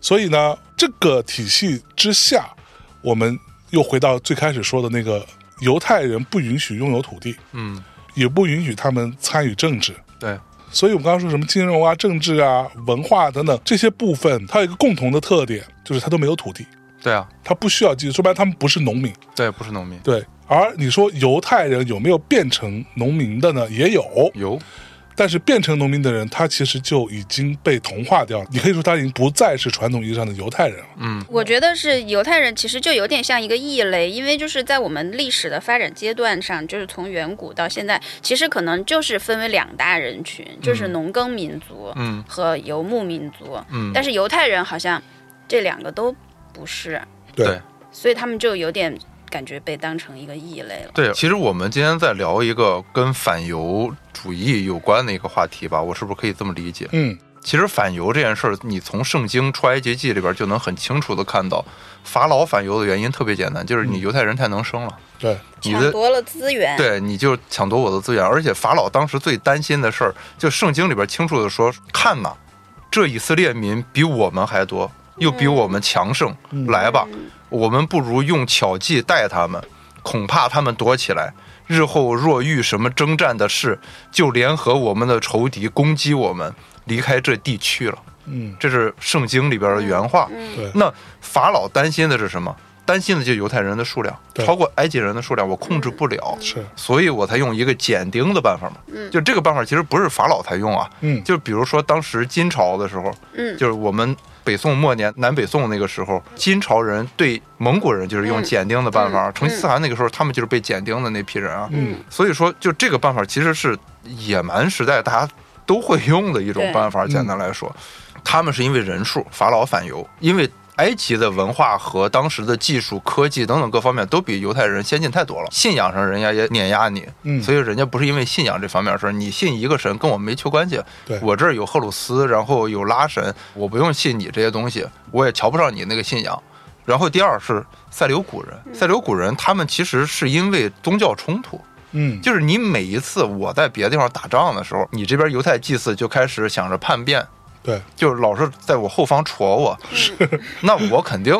[SPEAKER 3] 所以呢，这个体系之下，我们又回到最开始说的那个犹太人不允许拥有土地，
[SPEAKER 1] 嗯，
[SPEAKER 3] 也不允许他们参与政治。
[SPEAKER 1] 对，
[SPEAKER 3] 所以我们刚刚说什么金融啊、政治啊、文化等等这些部分，它有一个共同的特点，就是它都没有土地，
[SPEAKER 1] 对啊，
[SPEAKER 3] 它不需要技术，说白了他们不是农民。
[SPEAKER 1] 对，不是农民，
[SPEAKER 3] 对，而你说犹太人有没有变成农民的呢？也有，
[SPEAKER 1] 有，
[SPEAKER 3] 但是变成农民的人，他其实就已经被同化掉了。你可以说他已经不再是传统意义上的犹太人了。
[SPEAKER 1] 嗯
[SPEAKER 2] 我觉得是犹太人，其实就有点像一个异类，因为就是在我们历史的发展阶段上，就是从远古到现在，其实可能就是分为两大人群，就是农耕民族
[SPEAKER 1] 嗯
[SPEAKER 2] 和游牧民族。
[SPEAKER 1] 嗯，
[SPEAKER 2] 但是犹太人好像这两个都不是，
[SPEAKER 3] 对
[SPEAKER 1] 对
[SPEAKER 2] 所以他们就有点感觉被当成一个异类了。
[SPEAKER 1] 对，其实我们今天在聊一个跟反犹主义有关的一个话题吧，我是不是可以这么理解？
[SPEAKER 3] 嗯，
[SPEAKER 1] 其实反犹这件事儿，你从圣经出埃及记里边就能很清楚的看到，法老反犹的原因特别简单，就是你犹太人太能生了，
[SPEAKER 3] 对，
[SPEAKER 1] 你
[SPEAKER 2] 抢
[SPEAKER 1] 的
[SPEAKER 2] 夺了资源，
[SPEAKER 1] 对你就抢夺我的资源，而且法老当时最担心的事儿，就圣经里边清楚的说，看呐，这以色列民比我们还多，又比我们强盛，来吧，我们不如用巧计待他们，恐怕他们躲起来。日后若遇什么征战的事，就联合我们的仇敌攻击我们，离开这地区了。
[SPEAKER 3] 嗯，
[SPEAKER 1] 这是圣经里边的原话。
[SPEAKER 2] 嗯
[SPEAKER 3] 对，
[SPEAKER 1] 那法老担心的是什么？担心的就是犹太人的数量
[SPEAKER 3] 对嗯
[SPEAKER 1] 超过埃及人的数量，我控制不了，
[SPEAKER 3] 是，
[SPEAKER 1] 所以我才用一个减丁的办法嘛。
[SPEAKER 2] 嗯
[SPEAKER 1] 就这个办法其实不是法老才用啊，
[SPEAKER 3] 嗯，
[SPEAKER 1] 就比如说当时金朝的时候，
[SPEAKER 2] 嗯
[SPEAKER 1] 就是我们北宋末年南北宋那个时候，金朝人对蒙古人就是用
[SPEAKER 2] 嗯
[SPEAKER 1] 减丁的办法。
[SPEAKER 2] 嗯
[SPEAKER 1] 成吉思汗那个时候，他们就是被减丁的那批人啊。
[SPEAKER 3] 嗯
[SPEAKER 1] 所以说，就这个办法其实是野蛮时代大家都会用的一种
[SPEAKER 2] 对
[SPEAKER 1] 办法。
[SPEAKER 3] 嗯
[SPEAKER 1] 简单来说，他们是因为人数，法老反犹，因为。埃及的文化和当时的技术、科技等等各方面都比犹太人先进太多了，信仰上人家也碾压你，
[SPEAKER 3] 嗯
[SPEAKER 1] 所以人家不是因为信仰这方面的事儿，你信一个神跟我没球关系
[SPEAKER 3] 对。
[SPEAKER 1] 我这儿有赫鲁斯，然后有拉神，我不用信你这些东西，我也瞧不上你那个信仰。然后第二是塞琉古人，塞琉古人他们其实是因为宗教冲突，
[SPEAKER 3] 嗯，
[SPEAKER 1] 就是你每一次我在别的地方打仗的时候，你这边犹太祭祀就开始想着叛变，
[SPEAKER 3] 对，
[SPEAKER 1] 就老是在我后方戳我，那我肯定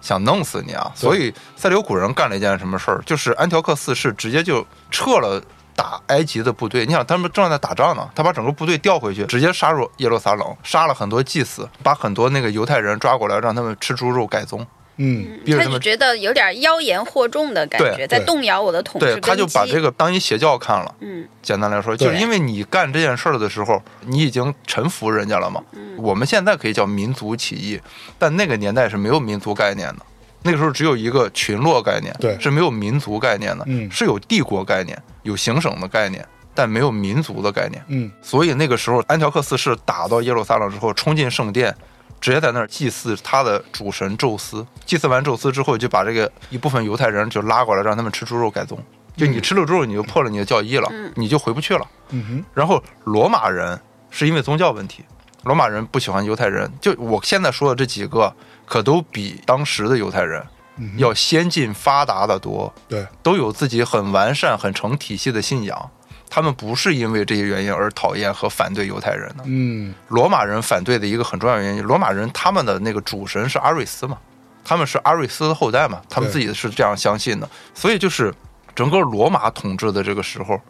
[SPEAKER 1] 想弄死你啊！所以塞琉古人干了一件什么事儿，就是安条克四世直接就撤了打埃及的部队。你想，他们正在打仗呢，他把整个部队调回去，直接杀入耶路撒冷，杀了很多祭司，把很多那个犹太人抓过来，让他们吃猪肉改宗，
[SPEAKER 3] 嗯，
[SPEAKER 1] 逼着他
[SPEAKER 2] 他就
[SPEAKER 1] 们。
[SPEAKER 2] 觉得有点妖言惑众的感
[SPEAKER 1] 对
[SPEAKER 2] 觉，在
[SPEAKER 3] 对
[SPEAKER 2] 动摇我的统治
[SPEAKER 1] 对，他就把这
[SPEAKER 2] 个
[SPEAKER 1] 个当一邪教看了。
[SPEAKER 2] 嗯
[SPEAKER 1] 简单来说，
[SPEAKER 3] 对
[SPEAKER 1] 就是因为你干这件事儿的时候，你已经臣服人家了嘛。我们现在可以叫民族起义，但那个年代是没有民族概念的，那个时候只有一个群落概念，
[SPEAKER 3] 对
[SPEAKER 1] 是没有民族概念的，
[SPEAKER 3] 嗯
[SPEAKER 1] 是有帝国概念、有行省的概念，但没有民族的概念。
[SPEAKER 3] 嗯，
[SPEAKER 1] 所以那个时候，安条克四世打到耶路撒冷之后，冲进圣殿，直接在那儿祭祀他的主神宙斯。祭祀完宙斯之后，就把这个一部分犹太人就拉过来，让他们吃猪肉改宗。就你吃了猪肉，你就破了你的教义了，你就回不去了。
[SPEAKER 3] 嗯哼，
[SPEAKER 1] 然后罗马人是因为宗教问题，罗马人不喜欢犹太人。就我现在说的这几个，可都比当时的犹太人
[SPEAKER 3] 嗯哼
[SPEAKER 1] 要先进发达的多。
[SPEAKER 3] 对，
[SPEAKER 1] 都有自己很完善、很成体系的信仰，他们不是因为这些原因而讨厌和反对犹太人的。
[SPEAKER 3] 嗯，，
[SPEAKER 1] 罗马人反对的一个很重要原因，罗马人他们的那个主神是阿瑞斯嘛，他们是阿瑞斯的后代嘛，他们自己是这样相信的，所以就是整个罗马统治的这个时候，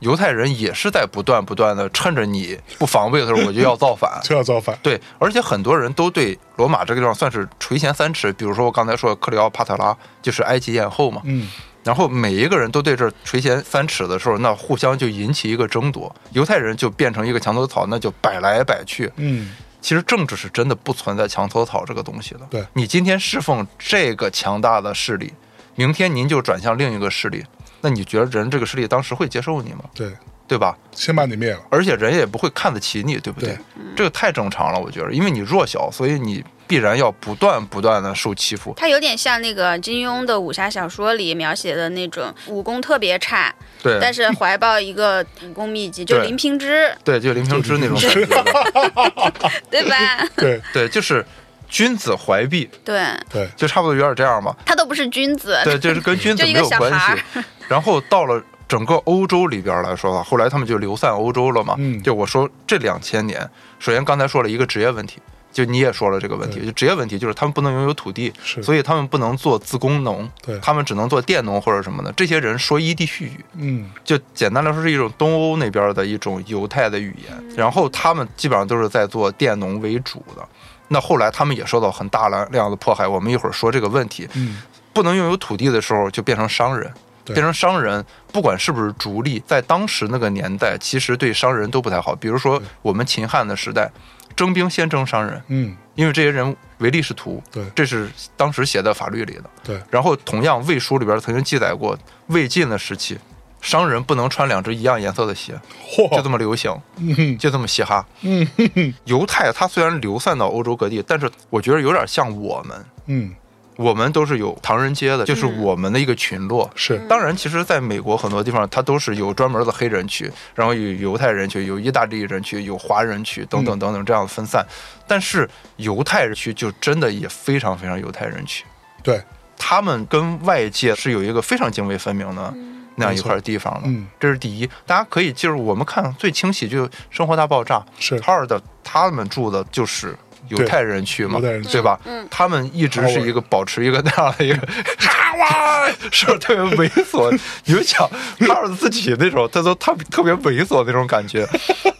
[SPEAKER 1] 犹太人也是在不断不断的趁着你不防备的时候，我就要造反
[SPEAKER 3] (laughs) 就要造反。
[SPEAKER 1] 对，而且很多人都对罗马这个地方算是垂涎三尺，比如说我刚才说的克里奥帕特拉就是埃及艳后嘛，
[SPEAKER 3] 嗯，
[SPEAKER 1] 然后每一个人都对这儿垂涎三尺的时候，那互相就引起一个争夺，犹太人就变成一个墙头草，那就摆来摆去。
[SPEAKER 3] 嗯，
[SPEAKER 1] 其实政治是真的不存在墙头草这个东西的。
[SPEAKER 3] 对
[SPEAKER 1] 你今天侍奉这个强大的势力，明天您就转向另一个势力，那你觉得人这个势力当时会接受你吗？
[SPEAKER 3] 对，
[SPEAKER 1] 对吧？
[SPEAKER 3] 先把你灭了。
[SPEAKER 1] 而且人也不会看得起你，对不对？
[SPEAKER 3] 对
[SPEAKER 2] 嗯
[SPEAKER 1] 这个太正常了，我觉得，因为你弱小，所以你必然要不断不断的受欺负。
[SPEAKER 2] 它有点像那个金庸的武侠小说里描写的那种武功特别差，
[SPEAKER 1] 对，
[SPEAKER 2] 但是怀抱一个武功秘籍，就
[SPEAKER 1] 对
[SPEAKER 2] 林平之，
[SPEAKER 1] 对，就林平之那种感觉
[SPEAKER 2] (laughs)
[SPEAKER 1] 的，
[SPEAKER 2] 对
[SPEAKER 1] (laughs)
[SPEAKER 2] 吧？
[SPEAKER 3] 对
[SPEAKER 1] (laughs) 对，就是君子怀璧，
[SPEAKER 2] 对
[SPEAKER 3] 对，
[SPEAKER 1] 就差不多有点这样
[SPEAKER 2] (laughs)
[SPEAKER 1] 吧。
[SPEAKER 2] 他都不是君子，
[SPEAKER 1] 对，就是跟君子
[SPEAKER 2] 就一
[SPEAKER 1] 没
[SPEAKER 2] 个
[SPEAKER 1] 有
[SPEAKER 2] 小
[SPEAKER 1] 关
[SPEAKER 2] 孩
[SPEAKER 1] 系。
[SPEAKER 2] (laughs)
[SPEAKER 1] 然后到了整个欧洲里边来说吧，后来他们就流散欧洲了嘛。
[SPEAKER 3] 嗯
[SPEAKER 1] 就我说这两千年，首先刚才说了一个职业问题，就你也说了这个问题，
[SPEAKER 3] 对
[SPEAKER 1] 就职业问题就是他们不能拥有土地，
[SPEAKER 3] 是
[SPEAKER 1] 所以他们不能做自工农，
[SPEAKER 3] 对
[SPEAKER 1] 他们只能做佃农或者什么的。这些人说伊地絮语，
[SPEAKER 3] 嗯，
[SPEAKER 1] 就简单来说是一种东欧那边的一种犹太的语言，
[SPEAKER 2] 嗯
[SPEAKER 1] 然后他们基本上都是在做佃农为主的。那后来他们也受到很大量的迫害，我们一会儿说这个问题。
[SPEAKER 3] 嗯，
[SPEAKER 1] 不能拥有土地的时候，就变成商人。
[SPEAKER 3] 对
[SPEAKER 1] 变成商人，不管是不是逐利，在当时那个年代，其实对商人都不太好。比如说我们秦汉的时代，征兵先征商人，
[SPEAKER 3] 嗯，
[SPEAKER 1] 因为这些人唯利是图，
[SPEAKER 3] 对
[SPEAKER 1] 这是当时写在法律里的。
[SPEAKER 3] 对，
[SPEAKER 1] 然后同样，《魏书》里边曾经记载过，魏晋的时期，商人不能穿两只一样颜色的鞋，就这
[SPEAKER 3] 嚯，
[SPEAKER 1] 么流行，
[SPEAKER 3] 嗯
[SPEAKER 1] 就这么嘻哈。
[SPEAKER 3] 嗯哼哼
[SPEAKER 1] 犹太它虽然流散到欧洲各地，但是我觉得有点像我们，
[SPEAKER 3] 嗯，
[SPEAKER 1] 我们都是有唐人街的，就是
[SPEAKER 2] 嗯
[SPEAKER 1] 我们的一个群落。
[SPEAKER 3] 是，
[SPEAKER 1] 当然，其实在美国很多地方，它都是有专门的黑人区，然后有犹太人区，有意大利人区，有华人区等等等等这样的分散。但是犹太人区就真的也非常非常犹太人区，
[SPEAKER 3] 对，
[SPEAKER 1] 他们跟外界是有一个非常泾渭分明的
[SPEAKER 2] 嗯
[SPEAKER 1] 那样一块地方的。
[SPEAKER 3] 嗯，
[SPEAKER 1] 这是第一，大家可以就是我们看最清晰就是《生活大爆炸》
[SPEAKER 3] 是
[SPEAKER 1] 二的，他们住的就是。犹太人区嘛，
[SPEAKER 3] 对犹太人区
[SPEAKER 1] 对吧？
[SPEAKER 2] 嗯
[SPEAKER 1] 他们一直是一个保持一个那样的一
[SPEAKER 3] (laughs)
[SPEAKER 1] 个哈哇，是不是特别猥琐？你就想哈尔自己那种，他都特别特别猥琐那种感
[SPEAKER 3] (laughs)
[SPEAKER 1] 觉，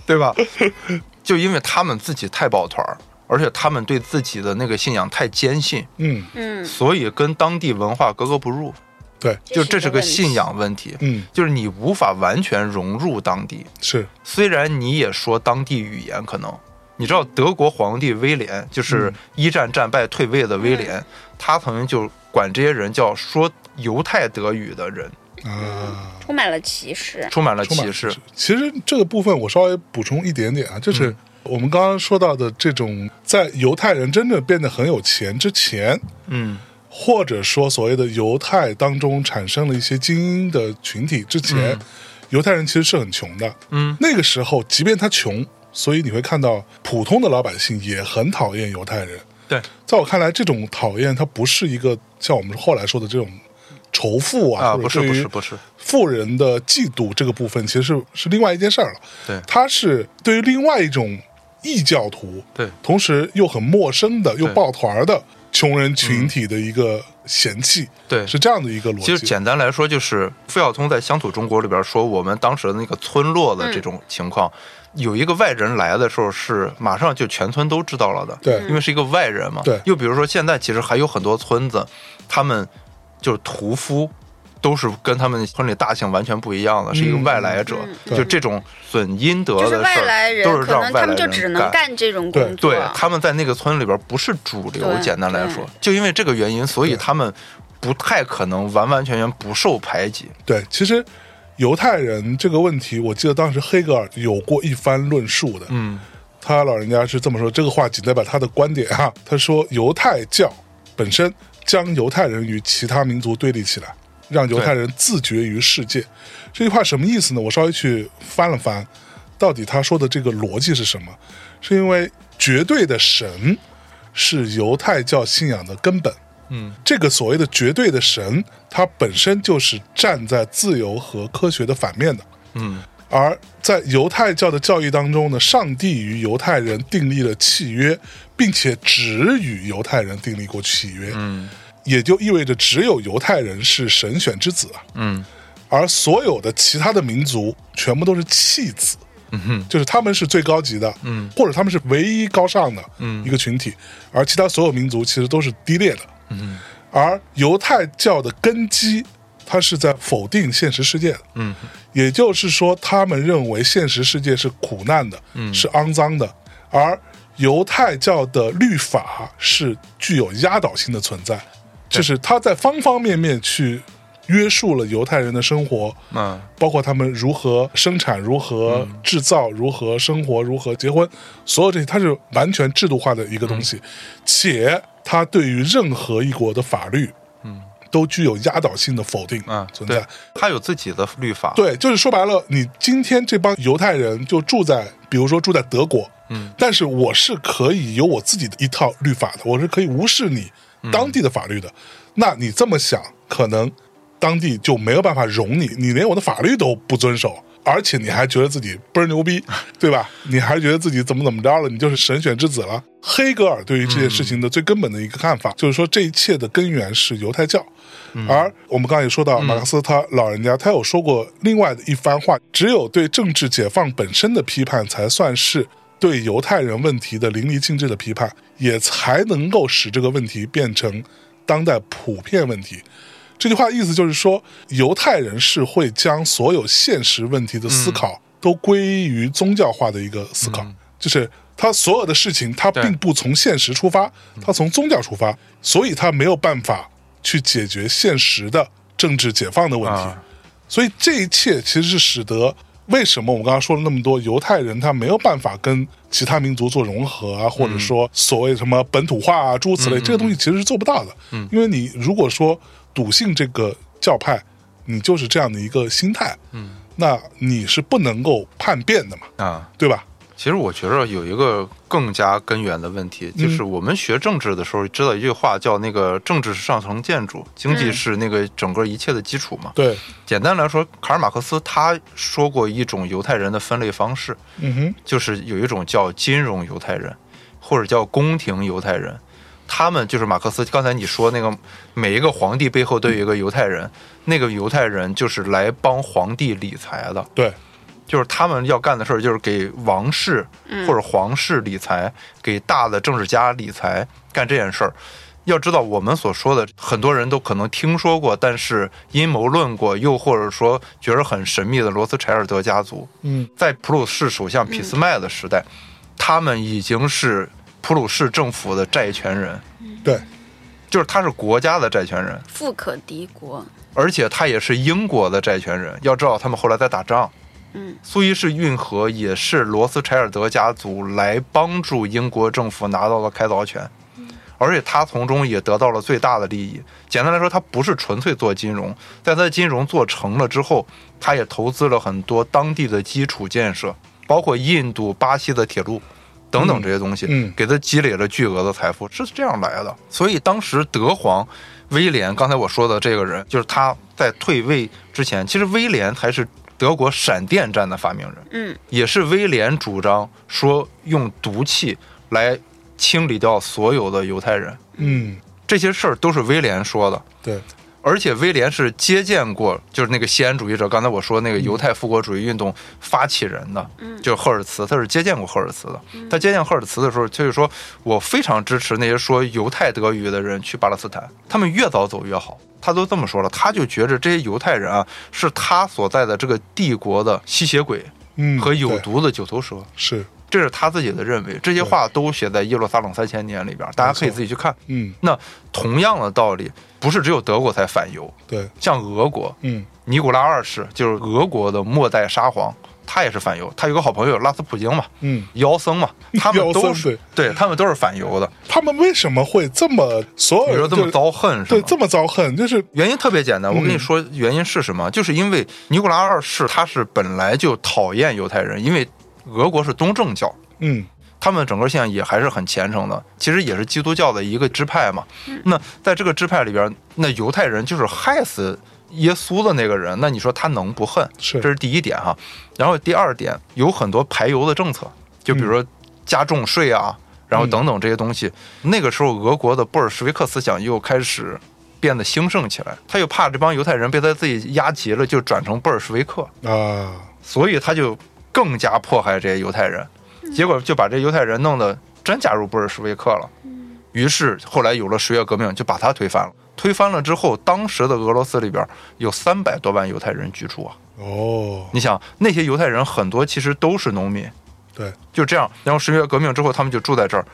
[SPEAKER 1] 对吧？就因为他们自己太抱团儿，而且他们对自己的那个信仰太坚信，
[SPEAKER 3] 嗯，
[SPEAKER 2] 嗯，
[SPEAKER 1] 所以跟当地文化格格不入。
[SPEAKER 3] 对，
[SPEAKER 1] 就这是
[SPEAKER 2] 一
[SPEAKER 1] 个
[SPEAKER 2] 问题
[SPEAKER 1] 信，仰问题，
[SPEAKER 3] 嗯，
[SPEAKER 1] 就是你无法完全融入当地。
[SPEAKER 3] 是，
[SPEAKER 1] 虽然你也说当地语言，可能你知道德国皇帝威廉，就是
[SPEAKER 3] 嗯
[SPEAKER 1] 一战战败退位的威廉，他曾经就管这些人叫说犹太德语的人，
[SPEAKER 3] 啊，
[SPEAKER 2] 充满了歧视，
[SPEAKER 1] 充满了
[SPEAKER 3] 充满
[SPEAKER 1] 歧视。。
[SPEAKER 3] 其实这个部分我稍微补充一点点啊，
[SPEAKER 1] 嗯
[SPEAKER 3] 就是我们刚刚说到的这种，在犹太人真正变得很有钱之前，
[SPEAKER 1] 嗯
[SPEAKER 3] 或者说所谓的犹太当中产生了一些精英的群体之前，犹太人其实是很穷的。
[SPEAKER 1] 嗯，
[SPEAKER 3] 那个时候，即便他穷，所以你会看到普通的老百姓也很讨厌犹太人。
[SPEAKER 1] 对，
[SPEAKER 3] 在我看来，这种讨厌它不是一个像我们后来说的这种仇富啊，
[SPEAKER 1] 啊，
[SPEAKER 3] 或者
[SPEAKER 1] 不是
[SPEAKER 3] 对
[SPEAKER 1] 不
[SPEAKER 3] 于
[SPEAKER 1] 是不是，
[SPEAKER 3] 富人的嫉妒这个部分，其实是是另外一件事儿了。
[SPEAKER 1] 对
[SPEAKER 3] 他是对于另外一种异教徒，
[SPEAKER 1] 对
[SPEAKER 3] 同时又很陌生的、
[SPEAKER 1] 对
[SPEAKER 3] 又
[SPEAKER 1] 嗯
[SPEAKER 3] 抱团儿的穷人群体的一个嫌弃，
[SPEAKER 1] 对。
[SPEAKER 3] 是这样的一个逻辑。
[SPEAKER 1] 其实简单来说，就是费孝通在《乡土中国》里边说，我们当时的那个村落
[SPEAKER 2] 嗯
[SPEAKER 1] 的这种情况，有一个外人来的时候是马上就全村都知道了的，
[SPEAKER 3] 对
[SPEAKER 2] 嗯
[SPEAKER 1] 因为是一个外人嘛。
[SPEAKER 3] 对
[SPEAKER 1] 又比如说，现在其实还有很多村子，他们就是屠夫，都是跟他们村里大姓完全不一样的，是一个外来者。
[SPEAKER 2] 嗯
[SPEAKER 3] 对
[SPEAKER 1] 就这种损阴德
[SPEAKER 2] 就
[SPEAKER 1] 的
[SPEAKER 2] 是
[SPEAKER 1] 事
[SPEAKER 2] 外
[SPEAKER 1] 儿，
[SPEAKER 2] 来人
[SPEAKER 1] 都，是
[SPEAKER 2] 可
[SPEAKER 1] 让
[SPEAKER 2] 能
[SPEAKER 1] 外
[SPEAKER 2] 他
[SPEAKER 1] 来
[SPEAKER 2] 们
[SPEAKER 1] 人
[SPEAKER 2] 就只能干这种工作，
[SPEAKER 1] 对，他们在那个村里边不是主流，
[SPEAKER 2] 对
[SPEAKER 1] 简单来说
[SPEAKER 2] 对，
[SPEAKER 1] 就因为这个原因，所以
[SPEAKER 3] 对
[SPEAKER 1] 他们不太可能完完全全不受排挤。
[SPEAKER 3] 对，其实犹太人这个问题，我记得当时黑格尔有过一番论述的。
[SPEAKER 1] 嗯，
[SPEAKER 3] 他老人家是这么说，这个话仅代表他的观点哈、他说，犹太教本身将犹太人与其他民族对立起来，让犹太人自绝于世界。这句话什么意思呢？我稍微去翻了翻，到底他说的这个逻辑是什么？是因为绝对的神是犹太教信仰的根本。
[SPEAKER 1] 嗯，
[SPEAKER 3] 这个所谓的绝对的神，它本身就是站在自由和科学的反面的。
[SPEAKER 1] 嗯，
[SPEAKER 3] 而在犹太教的教义当中呢，上帝与犹太人订立了契约，并且只与犹太人订立过契约。
[SPEAKER 1] 嗯
[SPEAKER 3] 也就意味着只有犹太人是神选之子啊，
[SPEAKER 1] 嗯
[SPEAKER 3] 而所有的其他的民族全部都是弃子，
[SPEAKER 1] 嗯哼
[SPEAKER 3] 就是他们是最高级的，
[SPEAKER 1] 嗯
[SPEAKER 3] 或者他们是唯一高尚的
[SPEAKER 1] 嗯
[SPEAKER 3] 一个群体，而其他所有民族其实都是低劣的。
[SPEAKER 1] 嗯
[SPEAKER 3] 而犹太教的根基，它是在否定现实世界的，
[SPEAKER 1] 嗯
[SPEAKER 3] 也就是说，他们认为现实世界是苦难的，
[SPEAKER 1] 嗯
[SPEAKER 3] 是肮脏的，而犹太教的律法是具有压倒性的存在，就是它在方方面面去约束了犹太人的生活，
[SPEAKER 1] 嗯
[SPEAKER 3] 包括他们如何生产、如何制造、如何生活、如何结婚，所有这些，它是完全制度化的一个
[SPEAKER 1] 嗯
[SPEAKER 3] 东西，且它对于任何一国的法律，
[SPEAKER 1] 嗯，
[SPEAKER 3] 都具有压倒性的否定
[SPEAKER 1] 嗯，
[SPEAKER 3] 存在
[SPEAKER 1] 对。，他有自己的律法，
[SPEAKER 3] 对，就是说白了，你今天这帮犹太人就住在，比如说住在德国，
[SPEAKER 1] 嗯，
[SPEAKER 3] 但是我是可以有我自己的一套律法的，我是可以无视你
[SPEAKER 1] 嗯
[SPEAKER 3] 当地的法律的。那你这么想，可能当地就没有办法容你，你连我的法律都不遵守。而且你还觉得自己倍儿牛逼，
[SPEAKER 1] (laughs)
[SPEAKER 3] 对吧？你还觉得自己怎么怎么着了？你就是神选之子了。黑格尔对于这件事
[SPEAKER 1] 嗯
[SPEAKER 3] 情的最根本的一个看法，就是说这一切的根源是犹太教。而我们刚才也说到，马克思他老人家他有说过另外的一番话，只有对政治解放本身的批判，才算是对犹太人问题的淋漓尽致的批判，也才能够使这个问题变成当代普遍问题。这句话意思就是说，犹太人是会将所有现实问题的
[SPEAKER 1] 嗯
[SPEAKER 3] 思考都归于宗教化的一个思考，就是他所有的事情，他
[SPEAKER 1] 对嗯
[SPEAKER 3] 并不从现实出发，他从宗教出发，所以他没有办法去解决现实的政治解放的问题。
[SPEAKER 1] 啊
[SPEAKER 3] 所以这一切其实是使得为什么我们刚刚说了那么多犹太人他没有办法跟其他民族做融合
[SPEAKER 1] 嗯
[SPEAKER 3] 啊，或者说所谓什么本土化啊诸如此类，这个东西其实是做不到的。嗯，因为你如果说笃信这个教派，你就是这样的一个心态，嗯，那你是不能够叛变的嘛，
[SPEAKER 1] 啊，
[SPEAKER 3] 对吧？
[SPEAKER 1] 其实我觉着有一个更加根源的问题，就是我们学政治的时候知道一句话叫那个政治是上层建筑，经
[SPEAKER 2] 嗯
[SPEAKER 1] 济是那个整个一切的基础嘛。
[SPEAKER 3] 对，
[SPEAKER 1] 简单来说，卡尔马克思他说过一种犹太人的分类方式，
[SPEAKER 3] 嗯哼，
[SPEAKER 1] 就是有一种叫金融犹太人，或者叫宫廷犹太人。他们就是马克思刚才你说那个，每一个皇帝背后都有一个犹太人，那个犹太人就是来帮皇帝理财的。
[SPEAKER 3] 对，
[SPEAKER 1] 就是他们要干的事儿，就是给王室或者皇室理财，给大的政治家理财，干这件事儿。要知道，我们所说的很多人都可能听说过，但是阴谋论过，又或者说觉得很神秘的罗斯柴尔德家族，
[SPEAKER 3] 嗯
[SPEAKER 1] 在普鲁士首相俾斯麦的时代，他们已经是普鲁士政府的债权人，
[SPEAKER 3] 对，
[SPEAKER 1] 就是他是国家的债权人，
[SPEAKER 2] 富可敌国。
[SPEAKER 1] 而且他也是英国的债权人。要知道，他们后来在打仗。
[SPEAKER 2] 嗯，
[SPEAKER 1] 苏伊士运河也是罗斯柴尔德家族来帮助英国政府拿到了开凿权，而且他从中也得到了最大的利益。简单来说，他不是纯粹做金融，在他的金融做成了之后，他也投资了很多当地的基础建设，包括印度、巴西的铁路。等等这些东西，
[SPEAKER 3] 嗯嗯
[SPEAKER 1] 给他积累了巨额的财富，是这样来的。所以当时德皇威廉，刚才我说的这个人，就是他在退位之前，其实威廉才是德国闪电战的发明人，
[SPEAKER 2] 嗯
[SPEAKER 1] 也是威廉主张说用毒气来清理掉所有的犹太人，
[SPEAKER 3] 嗯，
[SPEAKER 1] 这些事儿都是威廉说的。
[SPEAKER 3] 对，
[SPEAKER 1] 而且威廉是接见过，就是那个西安主义者，刚才我说那个犹太复国主义运动发起人的，
[SPEAKER 2] 嗯
[SPEAKER 1] 就是赫尔茨，他是接见过赫尔茨的。
[SPEAKER 3] 嗯
[SPEAKER 1] 他接见赫尔茨的时候，就是说我非常支持那些说犹太德语的人去巴勒斯坦，他们越早走越好。他都这么说了，他就觉着这些犹太人啊，是他所在的这个帝国的吸血鬼
[SPEAKER 3] 嗯，
[SPEAKER 1] 和有
[SPEAKER 3] 对
[SPEAKER 1] 毒的九头蛇。
[SPEAKER 3] 是，
[SPEAKER 1] 这是他自己的认为，这些话都写在《耶路撒冷三千年》里边，大家可以自己去看。
[SPEAKER 3] 嗯，
[SPEAKER 1] 那同样的道理，不是只有德国才反犹，
[SPEAKER 3] 对，
[SPEAKER 1] 像俄国，
[SPEAKER 3] 嗯
[SPEAKER 1] 尼古拉二世就是俄国的末代沙皇，他也是反犹，他有个好朋友拉斯普京嘛，
[SPEAKER 3] 嗯，
[SPEAKER 1] 妖僧
[SPEAKER 3] (laughs)
[SPEAKER 1] 嘛，他们
[SPEAKER 3] 妖
[SPEAKER 1] 都
[SPEAKER 3] 僧
[SPEAKER 1] 是对他们都是反犹的，
[SPEAKER 3] 他们为什么会这么所
[SPEAKER 1] 你
[SPEAKER 3] 有
[SPEAKER 1] 说
[SPEAKER 3] 人
[SPEAKER 1] 这么
[SPEAKER 3] 就
[SPEAKER 1] 遭恨是
[SPEAKER 3] 对
[SPEAKER 1] 吗？
[SPEAKER 3] 这么遭恨，就是
[SPEAKER 1] 原因特别简单，我跟你
[SPEAKER 3] 嗯
[SPEAKER 1] 说原因是什么，就是因为尼古拉二世他是本来就讨厌犹太人，因为俄国是东正教，
[SPEAKER 3] 嗯
[SPEAKER 1] 他们整个现象也还是很虔诚的，其实也是基督教的一个支派嘛。那在这个支派里边，那犹太人就是害死耶稣的那个人，那你说他能不恨？
[SPEAKER 3] 是
[SPEAKER 1] 这是第一点哈。然后第二点，有很多排犹的政策，就比如说加重税啊，然后等等这些东西。那个时候，俄国的布尔什维克思想又开始变得兴盛起来，他又怕这帮犹太人被他自己压急了，就转成布尔什维克，
[SPEAKER 3] 啊，
[SPEAKER 1] 所以他就更加迫害这些犹太人，结果就把这犹太人弄得真加入布尔什维克了。于是后来有了十月革命，就把他推翻了。推翻了之后，当时的俄罗斯里边有三百多万犹太人居住啊。
[SPEAKER 3] 哦，
[SPEAKER 1] 你想，那些犹太人很多其实都是农民，
[SPEAKER 3] 对，
[SPEAKER 1] 就这样。然后十月革命之后，他们就住在这儿。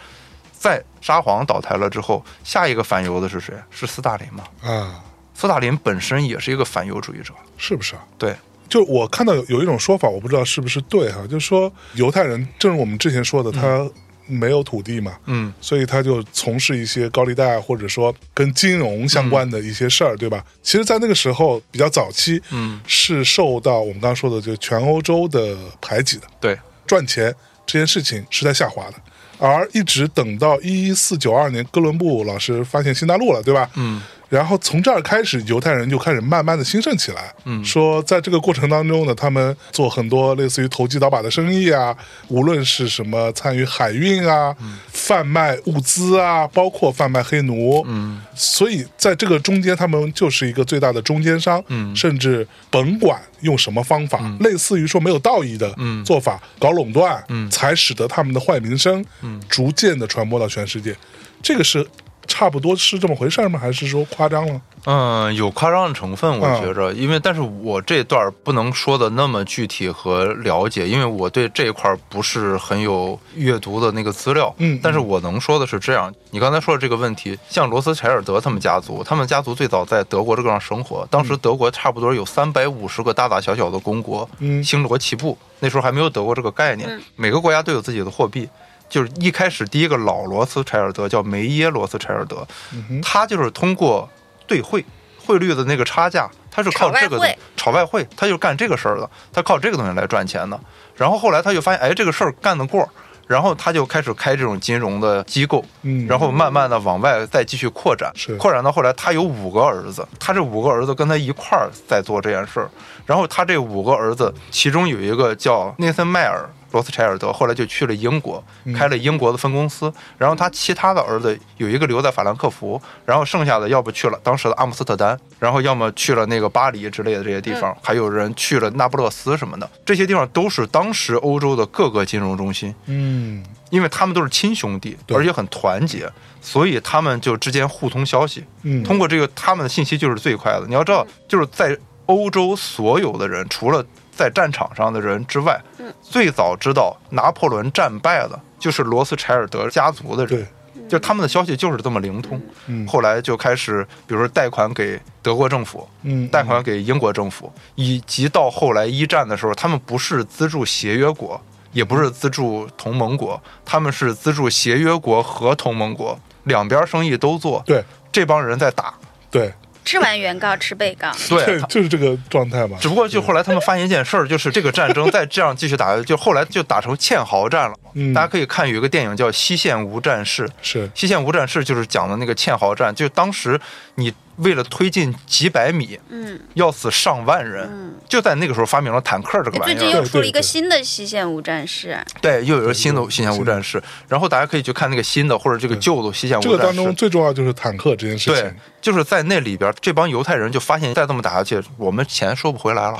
[SPEAKER 1] 在沙皇倒台了之后，下一个反犹的是谁？是斯大林嘛？
[SPEAKER 3] 啊，
[SPEAKER 1] 斯大林本身也是一个反犹主义者，
[SPEAKER 3] 是不是啊？
[SPEAKER 1] 对，
[SPEAKER 3] 就我看到有有一种说法，我不知道是不是对哈、就是说犹太人，正如我们之前说的，他没有土地嘛，
[SPEAKER 1] 嗯，
[SPEAKER 3] 所以他就从事一些高利贷或者说跟金融相关的一些事儿，对吧？其实，在那个时候比较早期，
[SPEAKER 1] 嗯，
[SPEAKER 3] 是受到我们刚刚说的，就全欧洲的排挤的，
[SPEAKER 1] 对，
[SPEAKER 3] 赚钱这件事情是在下滑的。而一直等到一四九二年，哥伦布老师发现新大陆了，对吧？
[SPEAKER 1] 嗯，
[SPEAKER 3] 然后从这儿开始，犹太人就开始慢慢的兴盛起来。嗯，说在这个过程当中呢，他们做很多类似于投机倒把的生意啊，无论是什么参与海运啊、贩卖物资啊，包括贩卖黑奴。嗯，所以在这个中间，他们就是一个最大的中间商。嗯，甚至甭管用什么方法，类似于说没有道义的做法，搞垄断，嗯，才使得他们的坏名声，嗯，逐渐的传播到全世界。这个是差不多是这么回事儿吗？还是说夸张了？
[SPEAKER 1] 嗯，有夸张的成分，我
[SPEAKER 3] 嗯
[SPEAKER 1] 觉着，因为但是我这段儿不能说的那么具体和了解，因为我对这一块儿不是很有阅读的那个资料。
[SPEAKER 3] 嗯
[SPEAKER 1] 但是我能说的是这样，你刚才说的这个问题，像罗斯柴尔德他们家族，他们家族最早在德国这个上生
[SPEAKER 3] 嗯
[SPEAKER 1] 活，当时德国差不多有三百五十个大大小小的公国，
[SPEAKER 3] 嗯
[SPEAKER 1] 星罗棋布，那时候还没有德国这个概念，
[SPEAKER 2] 嗯
[SPEAKER 1] 每个国家都有自己的货币。就是一开始第一个老罗斯柴尔德叫梅耶罗斯柴尔德，
[SPEAKER 3] 嗯哼
[SPEAKER 1] 他就是通过兑汇汇率的那个差价，他是靠这个
[SPEAKER 2] 炒外汇
[SPEAKER 1] 炒外汇，他就干这个事儿的，他靠这个东西来赚钱的。然后后来他就发现，哎，这个事儿干得过，然后他就开始开这种金融的机构，
[SPEAKER 3] 嗯
[SPEAKER 1] 然后慢慢的往外再继续扩展
[SPEAKER 3] 是，
[SPEAKER 1] 扩展到后来他有五个儿子，他这五个儿子跟他一块儿在做这件事儿，然后他这五个儿子其中有一个叫内森迈尔。罗斯柴尔德后来就去了英国，开了英国的分公司。然后他其他的儿子有一个留在法兰克福，然后剩下的要不去了当时的阿姆斯特丹，然后要么去了那个巴黎之类的这些地方，还有人去了那不勒斯什么的，这些地方都是当时欧洲的各个金融中心。
[SPEAKER 3] 嗯，
[SPEAKER 1] 因为他们都是亲兄弟，
[SPEAKER 3] 对
[SPEAKER 1] 而且很团结，所以他们就之间互通消息。
[SPEAKER 3] 嗯
[SPEAKER 1] 通过这个，他们的信息就是最快的。你要知道，就是在欧洲所有的人，除了在战场上的人之外，最早知道拿破仑战败的就是罗斯柴尔德家族的人
[SPEAKER 3] 对。，
[SPEAKER 1] 就他们的消息就是这么灵通，
[SPEAKER 3] 嗯
[SPEAKER 1] 后来就开始，比如说贷款给德国政府，
[SPEAKER 3] 嗯
[SPEAKER 1] 贷款给英国政府，以及到后来一战的时候，他们不是资助协约国，也不是资助同盟国，他们是资助协约国和同盟国，两边生意都做。
[SPEAKER 3] 对
[SPEAKER 1] 这帮人在打，
[SPEAKER 3] 对
[SPEAKER 2] 吃完原告吃被告，
[SPEAKER 1] 对
[SPEAKER 3] 对，，就是这个状态嘛。
[SPEAKER 1] 只不过就后来他们发现一件事儿，就是这个战争再这样继续打，下去，就后来就打成堑壕战了。
[SPEAKER 3] 嗯
[SPEAKER 1] 大家可以看有一个电影叫《西线无战事》，
[SPEAKER 3] 是
[SPEAKER 1] 西线无战事就是讲的那个堑壕战，就当时你为了推进几百米，
[SPEAKER 2] 嗯，
[SPEAKER 1] 要死上万人，就在那个时候发明了坦克这个玩
[SPEAKER 2] 哎最
[SPEAKER 1] 意
[SPEAKER 2] 近
[SPEAKER 1] 儿，
[SPEAKER 2] 又出了一
[SPEAKER 3] 对对对
[SPEAKER 2] 个新的西线无战事，
[SPEAKER 1] 对，又有了新的西线无战事，然后大家可以去看那个新的或者这个旧的西线
[SPEAKER 3] 这
[SPEAKER 1] 无
[SPEAKER 3] 个
[SPEAKER 1] 战
[SPEAKER 3] 当中
[SPEAKER 1] 事。
[SPEAKER 3] 最重要就是坦克这件事
[SPEAKER 1] 对
[SPEAKER 3] 情。，
[SPEAKER 1] 就是在那里边，这帮犹太人就发现再这么打下去，我们钱收不回来了，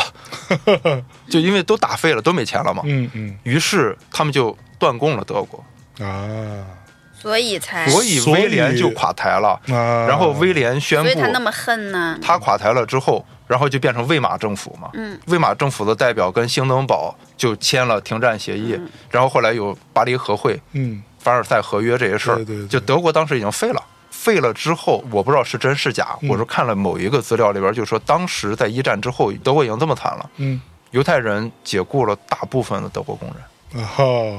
[SPEAKER 3] (laughs)
[SPEAKER 1] 就因为都打废了，都没钱了嘛。
[SPEAKER 3] 嗯嗯
[SPEAKER 1] 于是他们就断供了德国，
[SPEAKER 3] 啊
[SPEAKER 2] 所以才
[SPEAKER 1] 所以
[SPEAKER 3] 所以
[SPEAKER 1] 威廉就垮台了。
[SPEAKER 3] 啊，
[SPEAKER 1] 然后威廉宣布，
[SPEAKER 2] 所以他那么恨呢。
[SPEAKER 1] 他垮台了之后，然后就变成魏玛政府嘛。
[SPEAKER 2] 嗯，
[SPEAKER 1] 魏玛政府的代表跟兴登堡就签了停战协议，然后后来有巴黎和会、
[SPEAKER 3] 嗯
[SPEAKER 1] 凡尔赛合约这些事儿，
[SPEAKER 3] 对对对
[SPEAKER 1] 就德国当时已经废了。废了之后，我不知道是真是假，
[SPEAKER 3] 嗯
[SPEAKER 1] 我是看了某一个资料里边就说，当时在一战之后，德国已经这么惨了，
[SPEAKER 3] 嗯
[SPEAKER 1] 犹太人解雇了大部分的德国工人。
[SPEAKER 3] 然后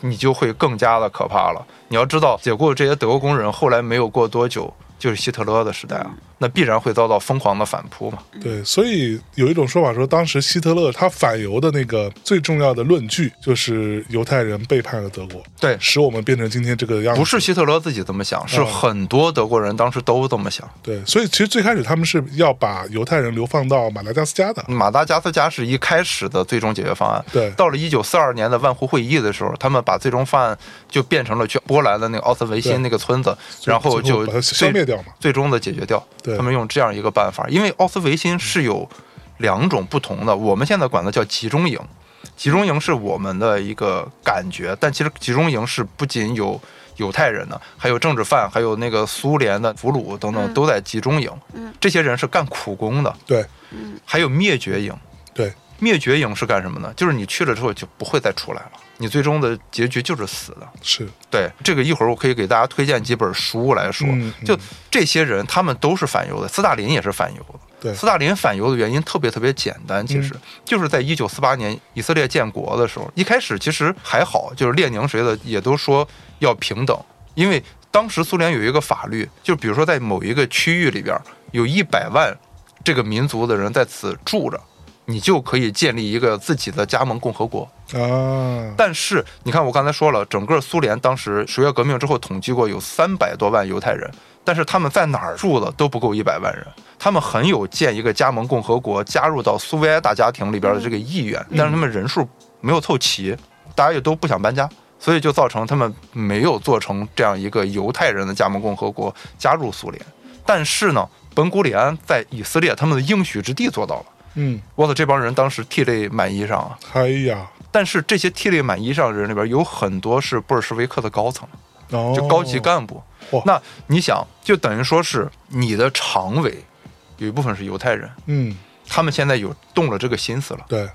[SPEAKER 1] 你就会更加的可怕了。你要知道，解雇这些德国工人，后来没有过多久，就是希特勒的时代啊。那必然会遭到疯狂的反扑嘛。
[SPEAKER 3] 对，所以有一种说法说，当时希特勒他反犹的那个最重要的论据就是犹太人背叛了德国，
[SPEAKER 1] 对
[SPEAKER 3] 使我们变成今天这个样子。
[SPEAKER 1] 不是希特勒自己这么想，
[SPEAKER 3] 嗯
[SPEAKER 1] 是很多德国人当时都这么想。
[SPEAKER 3] 对，所以其实最开始他们是要把犹太人流放到马达加斯加的。
[SPEAKER 1] 马达加斯加是一开始的最终解决方案。
[SPEAKER 3] 对
[SPEAKER 1] 到了一九四二年的万湖会议的时候，他们把最终方案就变成了去波兰的那个奥斯维
[SPEAKER 3] 对
[SPEAKER 1] 辛那个村子，然后
[SPEAKER 3] 最后
[SPEAKER 1] 就
[SPEAKER 3] 把它
[SPEAKER 1] 最
[SPEAKER 3] 消灭掉嘛
[SPEAKER 1] 最终的解决掉。
[SPEAKER 3] 对
[SPEAKER 1] 他们用这样一个办法，因为奥斯维辛是有两种不同的，我们现在管它叫集中营。集中营是我们的一个感觉，但其实集中营是不仅有犹太人的，还有政治犯，还有那个苏联的俘虏等等，都在集中营。
[SPEAKER 2] 嗯
[SPEAKER 1] 这些人是干苦工的，
[SPEAKER 3] 对
[SPEAKER 1] 还有灭绝营。
[SPEAKER 3] 对，
[SPEAKER 1] 灭绝营是干什么呢？就是你去了之后就不会再出来了，你最终的结局就是死的。
[SPEAKER 3] 是
[SPEAKER 1] 对，这个一会儿我可以给大家推荐几本书来说。
[SPEAKER 3] 嗯嗯
[SPEAKER 1] 就这些人，他们都是反犹的，斯大林也是反犹的。
[SPEAKER 3] 对
[SPEAKER 1] 斯大林反犹的原因特别特别简单，其实、
[SPEAKER 3] 嗯
[SPEAKER 1] 就是在一九四八年以色列建国的时候，一开始其实还好，就是列宁谁的也都说要平等，因为当时苏联有一个法律，就比如说在某一个区域里边有一百万这个民族的人在此住着，你就可以建立一个自己的加盟共和国。
[SPEAKER 3] 啊，
[SPEAKER 1] 但是你看，我刚才说了，整个苏联当时十月革命之后统计过有三百多万犹太人，但是他们在哪儿住的都不够一百万人。他们很有建一个加盟共和国，加入到苏维埃大家庭里边的这个意愿，但是他们人数没有凑齐，大家也都不想搬家。所以就造成他们没有做成这样一个犹太人的加盟共和国加入苏联，但是呢，本古里安在以色列他们的应许之地做到了。
[SPEAKER 3] 嗯，
[SPEAKER 1] 我操，这帮人当时涕泪满衣裳啊！
[SPEAKER 3] 哎呀，
[SPEAKER 1] 但是这些涕泪满衣裳的人里边，有很多是布尔什维克的高层，
[SPEAKER 3] 哦，
[SPEAKER 1] 就高级干部。
[SPEAKER 3] 哇
[SPEAKER 1] 那你想，就等于说是你的常委有一部分是犹太人，
[SPEAKER 3] 嗯，
[SPEAKER 1] 他们现在有动了这个心思了。
[SPEAKER 3] 对，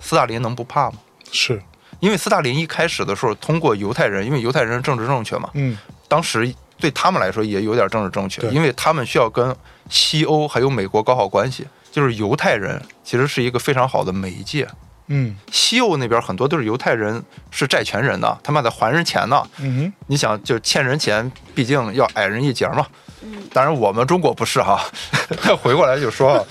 [SPEAKER 1] 斯大林能不怕吗？
[SPEAKER 3] 是，
[SPEAKER 1] 因为斯大林一开始的时候，通过犹太人，因为犹太人政治正确嘛，
[SPEAKER 3] 嗯，
[SPEAKER 1] 当时对他们来说也有点政治正确
[SPEAKER 3] 对，
[SPEAKER 1] 因为他们需要跟西欧还有美国搞好关系。就是犹太人其实是一个非常好的媒介，
[SPEAKER 3] 嗯，
[SPEAKER 1] 西欧那边很多都是犹太人，是债权人呐，他妈的还人钱呢。
[SPEAKER 3] 嗯哼，
[SPEAKER 1] 你想，就欠人钱，毕竟要矮人一截嘛。当然，我们中国不是哈。 (laughs) 回过来就说啊，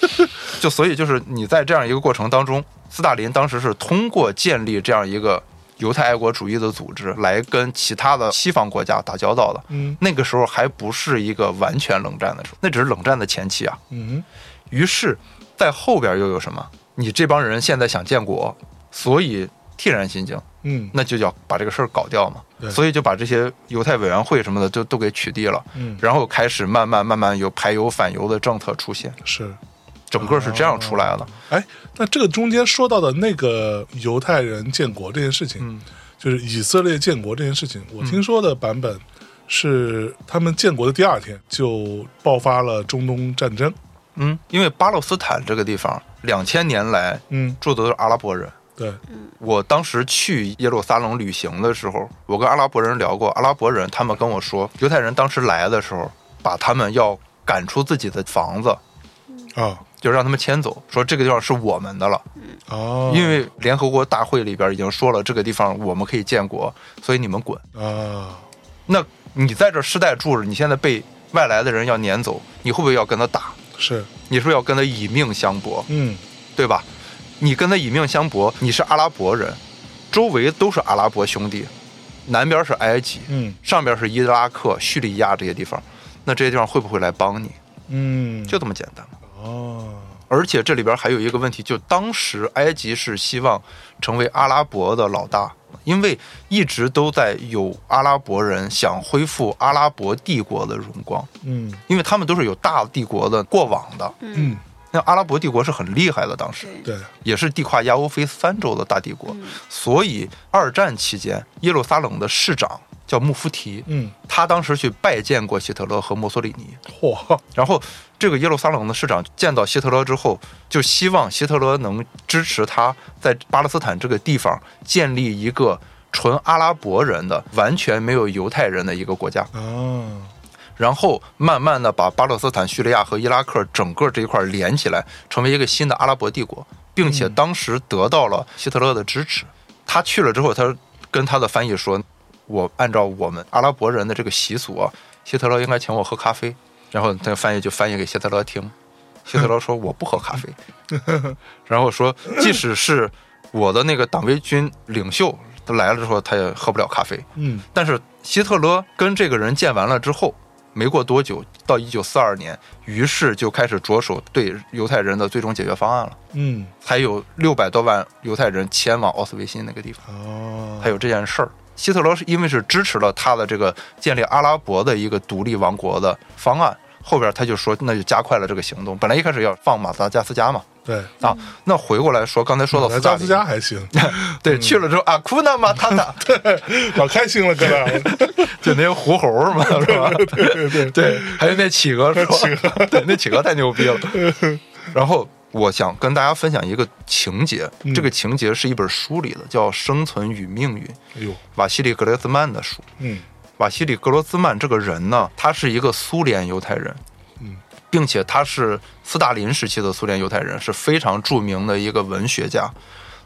[SPEAKER 1] 就所以就是你在这样一个过程当中，斯大林当时是通过建立这样一个犹太爱国主义的组织来跟其他的西方国家打交道的。
[SPEAKER 3] 嗯
[SPEAKER 1] 那个时候还不是一个完全冷战的时候，那只是冷战的前期啊。
[SPEAKER 3] 嗯
[SPEAKER 1] 于是，在后边又有什么？你这帮人现在想建国，所以惕然心惊，
[SPEAKER 3] 哼，嗯
[SPEAKER 1] 那就要把这个事儿搞掉嘛
[SPEAKER 3] 对。
[SPEAKER 1] 所以就把这些犹太委员会什么的就都给取缔了，
[SPEAKER 3] 嗯，
[SPEAKER 1] 然后开始慢慢慢慢有排犹反犹的政策出现，
[SPEAKER 3] 是。
[SPEAKER 1] 整个是这样出来的。
[SPEAKER 3] 哎，那这个中间说到的那个犹太人建国这件事情，
[SPEAKER 1] 嗯
[SPEAKER 3] 就是以色列建国这件事情，我听说的版本是他们建国的第二天就爆发了中东战争。
[SPEAKER 1] 嗯，因为巴勒斯坦这个地方两千年来
[SPEAKER 3] 嗯，
[SPEAKER 1] 住的都是阿拉伯人。
[SPEAKER 3] 对，
[SPEAKER 1] 我当时去耶路撒冷旅行的时候，我跟阿拉伯人聊过，阿拉伯人他们跟我说，犹太人当时来的时候，把他们要赶出自己的房子，
[SPEAKER 3] 啊，
[SPEAKER 1] 就让他们迁走，说这个地方是我们的了，
[SPEAKER 3] 哦，
[SPEAKER 1] 因为联合国大会里边已经说了，这个地方我们可以建国，所以你们滚。
[SPEAKER 3] 啊，
[SPEAKER 1] 那你在这世代住着，你现在被外来的人要撵走，你会不会要跟他打？
[SPEAKER 3] 是，
[SPEAKER 1] 你是不是要跟他以命相搏，
[SPEAKER 3] 嗯，
[SPEAKER 1] 对吧？你跟他以命相搏，你是阿拉伯人，周围都是阿拉伯兄弟，南边是埃及，
[SPEAKER 3] 嗯，
[SPEAKER 1] 上边是伊拉克、叙利亚这些地方，那这些地方会不会来帮你？
[SPEAKER 3] 嗯，
[SPEAKER 1] 就这么简单。
[SPEAKER 3] 哦，
[SPEAKER 1] 而且这里边还有一个问题，就当时埃及是希望成为阿拉伯的老大，因为一直都在有阿拉伯人想恢复阿拉伯帝国的荣光，
[SPEAKER 3] 嗯，
[SPEAKER 1] 因为他们都是有大帝国的过往的。
[SPEAKER 3] 嗯，
[SPEAKER 1] 那阿拉伯帝国是很厉害的，当时
[SPEAKER 2] 对
[SPEAKER 3] 对，
[SPEAKER 1] 也是地跨亚欧非三洲的大帝国，所以二战期间，耶路撒冷的市长叫穆夫提，
[SPEAKER 3] 嗯，
[SPEAKER 1] 他当时去拜见过希特勒和墨索里尼，
[SPEAKER 3] 嚯，
[SPEAKER 1] 然后这个耶路撒冷的市长见到希特勒之后，就希望希特勒能支持他在巴勒斯坦这个地方建立一个纯阿拉伯人的、完全没有犹太人的一个国家，
[SPEAKER 3] 啊，
[SPEAKER 1] 然后慢慢的把巴勒斯坦、叙利亚和伊拉克整个这一块连起来，成为一个新的阿拉伯帝国，并且当时得到了希特勒的支持。他去了之后，他跟他的翻译说：“我按照我们阿拉伯人的这个习俗啊，希特勒应该请我喝咖啡。”然后那个翻译就翻译给希特勒听，希特勒说我不喝咖啡，然后说即使是我的那个党卫军领袖他来了之后，他也喝不了咖啡。
[SPEAKER 3] 嗯
[SPEAKER 1] 但是希特勒跟这个人见完了之后，没过多久，到一九四二年，于是就开始着手对犹太人的最终解决方案了。
[SPEAKER 3] 嗯，
[SPEAKER 1] 才有六百多万犹太人前往奥斯维辛那个地方，
[SPEAKER 3] 哦，
[SPEAKER 1] 才有这件事儿。希特勒是因为是支持了他的这个建立阿拉伯的一个独立王国的方案，后边他就说那就加快了这个行动。本来一开始要放马达加斯加嘛，
[SPEAKER 3] 对，
[SPEAKER 1] 啊，那回过来说刚才说到
[SPEAKER 3] 来
[SPEAKER 1] 斯
[SPEAKER 3] 扎
[SPEAKER 1] 大
[SPEAKER 3] 哦斯
[SPEAKER 1] 林，
[SPEAKER 3] 加嗯
[SPEAKER 1] (laughs)
[SPEAKER 3] 还行，
[SPEAKER 1] 对，去了之后啊，库纳马塔塔，
[SPEAKER 3] 老开心了，哥俩，
[SPEAKER 1] (laughs) 就那个狐猴嘛，是吧？ (laughs) 对对对还有那企鹅说， (laughs) 对，那企鹅太牛逼了。 (laughs) 然后我想跟大家分享一个情节，这个情节是一本书里的，叫《生存与命运》，
[SPEAKER 3] 哎呦，
[SPEAKER 1] 瓦西里格列兹曼的书。
[SPEAKER 3] 嗯
[SPEAKER 1] 瓦西里格罗兹曼这个人呢，他是一个苏联犹太人，
[SPEAKER 3] 嗯，
[SPEAKER 1] 并且他是斯大林时期的苏联犹太人，是非常著名的一个文学家。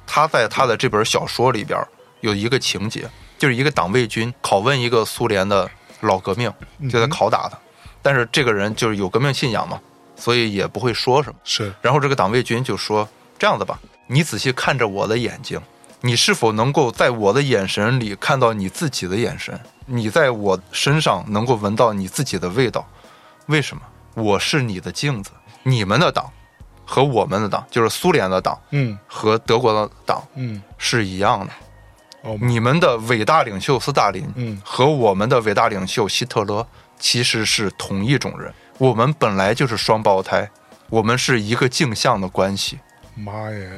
[SPEAKER 1] 他在他的这本小说里边有一个情节，就是一个党卫军拷问一个苏联的老革命，就在拷打他。但是这个人就是有革命信仰嘛，所以也不会说什么。
[SPEAKER 3] 是，
[SPEAKER 1] 然后这个党卫军就说：“这样子吧，你仔细看着我的眼睛，你是否能够在我的眼神里看到你自己的眼神？你在我身上能够闻到你自己的味道？为什么？我是你的镜子。你们的党和我们的党，就是苏联的党
[SPEAKER 3] 嗯
[SPEAKER 1] 和德国的党
[SPEAKER 3] 嗯，
[SPEAKER 1] 是一样的。
[SPEAKER 3] 哦，
[SPEAKER 1] 你们的伟大领袖斯大林，
[SPEAKER 3] 嗯
[SPEAKER 1] 和我们的伟大领袖希特勒其实是同一种人。我们本来就是双胞胎，我们是一个镜像的关系。
[SPEAKER 3] 妈耶，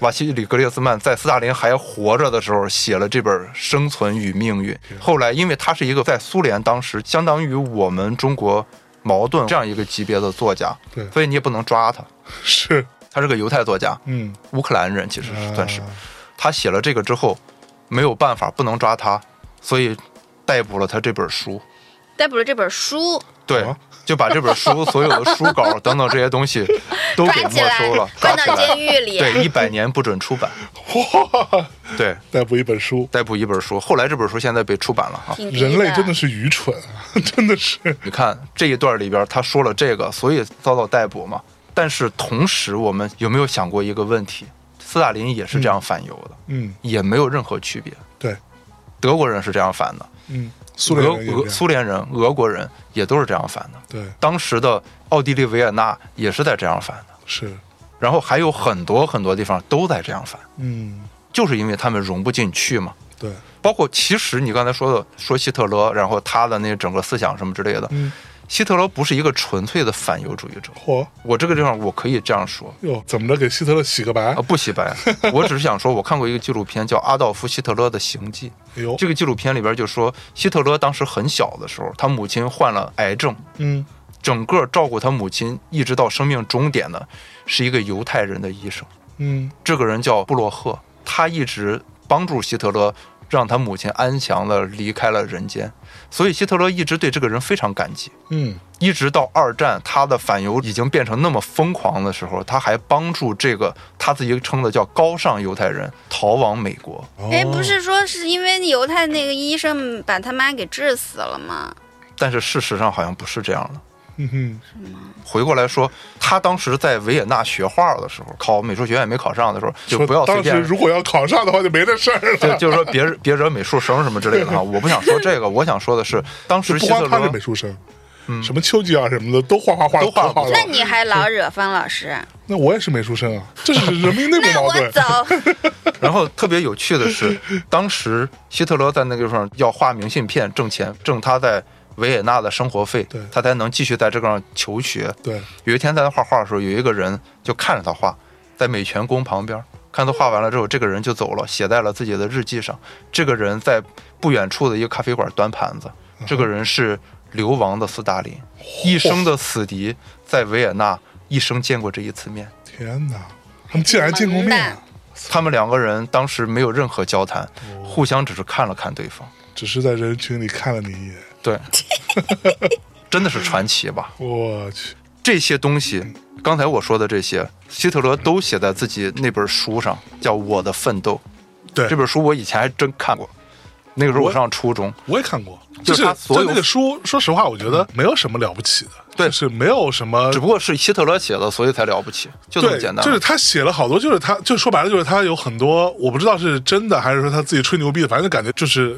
[SPEAKER 1] 瓦西里格列兹曼在斯大林还活着的时候写了这本《生存与命运》，后来因为他是一个在苏联当时相当于我们中国矛盾这样一个级别的作家
[SPEAKER 3] 对，
[SPEAKER 1] 所以你也不能抓他。
[SPEAKER 3] 是，
[SPEAKER 1] 他是个犹太作家，
[SPEAKER 3] 嗯，
[SPEAKER 1] 乌克兰人其实是算是。
[SPEAKER 3] 啊
[SPEAKER 1] 他写了这个之后，没有办法，不能抓他，所以逮捕了他这本书。
[SPEAKER 2] 逮捕了这本书，
[SPEAKER 1] 对
[SPEAKER 3] 啊，
[SPEAKER 1] 就把这本书所有的书
[SPEAKER 3] (laughs)
[SPEAKER 1] 稿等等这些东西都
[SPEAKER 2] 抓
[SPEAKER 1] 给
[SPEAKER 2] 起
[SPEAKER 1] 没
[SPEAKER 2] 来
[SPEAKER 1] 收了，，抓
[SPEAKER 2] (laughs) 关
[SPEAKER 1] 起
[SPEAKER 2] 到
[SPEAKER 1] 来
[SPEAKER 2] 监。狱里。
[SPEAKER 1] 对，一百年不准出版。
[SPEAKER 3] 哇，
[SPEAKER 1] 对，
[SPEAKER 3] 逮捕一本书，
[SPEAKER 1] 逮捕一本书，后来这本书现在被出版了哈。
[SPEAKER 2] 挺低
[SPEAKER 3] 人类真的
[SPEAKER 2] 的
[SPEAKER 3] 是愚蠢啊， (laughs) 真的是，
[SPEAKER 1] 你看这一段里边他说了这个，所以遭到逮捕嘛。但是同时，我们有没有想过一个问题？斯大林也是这样反犹的，
[SPEAKER 3] 嗯，
[SPEAKER 1] 也没有任何区别。
[SPEAKER 3] 对，
[SPEAKER 1] 德国人是这样反的，
[SPEAKER 3] 嗯，苏联人
[SPEAKER 1] 俄
[SPEAKER 3] 也这
[SPEAKER 1] 俄
[SPEAKER 3] 样，
[SPEAKER 1] 苏联人、俄国人也都是这样反的。
[SPEAKER 3] 对，
[SPEAKER 1] 当时的奥地利维也纳也是在这样反的，
[SPEAKER 3] 是，
[SPEAKER 1] 然后还有很多很多地方都在这样反，
[SPEAKER 3] 嗯，
[SPEAKER 1] 就是因为他们融不进去嘛。
[SPEAKER 3] 对，
[SPEAKER 1] 包括其实你刚才说的说希特勒，然后他的那整个思想什么之类的，
[SPEAKER 3] 嗯
[SPEAKER 1] 希特勒不是一个纯粹的反犹主义者。
[SPEAKER 3] 嚯，
[SPEAKER 1] 我这个地方我可以这样说
[SPEAKER 3] 哟，怎么着给希特勒洗个白
[SPEAKER 1] 啊，？ (laughs) 不洗白，我只是想说，我看过一个纪录片叫《阿道夫·希特勒的行迹》，
[SPEAKER 3] 哎呦，
[SPEAKER 1] 这个纪录片里边就说希特勒当时很小的时候，他母亲患了癌症，
[SPEAKER 3] 嗯，
[SPEAKER 1] 整个照顾他母亲一直到生命终点的是一个犹太人的医生，
[SPEAKER 3] 嗯，
[SPEAKER 1] 这个人叫布洛赫，他一直帮助希特勒，让他母亲安详的离开了人间，所以希特勒一直对这个人非常感激。
[SPEAKER 3] 嗯，
[SPEAKER 1] 一直到二战，他的反犹已经变成那么疯狂的时候，他还帮助这个他自己称的叫高尚犹太人逃往美国。
[SPEAKER 2] 哎，
[SPEAKER 3] 哦
[SPEAKER 2] 不，是说是因为犹太那个医生把他妈给治死了吗？
[SPEAKER 1] 但是事实上好像不是这样的。
[SPEAKER 3] 嗯哼，
[SPEAKER 1] 回过来说，他当时在维也纳学画的时候，考美术学院没考上的时候，就
[SPEAKER 3] 说
[SPEAKER 1] 不要随
[SPEAKER 3] 当时
[SPEAKER 1] 便
[SPEAKER 3] 如果要考上的话，就没这事儿
[SPEAKER 1] (laughs) 就
[SPEAKER 3] 了。
[SPEAKER 1] 就是说别惹别惹美术生什么之类的哈，我不想说这个，我想说的是，当时
[SPEAKER 3] 不
[SPEAKER 1] 希特
[SPEAKER 3] 光他是
[SPEAKER 1] 勒
[SPEAKER 3] 美术生，什么丘吉尔什么的都画画
[SPEAKER 1] 嗯
[SPEAKER 3] 画
[SPEAKER 1] 都画
[SPEAKER 3] 画了。
[SPEAKER 2] 那你还老惹方老师，
[SPEAKER 3] 那我也是美术生啊，这是人民内部
[SPEAKER 2] 那
[SPEAKER 3] 矛
[SPEAKER 2] 我
[SPEAKER 3] 盾。
[SPEAKER 2] 走。
[SPEAKER 1] (laughs) 然后特别有趣的是，当时希特勒在那个地方要画明信片挣钱，挣他在维也纳的生活费
[SPEAKER 3] 对，
[SPEAKER 1] 他才能继续在这个上求学。
[SPEAKER 3] 对，
[SPEAKER 1] 有一天在他画画的时候，有一个人就看着他画，在美泉宫旁边。看他画完了之后，这个人就走了，写在了自己的日记上。这个人在不远处的一个咖啡馆端盘子。这个人是流亡的斯大林，一生的死敌，在维也纳一生见过这一次面。
[SPEAKER 3] 天哪，他们竟然见过面啊，
[SPEAKER 1] 他们两个人当时没有任何交谈，互相只是看了看对方。
[SPEAKER 3] 只是在人群里看了你一眼。
[SPEAKER 1] 对，真的是传奇吧？
[SPEAKER 3] 我去，
[SPEAKER 1] 这些东西，刚才我说的这些，希特勒都写在自己那本书上，叫《我的奋斗》。
[SPEAKER 3] 对
[SPEAKER 1] 这本书我以前还真看过，那个时候我上初中，
[SPEAKER 3] 我也看过，
[SPEAKER 1] 就是是他所有
[SPEAKER 3] 那个书，说实话，我觉得没有什么了不起的，
[SPEAKER 1] 对
[SPEAKER 3] 就是没有什么
[SPEAKER 1] 只不过是希特勒写的，所以才了不起，就这么
[SPEAKER 3] 对，
[SPEAKER 1] 简单。
[SPEAKER 3] 就是他写了好多，就是他，就说白了，就是他有很多，我不知道是真的还是说他自己吹牛逼的，反正感觉就是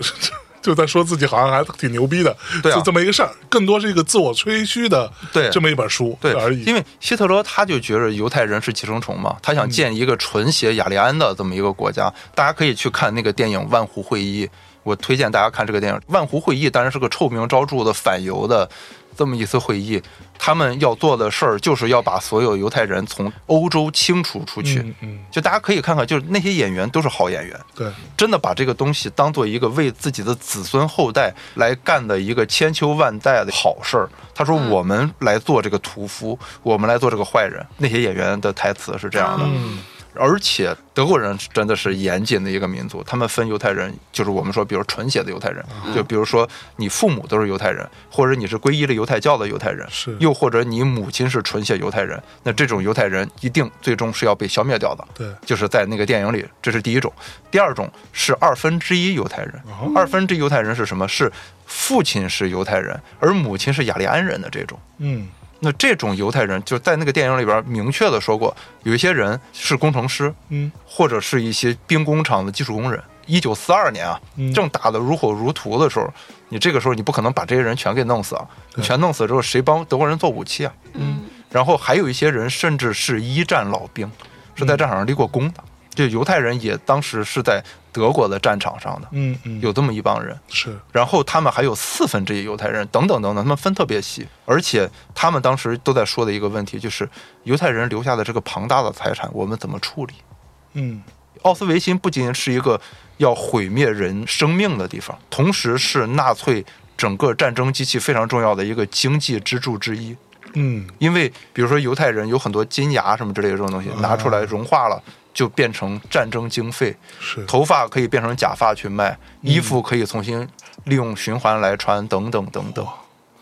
[SPEAKER 3] 就在说自己好像还挺牛逼的，
[SPEAKER 1] 对啊
[SPEAKER 3] 就这么一个事儿，更多是一个自我吹嘘的，
[SPEAKER 1] 对
[SPEAKER 3] 这么一本书
[SPEAKER 1] 对
[SPEAKER 3] 而已。
[SPEAKER 1] 因为希特勒他就觉得犹太人是寄生虫嘛，他
[SPEAKER 3] 嗯
[SPEAKER 1] 想建一个纯写雅利安的这么一个国家。大家可以去看那个电影《万湖会议》，我推荐大家看这个电影《万湖会议》，当然是个臭名昭著的反犹的这么一次会议。他们要做的事儿就是要把所有犹太人从欧洲清除出去。
[SPEAKER 3] 嗯嗯，
[SPEAKER 1] 就大家可以看看，就是那些演员都是好演员，
[SPEAKER 3] 对，
[SPEAKER 1] 真的把这个东西当做一个为自己的子孙后代来干的一个千秋万代的好事儿。他说：“我们来做这个屠夫，
[SPEAKER 3] 嗯
[SPEAKER 1] 我们来做这个坏人。”那些演员的台词是这样的。
[SPEAKER 3] 嗯
[SPEAKER 1] 而且德国人真的是严谨的一个民族，他们分犹太人，就是我们说，比如纯血的犹太人，
[SPEAKER 3] 嗯
[SPEAKER 1] 就比如说你父母都是犹太人，或者你是皈依了犹太教的犹太人，
[SPEAKER 3] 是
[SPEAKER 1] 又或者你母亲是纯血犹太人，那这种犹太人一定最终是要被消灭掉的。
[SPEAKER 3] 对，
[SPEAKER 1] 就是在那个电影里，这是第一种。第二种是二分之一犹太人，
[SPEAKER 3] 哦
[SPEAKER 1] 二分之一犹太人是什么？是父亲是犹太人，而母亲是雅利安人的这种。
[SPEAKER 3] 嗯
[SPEAKER 1] 那这种犹太人，就在那个电影里边明确的说过，有一些人是工程师，
[SPEAKER 3] 嗯
[SPEAKER 1] 或者是一些兵工厂的技术工人。一九四二年啊
[SPEAKER 3] 嗯，
[SPEAKER 1] 正打得如火如荼的时候，你这个时候你不可能把这些人全给弄死啊！你全弄死之后，谁帮德国人做武器啊？
[SPEAKER 2] 嗯
[SPEAKER 1] 然后还有一些人甚至是一战老兵，是在战场上立过功的。这犹太人也当时是在德国的战场上的，
[SPEAKER 3] 嗯嗯，
[SPEAKER 1] 有这么一帮人。
[SPEAKER 3] 是
[SPEAKER 1] 然后他们还有四分之一犹太人，等等等等，他们分特别细。而且他们当时都在说的一个问题就是，犹太人留下的这个庞大的财产，我们怎么处理？
[SPEAKER 3] 嗯
[SPEAKER 1] 奥斯维辛不仅仅是一个要毁灭人生命的地方，同时是纳粹整个战争机器非常重要的一个经济支柱之一。
[SPEAKER 3] 嗯
[SPEAKER 1] 因为比如说犹太人有很多金牙什么之类的这种东西，拿出来融化了。就变成战争经费，
[SPEAKER 3] 是
[SPEAKER 1] 头发可以变成假发去卖，衣服可以重新利用循环来穿，等等等等，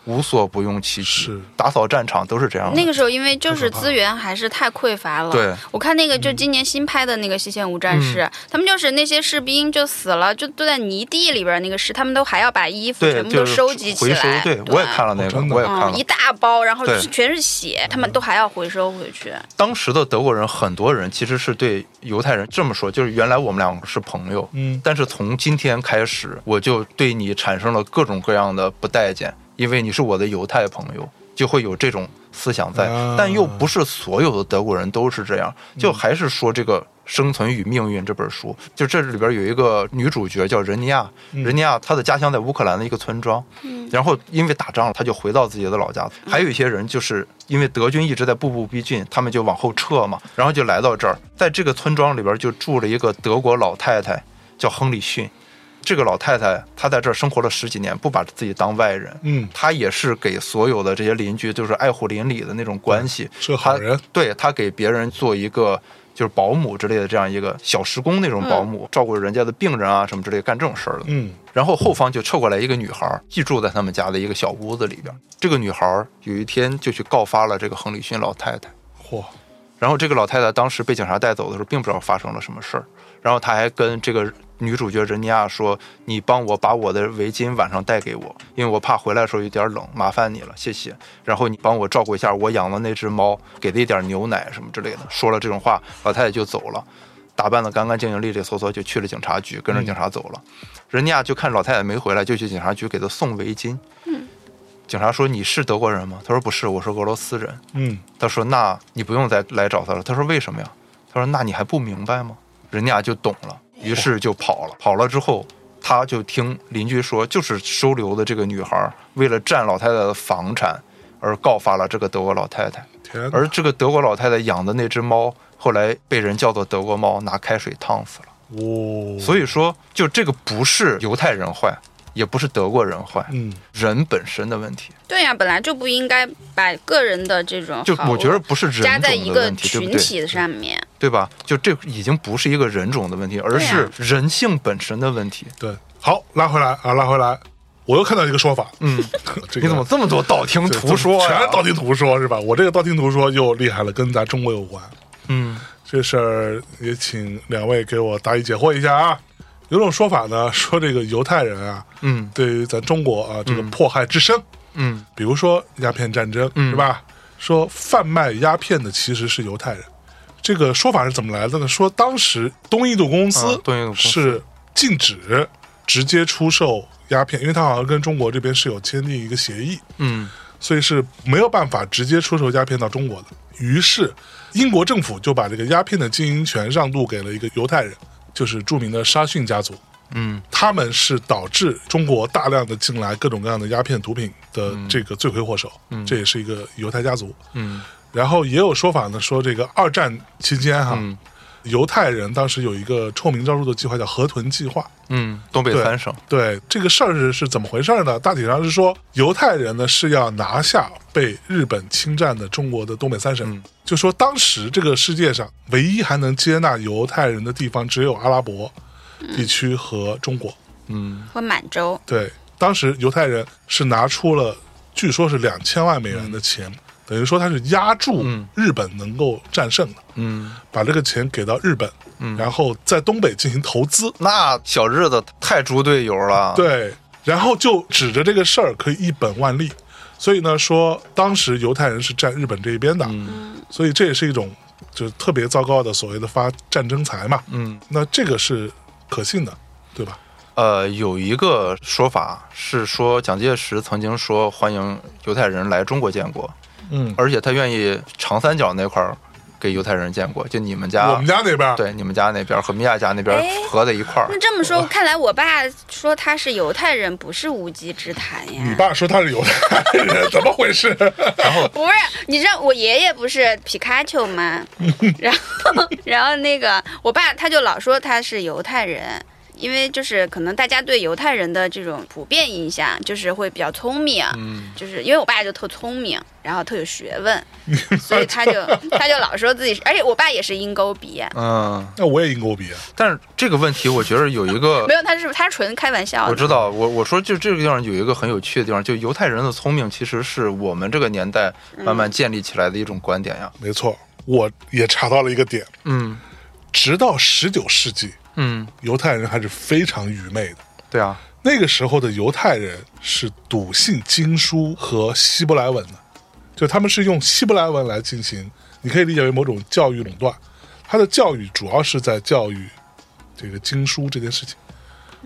[SPEAKER 1] 无所不用其极
[SPEAKER 3] 是。
[SPEAKER 1] 打扫战场都是这样的。嗯
[SPEAKER 2] 那个时候，因为就是
[SPEAKER 3] 太可怕
[SPEAKER 2] 资源还是太匮乏了。
[SPEAKER 1] 对，
[SPEAKER 2] 我看那个就今年新拍的那个《西线无
[SPEAKER 1] 嗯
[SPEAKER 2] 战事》他们就是那些士兵就死了，就都在泥地里边那个尸，他们都还要把衣服全
[SPEAKER 1] 对，
[SPEAKER 2] 部
[SPEAKER 1] 就
[SPEAKER 2] 都
[SPEAKER 1] 是
[SPEAKER 2] 收集起
[SPEAKER 1] 回收
[SPEAKER 2] 来。。
[SPEAKER 1] 对，我也看
[SPEAKER 2] 了。
[SPEAKER 1] 了那个
[SPEAKER 3] 哦真，的
[SPEAKER 1] 我也看了
[SPEAKER 2] 嗯，一。大包，然后
[SPEAKER 1] 对嗯
[SPEAKER 2] 全是血，他们都还要回收回去。
[SPEAKER 1] 当时的德国人，很多人其实是对犹太人这么说，就是原来我们两个是朋友，
[SPEAKER 3] 嗯
[SPEAKER 1] 但是从今天开始，我就对你产生了各种各样的不待见，因为你是我的犹太朋友，就会有这种思想在。
[SPEAKER 3] 啊嗯
[SPEAKER 1] 但又不是所有的德国人都是这样，就还是说这个。《生存与命运》这本书，就这里边有一个女主角叫任尼亚，
[SPEAKER 3] 嗯
[SPEAKER 1] 任尼亚她的家乡在乌克兰的一个村庄，然后因为打仗了，她就回到自己的老家。
[SPEAKER 3] 嗯
[SPEAKER 1] 还有一些人就是因为德军一直在步步逼近，他们就往后撤嘛，然后就来到这儿，在这个村庄里边就住了一个德国老太太，叫亨利逊。这个老太太她在这儿生活了十几年，不把自己当外人。
[SPEAKER 3] 嗯
[SPEAKER 1] 她也是给所有的这些邻居就是爱护邻里的那种关系。
[SPEAKER 3] 是个好人
[SPEAKER 1] 她对她给别人做一个就是保姆之类的这样一个小时工那种保姆，照顾人家的病人啊什么之类的干这种事儿的。
[SPEAKER 3] 嗯
[SPEAKER 1] 然后后方就凑过来一个女孩儿，寄住在他们家的一个小屋子里边。这个女孩儿有一天就去告发了这个亨利逊老太太。
[SPEAKER 3] 嚯
[SPEAKER 1] 然后这个老太太当时被警察带走的时候，并不知道发生了什么事儿。然后她还跟这个女主角任尼亚说：“你帮我把我的围巾晚上带给我，因为我怕回来的时候有点冷，麻烦你了，谢谢。然后你帮我照顾一下我养的那只猫，给了一点牛奶什么之类的。”说了这种话，老太太就走了，打扮得干干净净、利利索索就去了警察局，跟着警察走了。任尼亚就看老太太没回来，就去警察局给她送围巾。警察说：“你是德国人吗？”她说：“不是，我是俄罗斯人。”
[SPEAKER 3] 嗯
[SPEAKER 1] 他说：“那你不用再来找他了。”他说：“为什么呀？”他说：“那你还不明白吗？”人家就懂了，于是就跑了。跑了之后，他就听邻居说，就是收留的这个女孩为了占老太太的房产而告发了这个德国老太太，
[SPEAKER 3] 天哪
[SPEAKER 1] 而这个德国老太太养的那只猫后来被人叫做德国猫，拿开水烫死了。
[SPEAKER 3] 哦，
[SPEAKER 1] 所以说，就这个不是犹太人坏，也不是德国人坏，
[SPEAKER 3] 嗯
[SPEAKER 1] 人本身的问题。
[SPEAKER 2] 对呀、本来就不应该把个人的这种
[SPEAKER 1] 就
[SPEAKER 2] 好
[SPEAKER 1] 我觉得不是人
[SPEAKER 2] 加
[SPEAKER 1] 种
[SPEAKER 2] 在一
[SPEAKER 1] 的
[SPEAKER 2] 个
[SPEAKER 1] 问题，对不
[SPEAKER 2] 群
[SPEAKER 1] 对？
[SPEAKER 2] 体上面。
[SPEAKER 1] 对吧？就这已经不是一个人种的问题，而
[SPEAKER 2] 对
[SPEAKER 1] 是
[SPEAKER 2] 呀
[SPEAKER 1] 人性本身的问题。
[SPEAKER 3] 对，好拉回来啊拉回来，我又看到一个说法，
[SPEAKER 1] 嗯，
[SPEAKER 3] 这个
[SPEAKER 1] 你怎么这么多道听 (laughs) 途说呀、
[SPEAKER 3] 全是道听途说是吧？我这个道听途说又厉害了，跟咱中国有关。
[SPEAKER 1] 嗯，
[SPEAKER 3] 这事儿也请两位给我答疑解惑一下啊。有种说法呢，说这个犹太人啊，
[SPEAKER 1] 嗯
[SPEAKER 3] 对于咱中国啊这个迫害之深，
[SPEAKER 1] 嗯
[SPEAKER 3] 比如说鸦片战争，
[SPEAKER 1] 嗯
[SPEAKER 3] 是吧？说贩卖鸦片的其实是犹太人，这个说法是怎么来的呢？说当时东印度公司
[SPEAKER 1] 啊东印度公司
[SPEAKER 3] 是禁止直接出售鸦片，因为它好像跟中国这边是有签订一个协议，
[SPEAKER 1] 嗯
[SPEAKER 3] 所以是没有办法直接出售鸦片到中国的。于是，英国政府就把这个鸦片的经营权让渡给了一个犹太人，就是著名的沙逊家族。
[SPEAKER 1] 嗯
[SPEAKER 3] 他们是导致中国大量的进来各种各样的鸦片毒品的这个罪魁祸首，这也是一个犹太家族。
[SPEAKER 1] 嗯
[SPEAKER 3] 然后也有说法呢，说这个二战期间哈，
[SPEAKER 1] 嗯
[SPEAKER 3] 犹太人当时有一个臭名昭著的计划叫河豚计划。
[SPEAKER 1] 嗯，东北
[SPEAKER 3] 对
[SPEAKER 1] 三省，
[SPEAKER 3] 对这个事儿是是怎么回事呢？大体上是说，犹太人呢是要拿下被日本侵占的中国的东北三省。
[SPEAKER 1] 嗯
[SPEAKER 3] 就说当时这个世界上唯一还能接纳犹太人的地方，只有阿拉伯地区和中国。
[SPEAKER 1] 嗯
[SPEAKER 2] 和满洲，
[SPEAKER 3] 对，当时犹太人是拿出了，据说是两千万美元的钱，等于说他是压住
[SPEAKER 1] 嗯
[SPEAKER 3] 日本能够战胜的，
[SPEAKER 1] 嗯，
[SPEAKER 3] 把这个钱给到日本，然后在东北进行投资。
[SPEAKER 1] 那小日子太猪队友了，，
[SPEAKER 3] 对，然后就指着这个事儿可以一本万利。所以呢，说当时犹太人是站日本这一边的，
[SPEAKER 1] 嗯
[SPEAKER 3] 所以这也是一种就是特别糟糕的所谓的发战争财嘛。
[SPEAKER 1] 嗯。
[SPEAKER 3] 那这个是可信的，对吧？
[SPEAKER 1] 呃，有一个说法是说，蒋介石曾经说欢迎犹太人来中国建国，
[SPEAKER 3] 嗯，
[SPEAKER 1] 而且他愿意长三角那块儿给犹太人建国，就你们家，
[SPEAKER 3] 我们家那边儿
[SPEAKER 1] 对你们家那边儿和米娅家那边儿
[SPEAKER 2] 哎
[SPEAKER 1] 合在一块儿
[SPEAKER 2] 那。这么说，看来我爸说他是犹太人，不是无稽之谈呀。
[SPEAKER 3] (laughs) 你爸说他是犹太人， (laughs) 怎么回事？
[SPEAKER 2] 不是，你知道我爷爷不是皮卡丘吗？然后，然后那个我爸他就老说他是犹太人，因为就是可能大家对犹太人的这种普遍印象就是会比较聪明，
[SPEAKER 1] 嗯
[SPEAKER 2] 就是因为我爸就特聪明，然后特有学问，所以他就他就老说自己是，而且我爸也是鹰钩鼻，
[SPEAKER 1] 嗯，
[SPEAKER 3] 那我也鹰钩鼻啊，
[SPEAKER 1] 但是这个问题，我觉得有一个
[SPEAKER 2] 没有，他是他纯开玩笑
[SPEAKER 1] 我
[SPEAKER 2] 的。
[SPEAKER 1] 知道，我我说就这个地方有一个很有趣的地方，就犹太人的聪明其实是我们这个年代慢慢建立起来的一种观点呀。
[SPEAKER 3] 没错，我也查到了一个点，
[SPEAKER 1] 嗯
[SPEAKER 3] 直到十九世纪，
[SPEAKER 1] 嗯，
[SPEAKER 3] 犹太人还是非常愚昧的。
[SPEAKER 1] 对啊，
[SPEAKER 3] 那个时候的犹太人是笃信经书和希伯来文的，就他们是用希伯来文来进行，你可以理解为某种教育垄断。他的教育主要是在教育这个经书这件事情，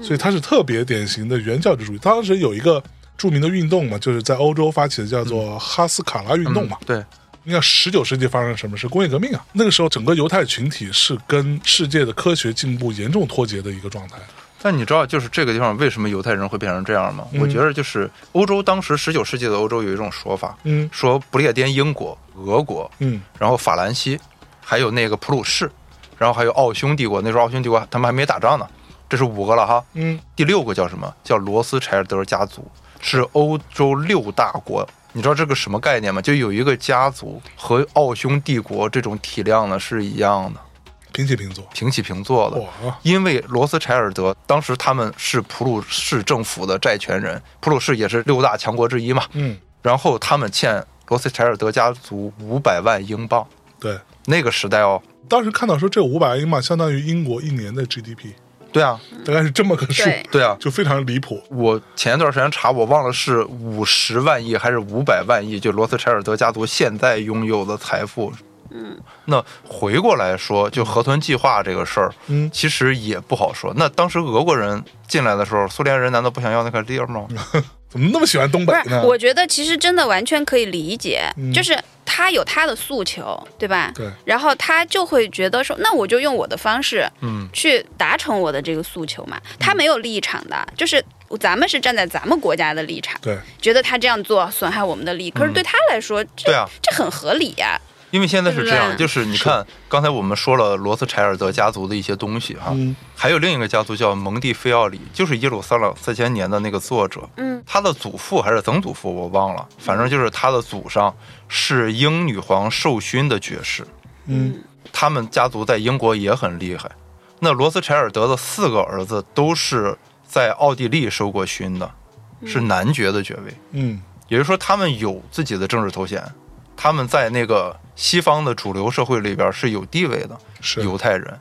[SPEAKER 3] 所以他是特别典型的原教旨主义。当时有一个著名的运动嘛，就是在欧洲发起的，叫做哈斯卡拉运动嘛。
[SPEAKER 1] 嗯对，
[SPEAKER 3] 你看，十九世纪发生什么事？工业革命啊，那个时候整个犹太群体是跟世界的科学进步严重脱节的一个状态。
[SPEAKER 1] 但你知道，就是这个地方为什么犹太人会变成这样吗？我觉得就是欧洲当时十九世纪的欧洲有一种说法，
[SPEAKER 3] 嗯
[SPEAKER 1] 说不列颠英国、俄国，
[SPEAKER 3] 嗯
[SPEAKER 1] 然后法兰西，还有那个普鲁士，然后还有奥匈帝国。那时候奥匈帝国他们还没打仗呢，这是五个了哈。
[SPEAKER 3] 嗯，
[SPEAKER 1] 第六个叫什么？叫罗斯柴尔德家族，是欧洲六大国。你知道这个什么概念吗？就有一个家族和奥匈帝国这种体量呢是一样的，
[SPEAKER 3] 平起平坐。
[SPEAKER 1] 平起平坐的。
[SPEAKER 3] 哇，
[SPEAKER 1] 因为罗斯柴尔德当时他们是普鲁士政府的债权人，普鲁士也是六大强国之一嘛。
[SPEAKER 3] 嗯，
[SPEAKER 1] 然后他们欠罗斯柴尔德家族五百万英镑，
[SPEAKER 3] 对，
[SPEAKER 1] 那个时代哦，
[SPEAKER 3] 当时看到说这五百英镑相当于英国一年的 GDP，
[SPEAKER 1] 对啊，
[SPEAKER 3] 大概是这么个数，
[SPEAKER 2] 嗯对
[SPEAKER 1] 对啊。
[SPEAKER 3] 就非常离谱。
[SPEAKER 1] 我前一段时间查，我忘了是五十万亿还是五百万亿，就罗斯柴尔德家族现在拥有的财富。
[SPEAKER 2] 嗯，
[SPEAKER 1] 那回过来说，就河豚计划这个事儿，
[SPEAKER 3] 嗯
[SPEAKER 1] 其实也不好说。那当时俄国人进来的时候，苏联人难道不想要那块地儿吗？
[SPEAKER 3] 怎么那么喜欢东北
[SPEAKER 2] 不是
[SPEAKER 3] 呢，？
[SPEAKER 2] 我觉得其实真的完全可以理解，
[SPEAKER 3] 嗯
[SPEAKER 2] 就是他有他的诉求，对吧？
[SPEAKER 3] 对，
[SPEAKER 2] 然后他就会觉得说，那我就用我的方式
[SPEAKER 1] 嗯
[SPEAKER 2] 去达成我的这个诉求嘛。他没有立场的，就是咱们是站在咱们国家的立场，
[SPEAKER 3] 对，
[SPEAKER 2] 觉得他这样做损害我们的利益，可是对他来说，
[SPEAKER 1] 对
[SPEAKER 2] 这
[SPEAKER 1] 啊，
[SPEAKER 2] 这很合理呀、
[SPEAKER 1] 因为现在是这样，
[SPEAKER 2] 对不对
[SPEAKER 1] 就是你看刚才我们说了罗斯柴尔德家族的一些东西哈，
[SPEAKER 3] 嗯
[SPEAKER 1] 还有另一个家族叫蒙蒂菲奥里，就是《耶路撒冷四千年》的那个作者，
[SPEAKER 2] 嗯，
[SPEAKER 1] 他的祖父还是曾祖父我忘了，反正就是他的祖上是英女皇授勋的爵士，
[SPEAKER 3] 嗯
[SPEAKER 1] 他们家族在英国也很厉害。那罗斯柴尔德的四个儿子都是在奥地利受过勋的，是男爵的爵位。
[SPEAKER 3] 嗯
[SPEAKER 1] 也就是说，他们有自己的政治头衔，他们在那个西方的主流社会里边是有地位的
[SPEAKER 3] 是
[SPEAKER 1] 犹太人，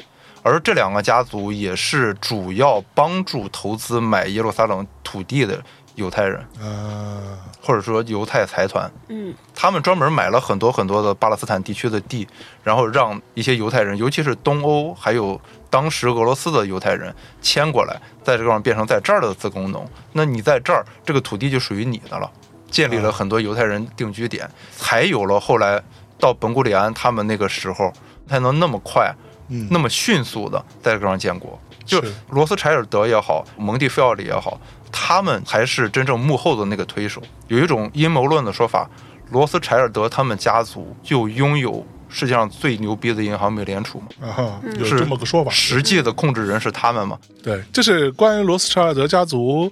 [SPEAKER 1] 而这两个家族也是主要帮助投资买耶路撒冷土地的犹太人，
[SPEAKER 3] 啊，
[SPEAKER 1] 或者说犹太财团。
[SPEAKER 2] 嗯
[SPEAKER 1] 他们专门买了很多很多的巴勒斯坦地区的地，然后让一些犹太人，尤其是东欧，还有当时俄罗斯的犹太人迁过来，在这个地方变成在这儿的自工农。那你在这儿，这个土地就属于你的了。建立了很多犹太人定居点，才有了后来到本古里安他们那个时候，才能那么快、
[SPEAKER 3] 嗯，
[SPEAKER 1] 那么迅速的在这个地方建国。就是罗斯柴尔德也好，蒙蒂菲奥里也好，他们才是真正幕后的那个推手。有一种阴谋论的说法，罗斯柴尔德他们家族就拥有世界上最牛逼的银行美联储嘛，
[SPEAKER 3] 啊哈，
[SPEAKER 2] 嗯
[SPEAKER 3] 有
[SPEAKER 1] 是
[SPEAKER 3] 这么个说法。
[SPEAKER 1] 实际的控制人是他们嘛？
[SPEAKER 3] 对，这是关于罗斯柴尔德家族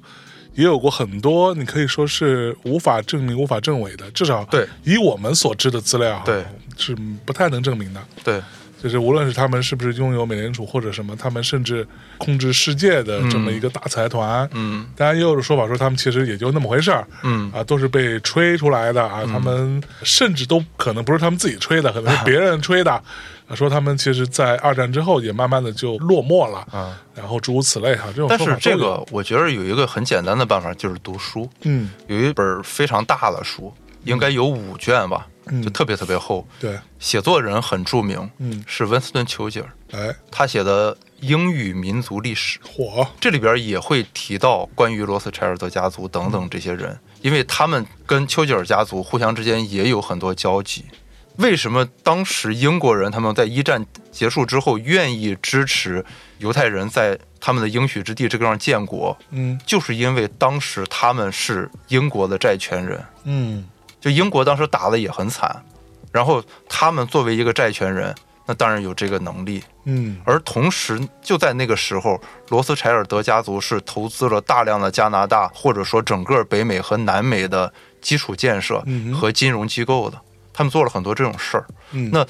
[SPEAKER 3] 也有过很多，你可以说是无法证明、无法证伪的，至少
[SPEAKER 1] 对
[SPEAKER 3] 以我们所知的资料，啊
[SPEAKER 1] 对
[SPEAKER 3] 是不太能证明的。
[SPEAKER 1] 对，
[SPEAKER 3] 就是无论是他们是不是拥有美联储或者什么，他们甚至控制世界的这么一个大财团，
[SPEAKER 1] 嗯
[SPEAKER 3] 当然也有说法说他们其实也就那么回事儿，
[SPEAKER 1] 嗯
[SPEAKER 3] 啊，都是被吹出来的啊，他们甚至都可能不是他们自己吹的，可能是别人吹的，啊说他们其实，在二战之后也慢慢的就落寞了，
[SPEAKER 1] 啊。
[SPEAKER 3] 然后诸如此类哈、这种
[SPEAKER 1] 但
[SPEAKER 3] 说
[SPEAKER 1] 是
[SPEAKER 3] 法
[SPEAKER 1] 这
[SPEAKER 3] 都有
[SPEAKER 1] 个，我觉得有一个很简单的办法，就是读书。
[SPEAKER 3] 嗯
[SPEAKER 1] 有一本非常大的书，应该有五卷吧，
[SPEAKER 3] 嗯
[SPEAKER 1] 就特别特别厚。
[SPEAKER 3] 对，
[SPEAKER 1] 写作人很著名，
[SPEAKER 3] 嗯
[SPEAKER 1] 是温斯顿·丘吉尔，
[SPEAKER 3] 哎
[SPEAKER 1] 他写的《英语民族历史》，
[SPEAKER 3] 火
[SPEAKER 1] 这里边也会提到关于罗斯柴尔德家族等等这些人，因为他们跟丘吉尔家族互相之间也有很多交集。为什么当时英国人他们在一战结束之后愿意支持犹太人在他们的应许之地这个地方建国？
[SPEAKER 3] 嗯
[SPEAKER 1] 就是因为当时他们是英国的债权人，
[SPEAKER 3] 嗯
[SPEAKER 1] 就英国当时打的也很惨，然后他们作为一个债权人，那当然有这个能力。
[SPEAKER 3] 嗯
[SPEAKER 1] 而同时，就在那个时候，罗斯柴尔德家族是投资了大量的加拿大或者说整个北美和南美的基础建设
[SPEAKER 3] 嗯哼
[SPEAKER 1] 和金融机构的，他们做了很多这种事儿。
[SPEAKER 3] 嗯，
[SPEAKER 1] 那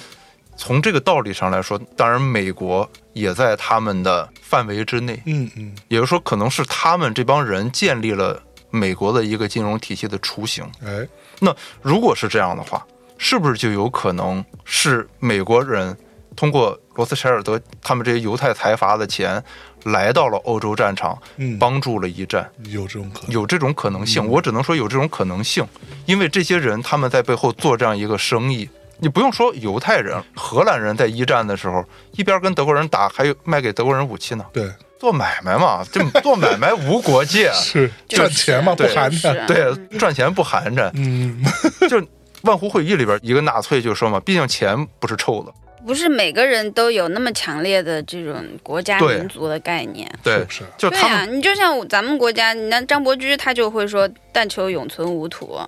[SPEAKER 1] 从这个道理上来说，当然美国也在他们的范围之内。
[SPEAKER 3] 嗯嗯
[SPEAKER 1] 也就是说，可能是他们这帮人建立了美国的一个金融体系的雏形。
[SPEAKER 3] 哎
[SPEAKER 1] 那如果是这样的话，是不是就有可能是美国人通过罗斯柴尔德他们这些犹太财阀的钱，来到了欧洲战场，
[SPEAKER 3] 嗯，
[SPEAKER 1] 帮助了一战？
[SPEAKER 3] 有这种可能，
[SPEAKER 1] 有这种可能性，我只能说有这种可能性，因为这些人他们在背后做这样一个生意。你不用说犹太人，荷兰人在一战的时候，一边跟德国人打，还有卖给德国人武器呢。
[SPEAKER 3] 对
[SPEAKER 1] 做买卖嘛，这做买卖无国界，
[SPEAKER 3] 是
[SPEAKER 2] 就是
[SPEAKER 3] 赚钱嘛，不
[SPEAKER 1] 对
[SPEAKER 3] 含
[SPEAKER 2] 就是
[SPEAKER 3] 的，
[SPEAKER 1] 对，赚钱不寒碜。
[SPEAKER 3] 嗯
[SPEAKER 1] 就万湖会议里边，一个纳粹就说嘛，毕竟钱不是臭的，
[SPEAKER 2] 不是每个人都有那么强烈的这种国家
[SPEAKER 1] 对
[SPEAKER 2] 民族的概念。
[SPEAKER 3] 是
[SPEAKER 1] 对
[SPEAKER 3] 不，是？
[SPEAKER 1] 就是
[SPEAKER 2] 对
[SPEAKER 1] 他
[SPEAKER 2] 啊，
[SPEAKER 1] 们
[SPEAKER 2] 你就像咱们国家，那张伯驹他就会说“但求永存无土”，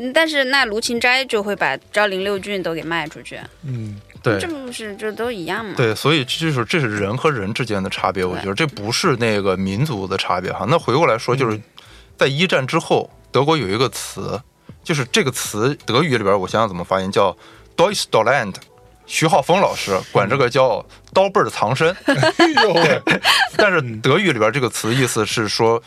[SPEAKER 2] 嗯但是那卢芹斋就会把昭陵六郡都给卖出去，
[SPEAKER 3] 嗯
[SPEAKER 1] 对
[SPEAKER 2] 这不是这都一样吗？
[SPEAKER 1] 对，所以这就是这是人和人之间的差别，我觉得这不是那个民族的差别哈。那回过来说，就是在一战之后，德国有一个词，就是这个词德语里边，我想想怎么发音，叫 Deutschland。徐浩峰老师管这个叫“刀背儿藏身”，
[SPEAKER 3] 哎呦喂，
[SPEAKER 1] (laughs) 但是德语里边这个词意思是说，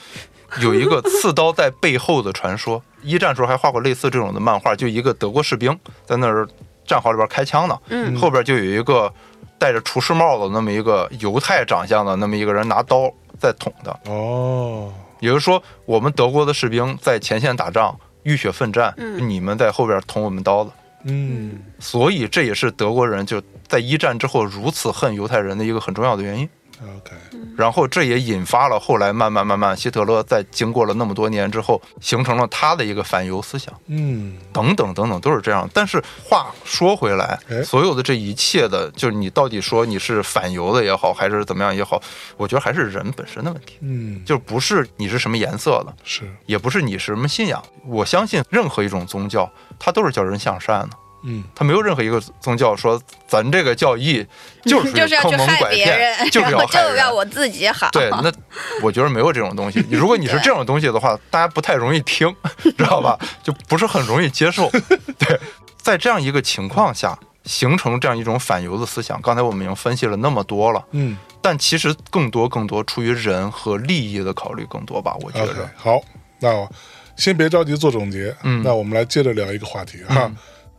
[SPEAKER 1] 有一个刺刀在背后的传说。一战时候还画过类似这种的漫画，就一个德国士兵在那儿战壕里边开枪呢，
[SPEAKER 2] 嗯
[SPEAKER 1] 后边就有一个戴着厨师帽的那么一个犹太长相的那么一个人拿刀在捅他。
[SPEAKER 3] 哦，
[SPEAKER 1] 也就是说，我们德国的士兵在前线打仗，浴血奋战，
[SPEAKER 2] 嗯
[SPEAKER 1] 你们在后边捅我们刀子。
[SPEAKER 3] 嗯
[SPEAKER 1] 所以这也是德国人就在一战之后如此恨犹太人的一个很重要的原因。
[SPEAKER 3] ，OK，
[SPEAKER 1] 然后这也引发了后来慢慢慢慢，希特勒在经过了那么多年之后，形成了他的一个反犹思想，
[SPEAKER 3] 嗯
[SPEAKER 1] 等等等等都是这样。但是话说回来
[SPEAKER 3] 哎，
[SPEAKER 1] 所有的这一切的，就是你到底说你是反犹的也好，还是怎么样也好，我觉得还是人本身的问题，
[SPEAKER 3] 嗯，
[SPEAKER 1] 就不是你是什么颜色的，
[SPEAKER 3] 是，
[SPEAKER 1] 也不是你是什么信仰。我相信任何一种宗教，它都是叫人向善的。
[SPEAKER 3] 嗯
[SPEAKER 1] 他没有任何一个宗教说咱这个教义就是
[SPEAKER 2] 就是要去
[SPEAKER 1] 坑蒙
[SPEAKER 2] 害
[SPEAKER 1] 拐
[SPEAKER 2] 别人，
[SPEAKER 1] 骗，
[SPEAKER 2] (laughs)
[SPEAKER 1] 就是
[SPEAKER 2] 然
[SPEAKER 1] 要
[SPEAKER 2] 后
[SPEAKER 1] 害
[SPEAKER 2] 就
[SPEAKER 1] 人
[SPEAKER 2] 要。我自己好。
[SPEAKER 1] (laughs) 对，那我觉得没有这种东西。如果你是这种东西的话，大家不太容易听， (laughs) 知道吧？就不是很容易接受。对，在这样一个情况下，形成这样一种反犹的思想，刚才我们已经分析了那么多了，
[SPEAKER 3] 嗯
[SPEAKER 1] 但其实更多更多出于人和利益的考虑更多吧，我觉
[SPEAKER 3] ，OK，
[SPEAKER 1] 着。
[SPEAKER 3] 好，那我先别着急做总结，
[SPEAKER 1] 嗯
[SPEAKER 3] 那我们来接着聊一个话题哈，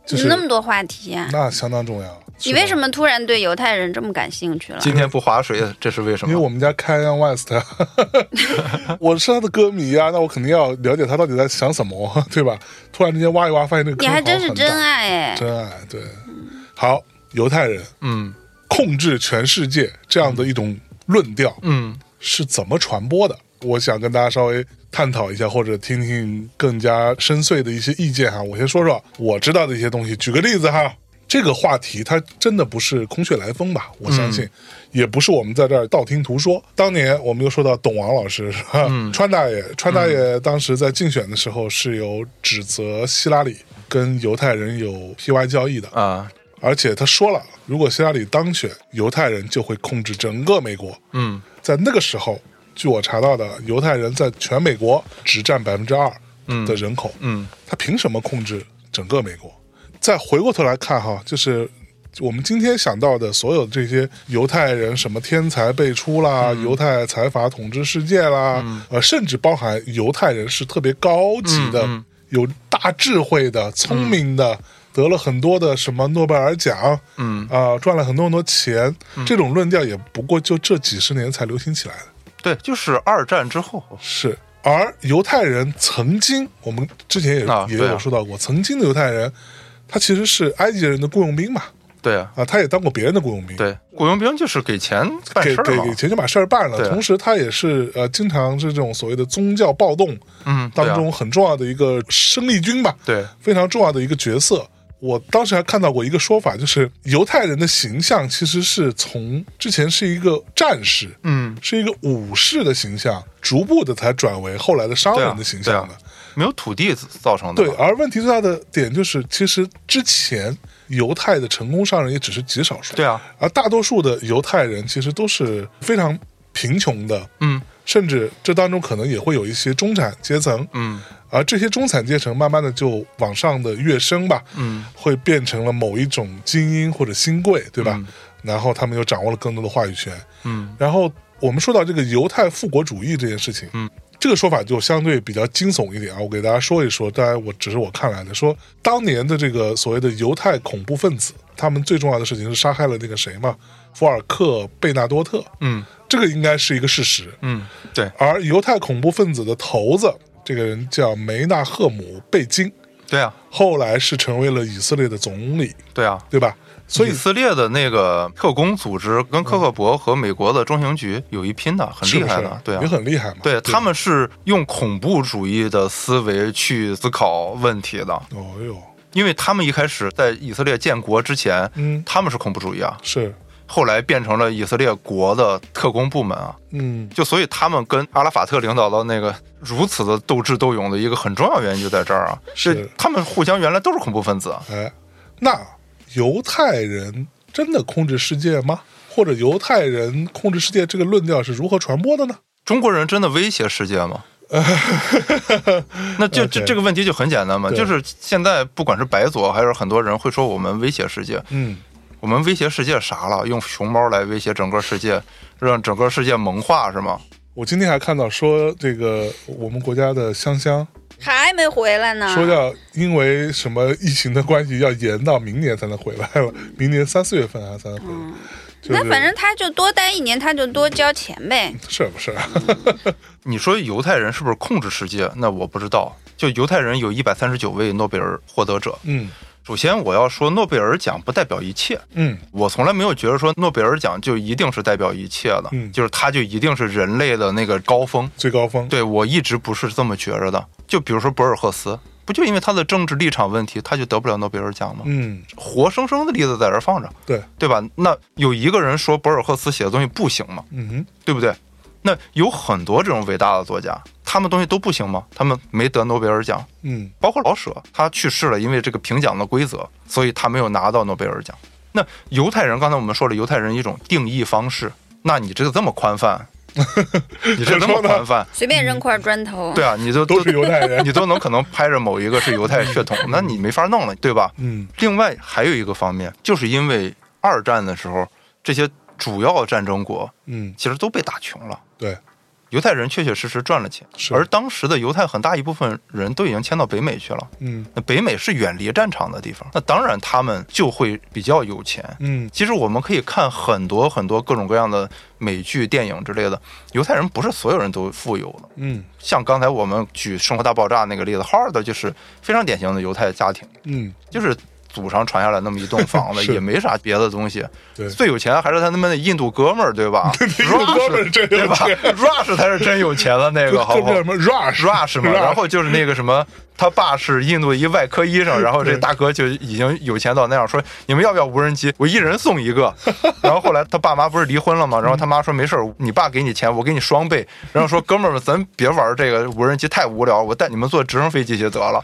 [SPEAKER 3] 就是
[SPEAKER 2] 那么多话题啊，
[SPEAKER 3] 那相当重要，去
[SPEAKER 2] 你
[SPEAKER 3] 了
[SPEAKER 2] 为什么突然对犹太人这么感兴趣了？
[SPEAKER 1] 今天不划水，这是为什
[SPEAKER 3] 因为
[SPEAKER 1] 么？
[SPEAKER 3] 我们家 Kanye West，我是他的歌迷啊，那我肯定要了解他到底在想什么，对吧？突然之间挖一挖，发现这
[SPEAKER 2] 你
[SPEAKER 3] 个坑
[SPEAKER 2] 还
[SPEAKER 3] 好
[SPEAKER 2] 真是
[SPEAKER 3] 很
[SPEAKER 2] 真
[SPEAKER 3] 大
[SPEAKER 2] 爱哎！
[SPEAKER 3] 真爱，对。好，犹太人
[SPEAKER 1] 嗯
[SPEAKER 3] 控制全世界这样的一种论调
[SPEAKER 1] 嗯
[SPEAKER 3] 是怎么传播的？我想跟大家稍微探讨一下，或者听听更加深邃的一些意见哈。我先说说我知道的一些东西，举个例子哈。这个话题它真的不是空穴来风吧？我相信，也不是我们在这儿道听途说。当年我们又说到董王老师是吧？川大爷，川大爷当时在竞选的时候是有指责希拉里跟犹太人有 PY 交易的，
[SPEAKER 1] 啊
[SPEAKER 3] 而且他说了，如果希拉里当选，犹太人就会控制整个美国。
[SPEAKER 1] 嗯
[SPEAKER 3] 在那个时候，据我查到的，犹太人在全美国只占百分之二的人口，
[SPEAKER 1] 嗯
[SPEAKER 3] 他凭什么控制整个美国？再回过头来看哈，就是我们今天想到的所有这些犹太人什么天才辈出啦，
[SPEAKER 1] 嗯
[SPEAKER 3] 犹太财阀统治世界啦，呃，甚至包含犹太人是特别高级的、
[SPEAKER 1] 嗯
[SPEAKER 3] 有大智慧的、聪明的。得了很多的什么诺贝尔奖，
[SPEAKER 1] 嗯，
[SPEAKER 3] 啊、赚了很多很多钱，这种论调也不过就这几十年才流行起来的。
[SPEAKER 1] 对，就是二战之后，
[SPEAKER 3] 是。而犹太人曾经，我们之前也、
[SPEAKER 1] 啊
[SPEAKER 3] 也
[SPEAKER 1] 对啊
[SPEAKER 3] 有说到过，曾经的犹太人，他其实是埃及人的雇佣兵嘛，
[SPEAKER 1] 对啊，
[SPEAKER 3] 啊，他也当过别人的雇佣兵，
[SPEAKER 1] 对，雇佣兵就是给钱办
[SPEAKER 3] 给
[SPEAKER 1] 事
[SPEAKER 3] 给
[SPEAKER 1] 儿
[SPEAKER 3] 给
[SPEAKER 1] 嘛，
[SPEAKER 3] 钱就把事儿办
[SPEAKER 1] 对
[SPEAKER 3] 了。
[SPEAKER 1] 啊
[SPEAKER 3] 同时，他也是呃，经常是这种所谓的宗教暴动
[SPEAKER 1] 嗯，对
[SPEAKER 3] 当
[SPEAKER 1] 啊，
[SPEAKER 3] 中很重要的一个生力军吧，
[SPEAKER 1] 对，
[SPEAKER 3] 非常重要的一个角色。我当时还看到过一个说法，就是犹太人的形象其实是从之前是一个战士，
[SPEAKER 1] 嗯，
[SPEAKER 3] 是一个武士的形象，逐步的才转为后来的商
[SPEAKER 1] 对啊
[SPEAKER 3] 人的形象的
[SPEAKER 1] 对。没有土地造成的
[SPEAKER 3] 对
[SPEAKER 1] 嘛，，
[SPEAKER 3] 而问题最大的点就是，其实之前犹太的成功商人也只是极少数，
[SPEAKER 1] 对啊，
[SPEAKER 3] 而大多数的犹太人其实都是非常贫穷的，
[SPEAKER 1] 嗯
[SPEAKER 3] 甚至这当中可能也会有一些中产阶层，
[SPEAKER 1] 嗯
[SPEAKER 3] 而这些中产阶层慢慢的就往上的跃升吧，
[SPEAKER 1] 嗯，
[SPEAKER 3] 会变成了某一种精英或者新贵，对吧？然后他们又掌握了更多的话语权，
[SPEAKER 1] 嗯
[SPEAKER 3] 然后我们说到这个犹太复国主义这件事情，
[SPEAKER 1] 嗯，
[SPEAKER 3] 这个说法就相对比较惊悚一点啊。我给大家说一说，当然我只是我看来的，说当年的这个所谓的犹太恐怖分子，他们最重要的事情是杀害了那个谁嘛，福尔克贝纳多特，
[SPEAKER 1] 嗯
[SPEAKER 3] 这个应该是一个事实。
[SPEAKER 1] 嗯，对
[SPEAKER 3] 而犹太恐怖分子的头子，这个人叫梅纳赫姆·贝金，
[SPEAKER 1] 对啊
[SPEAKER 3] 后来是成为了以色列的总理，
[SPEAKER 1] 对啊，
[SPEAKER 3] 对吧？所以
[SPEAKER 1] 以色列的那个特工组织跟科克勃和美国的中情局有一拼的，很
[SPEAKER 3] 是
[SPEAKER 1] 厉
[SPEAKER 3] 不
[SPEAKER 1] 害
[SPEAKER 3] 是
[SPEAKER 1] 的，对啊
[SPEAKER 3] 也。很厉害嘛？
[SPEAKER 1] 对，他们是用恐怖主义的思维去思考问题的，
[SPEAKER 3] 哦哟，
[SPEAKER 1] 因为他们一开始在以色列建国之前，
[SPEAKER 3] 嗯，
[SPEAKER 1] 他们是恐怖主义啊，
[SPEAKER 3] 是，
[SPEAKER 1] 后来变成了以色列国的特工部门啊，
[SPEAKER 3] 嗯。
[SPEAKER 1] 就所以他们跟阿拉法特领导的那个如此的斗智斗勇的一个很重要原因就在这儿啊，
[SPEAKER 3] 是
[SPEAKER 1] 这他们互相原来都是恐怖分子啊，
[SPEAKER 3] 哎，那犹太人真的控制世界吗？或者犹太人控制世界这个论调是如何传播的呢？ (laughs)
[SPEAKER 1] 中国人真的威胁世界吗？ (laughs) 那就这
[SPEAKER 3] OK
[SPEAKER 1] 这个问题就很简单嘛，
[SPEAKER 3] 对
[SPEAKER 1] 就是现在不管是白左还是很多人会说我们威胁世界，
[SPEAKER 3] 嗯，
[SPEAKER 1] 我们威胁世界啥了？用熊猫来威胁整个世界，让整个世界萌化是吗？
[SPEAKER 3] 我今天还看到说这个我们国家的香香
[SPEAKER 2] 还没回来呢。
[SPEAKER 3] 说要因为什么疫情的关系要延到明年才能回来了，明年三四月份啊才能回来。就
[SPEAKER 2] 嗯
[SPEAKER 3] 是、
[SPEAKER 2] 那反正他就多待一年，他就多交钱
[SPEAKER 1] 嗯
[SPEAKER 2] 呗。
[SPEAKER 3] 是不啊是？
[SPEAKER 1] 你说犹太人是不是控制世界？那我不知道。就犹太人有一百三十九位诺贝尔获得者。
[SPEAKER 3] 嗯
[SPEAKER 1] 首先，我要说诺贝尔奖不代表一切。
[SPEAKER 3] 嗯
[SPEAKER 1] 我从来没有觉得说诺贝尔奖就一定是代表一切的，
[SPEAKER 3] 嗯
[SPEAKER 1] 就是它就一定是人类的那个高峰。
[SPEAKER 3] 最高峰
[SPEAKER 1] 对我一直不是这么觉着的。就比如说博尔赫斯，不就因为他的政治立场问题，他就得不了诺贝尔奖吗？
[SPEAKER 3] 嗯
[SPEAKER 1] 活生生的例子在这儿放着，
[SPEAKER 3] 对
[SPEAKER 1] 对吧？那有一个人说博尔赫斯写的东西不行吗？
[SPEAKER 3] 嗯哼
[SPEAKER 1] 对不对？那有很多这种伟大的作家，他们东西都不行吗？他们没得诺贝尔奖，
[SPEAKER 3] 嗯
[SPEAKER 1] 包括老舍，他去世了，因为这个评奖的规则，所以他没有拿到诺贝尔奖。那犹太人，刚才我们说了，犹太人一种定义方式，那你这个这么宽
[SPEAKER 3] (laughs)
[SPEAKER 1] 泛，你这个这么宽泛，
[SPEAKER 2] 随便扔块砖头。
[SPEAKER 1] 嗯对啊，你就
[SPEAKER 3] 都是犹太人。
[SPEAKER 1] 你都能可能拍着某一个是犹太血统，那你没法弄了，对吧？
[SPEAKER 3] 嗯
[SPEAKER 1] 另外还有一个方面，就是因为二战的时候，这些主要战争国
[SPEAKER 3] 嗯
[SPEAKER 1] 其实都被打穷了。
[SPEAKER 3] 对
[SPEAKER 1] 犹太人确确实实赚了钱，
[SPEAKER 3] 是
[SPEAKER 1] 而当时的犹太很大一部分人都已经迁到北美去了。
[SPEAKER 3] 嗯
[SPEAKER 1] 那北美是远离战场的地方，那当然他们就会比较有钱。
[SPEAKER 3] 嗯
[SPEAKER 1] 其实我们可以看很多很多各种各样的美剧、电影之类的，犹太人不是所有人都富有的。
[SPEAKER 3] 嗯
[SPEAKER 1] 像刚才我们举《生活大爆炸》那个例子，Howard 就是非常典型的犹太家庭，
[SPEAKER 3] 嗯，
[SPEAKER 1] 就是祖上传下来那么一栋房子，
[SPEAKER 3] (laughs) 是
[SPEAKER 1] 也没啥别的东西。
[SPEAKER 3] 对，
[SPEAKER 1] 最有钱还是他那的印度哥们儿，对
[SPEAKER 3] (laughs)
[SPEAKER 1] 吧
[SPEAKER 3] 印度哥们儿
[SPEAKER 1] ？Rush
[SPEAKER 3] 真有钱
[SPEAKER 1] 对吧？Rush 才是真有钱的
[SPEAKER 3] (laughs)
[SPEAKER 1] 那
[SPEAKER 3] 就
[SPEAKER 1] 个，好
[SPEAKER 3] 就
[SPEAKER 1] 不
[SPEAKER 3] 叫
[SPEAKER 1] 好
[SPEAKER 3] 什么 rush
[SPEAKER 1] ？Rush 嘛，然后就是那个什么，他爸是印度一外科医生，然后这
[SPEAKER 3] 对
[SPEAKER 1] 大哥就已经有钱到那样，说你们要不要无人机？我一人送一个。然后后来他爸妈不是离婚了吗？然后他妈说没事儿，你爸给你钱，我给你双倍。然后说哥们儿们，咱别玩这个无人机太无聊，我带你们坐直升飞机去得了。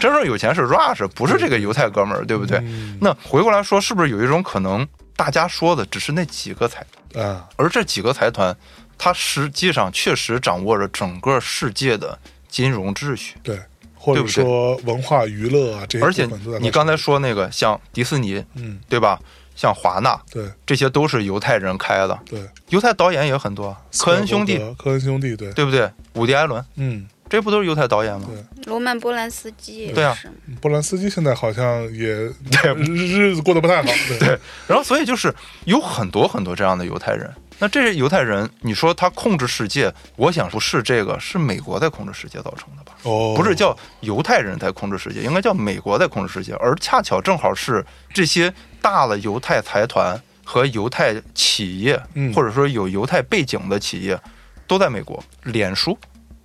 [SPEAKER 1] 真正有钱是 Rush，不是这个犹太哥们儿，对不对？那回过来说，是不是有一种可能，大家说的只是那几个财团
[SPEAKER 3] 啊，
[SPEAKER 1] 而这几个财团，它实际上确实掌握着整个世界的金融秩序。
[SPEAKER 3] 对，或者
[SPEAKER 1] 对不对
[SPEAKER 3] 说文化娱乐啊这些
[SPEAKER 1] 而且
[SPEAKER 3] 部分都在他手里，
[SPEAKER 1] 你刚才说那个，像迪士尼，
[SPEAKER 3] 嗯，
[SPEAKER 1] 对吧？像华纳，
[SPEAKER 3] 对
[SPEAKER 1] 这些都是犹太人开的。
[SPEAKER 3] 对，
[SPEAKER 1] 犹太导演也很多，科恩兄弟，，
[SPEAKER 3] 科恩兄弟，对，
[SPEAKER 1] 对不对？伍迪·艾伦，
[SPEAKER 3] 嗯，
[SPEAKER 1] 这不都是犹太导演吗
[SPEAKER 3] 对？
[SPEAKER 2] 罗曼波兰斯基也
[SPEAKER 1] 对啊
[SPEAKER 2] 是
[SPEAKER 3] 波兰斯基现在好像也
[SPEAKER 1] (laughs)
[SPEAKER 3] 对日子过得不太好，对，
[SPEAKER 1] 然后，所以就是有很多很多这样的犹太人。那这些犹太人，你说他控制世界，我想不是这个，是美国在控制世界造成的吧？
[SPEAKER 3] 哦，
[SPEAKER 1] 不是叫犹太人在控制世界，应该叫美国在控制世界，而恰巧正好是这些大的犹太财团和犹太企业，
[SPEAKER 3] 嗯
[SPEAKER 1] 或者说有犹太背景的企业，都在美国。脸书，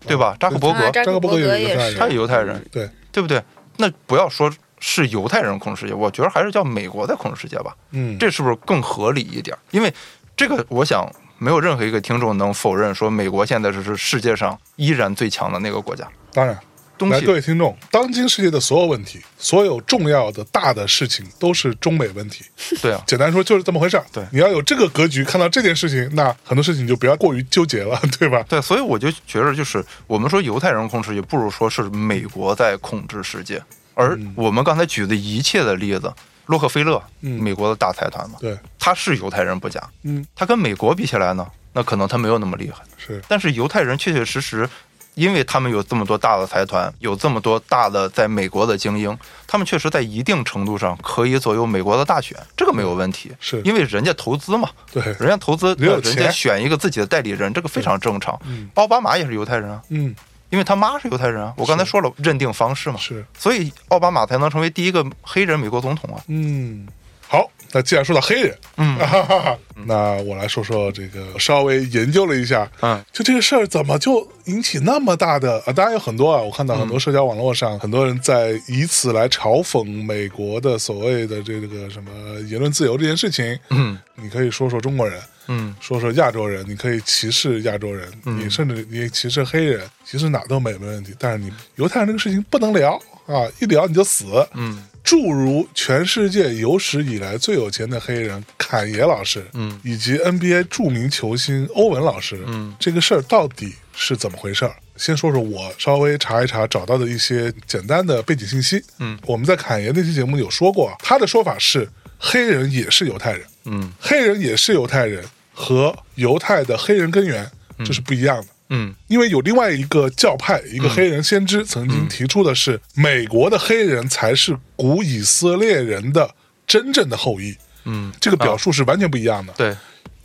[SPEAKER 1] 对吧？扎克伯格
[SPEAKER 2] 啊，扎
[SPEAKER 3] 扎克
[SPEAKER 2] 克
[SPEAKER 3] 伯
[SPEAKER 2] 伯
[SPEAKER 3] 格
[SPEAKER 2] 格
[SPEAKER 3] 也是犹
[SPEAKER 2] 也
[SPEAKER 3] 太
[SPEAKER 2] 是
[SPEAKER 3] 人，
[SPEAKER 1] 他也犹太人，
[SPEAKER 3] 对，
[SPEAKER 1] 对不对？那不要说是犹太人控制世界，我觉得还是叫美国在控制世界吧，
[SPEAKER 3] 嗯，
[SPEAKER 1] 这是不是更合理一点？因为这个，我想。没有任何一个听众能否认说，美国现在是世界上依然最强的那个国家。
[SPEAKER 3] 当然。
[SPEAKER 1] 东
[SPEAKER 3] 来，
[SPEAKER 1] 西
[SPEAKER 3] 各位听众，当今世界的所有问题，所有重要的大的事情，都是中美问题。
[SPEAKER 1] 对啊，
[SPEAKER 3] 简单说就是这么回事儿。
[SPEAKER 1] 对
[SPEAKER 3] 你要有这个格局，看到这件事情，那很多事情就不要过于纠结了， (laughs) 对吧？
[SPEAKER 1] 对，所以我就觉得，就是我们说犹太人控制世界，不如说是美国在控制世界。而我们刚才举的一切的例子，洛克菲勒，
[SPEAKER 3] 嗯
[SPEAKER 1] 美国的大财团嘛，
[SPEAKER 3] 对，
[SPEAKER 1] 他是犹太人不假，
[SPEAKER 3] 嗯，
[SPEAKER 1] 他跟美国比起来呢，那可能他没有那么厉害。
[SPEAKER 3] 是，
[SPEAKER 1] 但是犹太人确确实实，因为他们有这么多大的财团，有这么多大的在美国的精英，他们确实在一定程度上可以左右美国的大选，这个没有问题，
[SPEAKER 3] 是
[SPEAKER 1] 因为人家投资嘛，
[SPEAKER 3] 对，
[SPEAKER 1] 人家投资，
[SPEAKER 3] 没有
[SPEAKER 1] 呃人
[SPEAKER 3] 钱
[SPEAKER 1] 家选一个自己的代理人，这个非常正常
[SPEAKER 3] 嗯。
[SPEAKER 1] 奥巴马也是犹太人啊，
[SPEAKER 3] 嗯，
[SPEAKER 1] 因为他妈是犹太人啊。我刚才说了认定方式嘛，
[SPEAKER 3] 是，
[SPEAKER 1] 所以奥巴马才能成为第一个黑人美国总统啊。
[SPEAKER 3] 嗯，好，那既然说到黑人，
[SPEAKER 1] 嗯
[SPEAKER 3] 哈哈哈， (laughs) 那我来说说这个，稍微研究了一下，
[SPEAKER 1] 嗯，
[SPEAKER 3] 就这个事儿怎么就引起那么大的啊？当然有很多啊，我看到很多社交网络上、很多人在以此来嘲讽美国的所谓的这个什么言论自由这件事情。
[SPEAKER 1] 嗯
[SPEAKER 3] 你可以说说中国人，
[SPEAKER 1] 嗯，
[SPEAKER 3] 说说亚洲人，你可以歧视亚洲人，你甚至你歧视黑人，歧视哪都没没问题。但是你犹太人这个事情不能聊啊，一聊你就死。
[SPEAKER 1] 嗯，
[SPEAKER 3] 诸如全世界有史以来最有钱的黑人坎爷老师，
[SPEAKER 1] 嗯，
[SPEAKER 3] 以及 NBA 著名球星欧文老师，
[SPEAKER 1] 嗯，
[SPEAKER 3] 这个事儿到底是怎么回事儿？先说说我稍微查一查找到的一些简单的背景信息。
[SPEAKER 1] 嗯，
[SPEAKER 3] 我们在坎爷那期节目有说过啊，他的说法是黑人也是犹太人，
[SPEAKER 1] 嗯
[SPEAKER 3] 黑人也是犹太人和犹太的黑人根源这是不一样的。
[SPEAKER 1] 嗯
[SPEAKER 3] 因为有另外一个教派，一个黑人先知曾经提出的是，美国的黑人才是古以色列人的真正的后裔，
[SPEAKER 1] 嗯，啊
[SPEAKER 3] 这个表述是完全不一样的。
[SPEAKER 1] 对，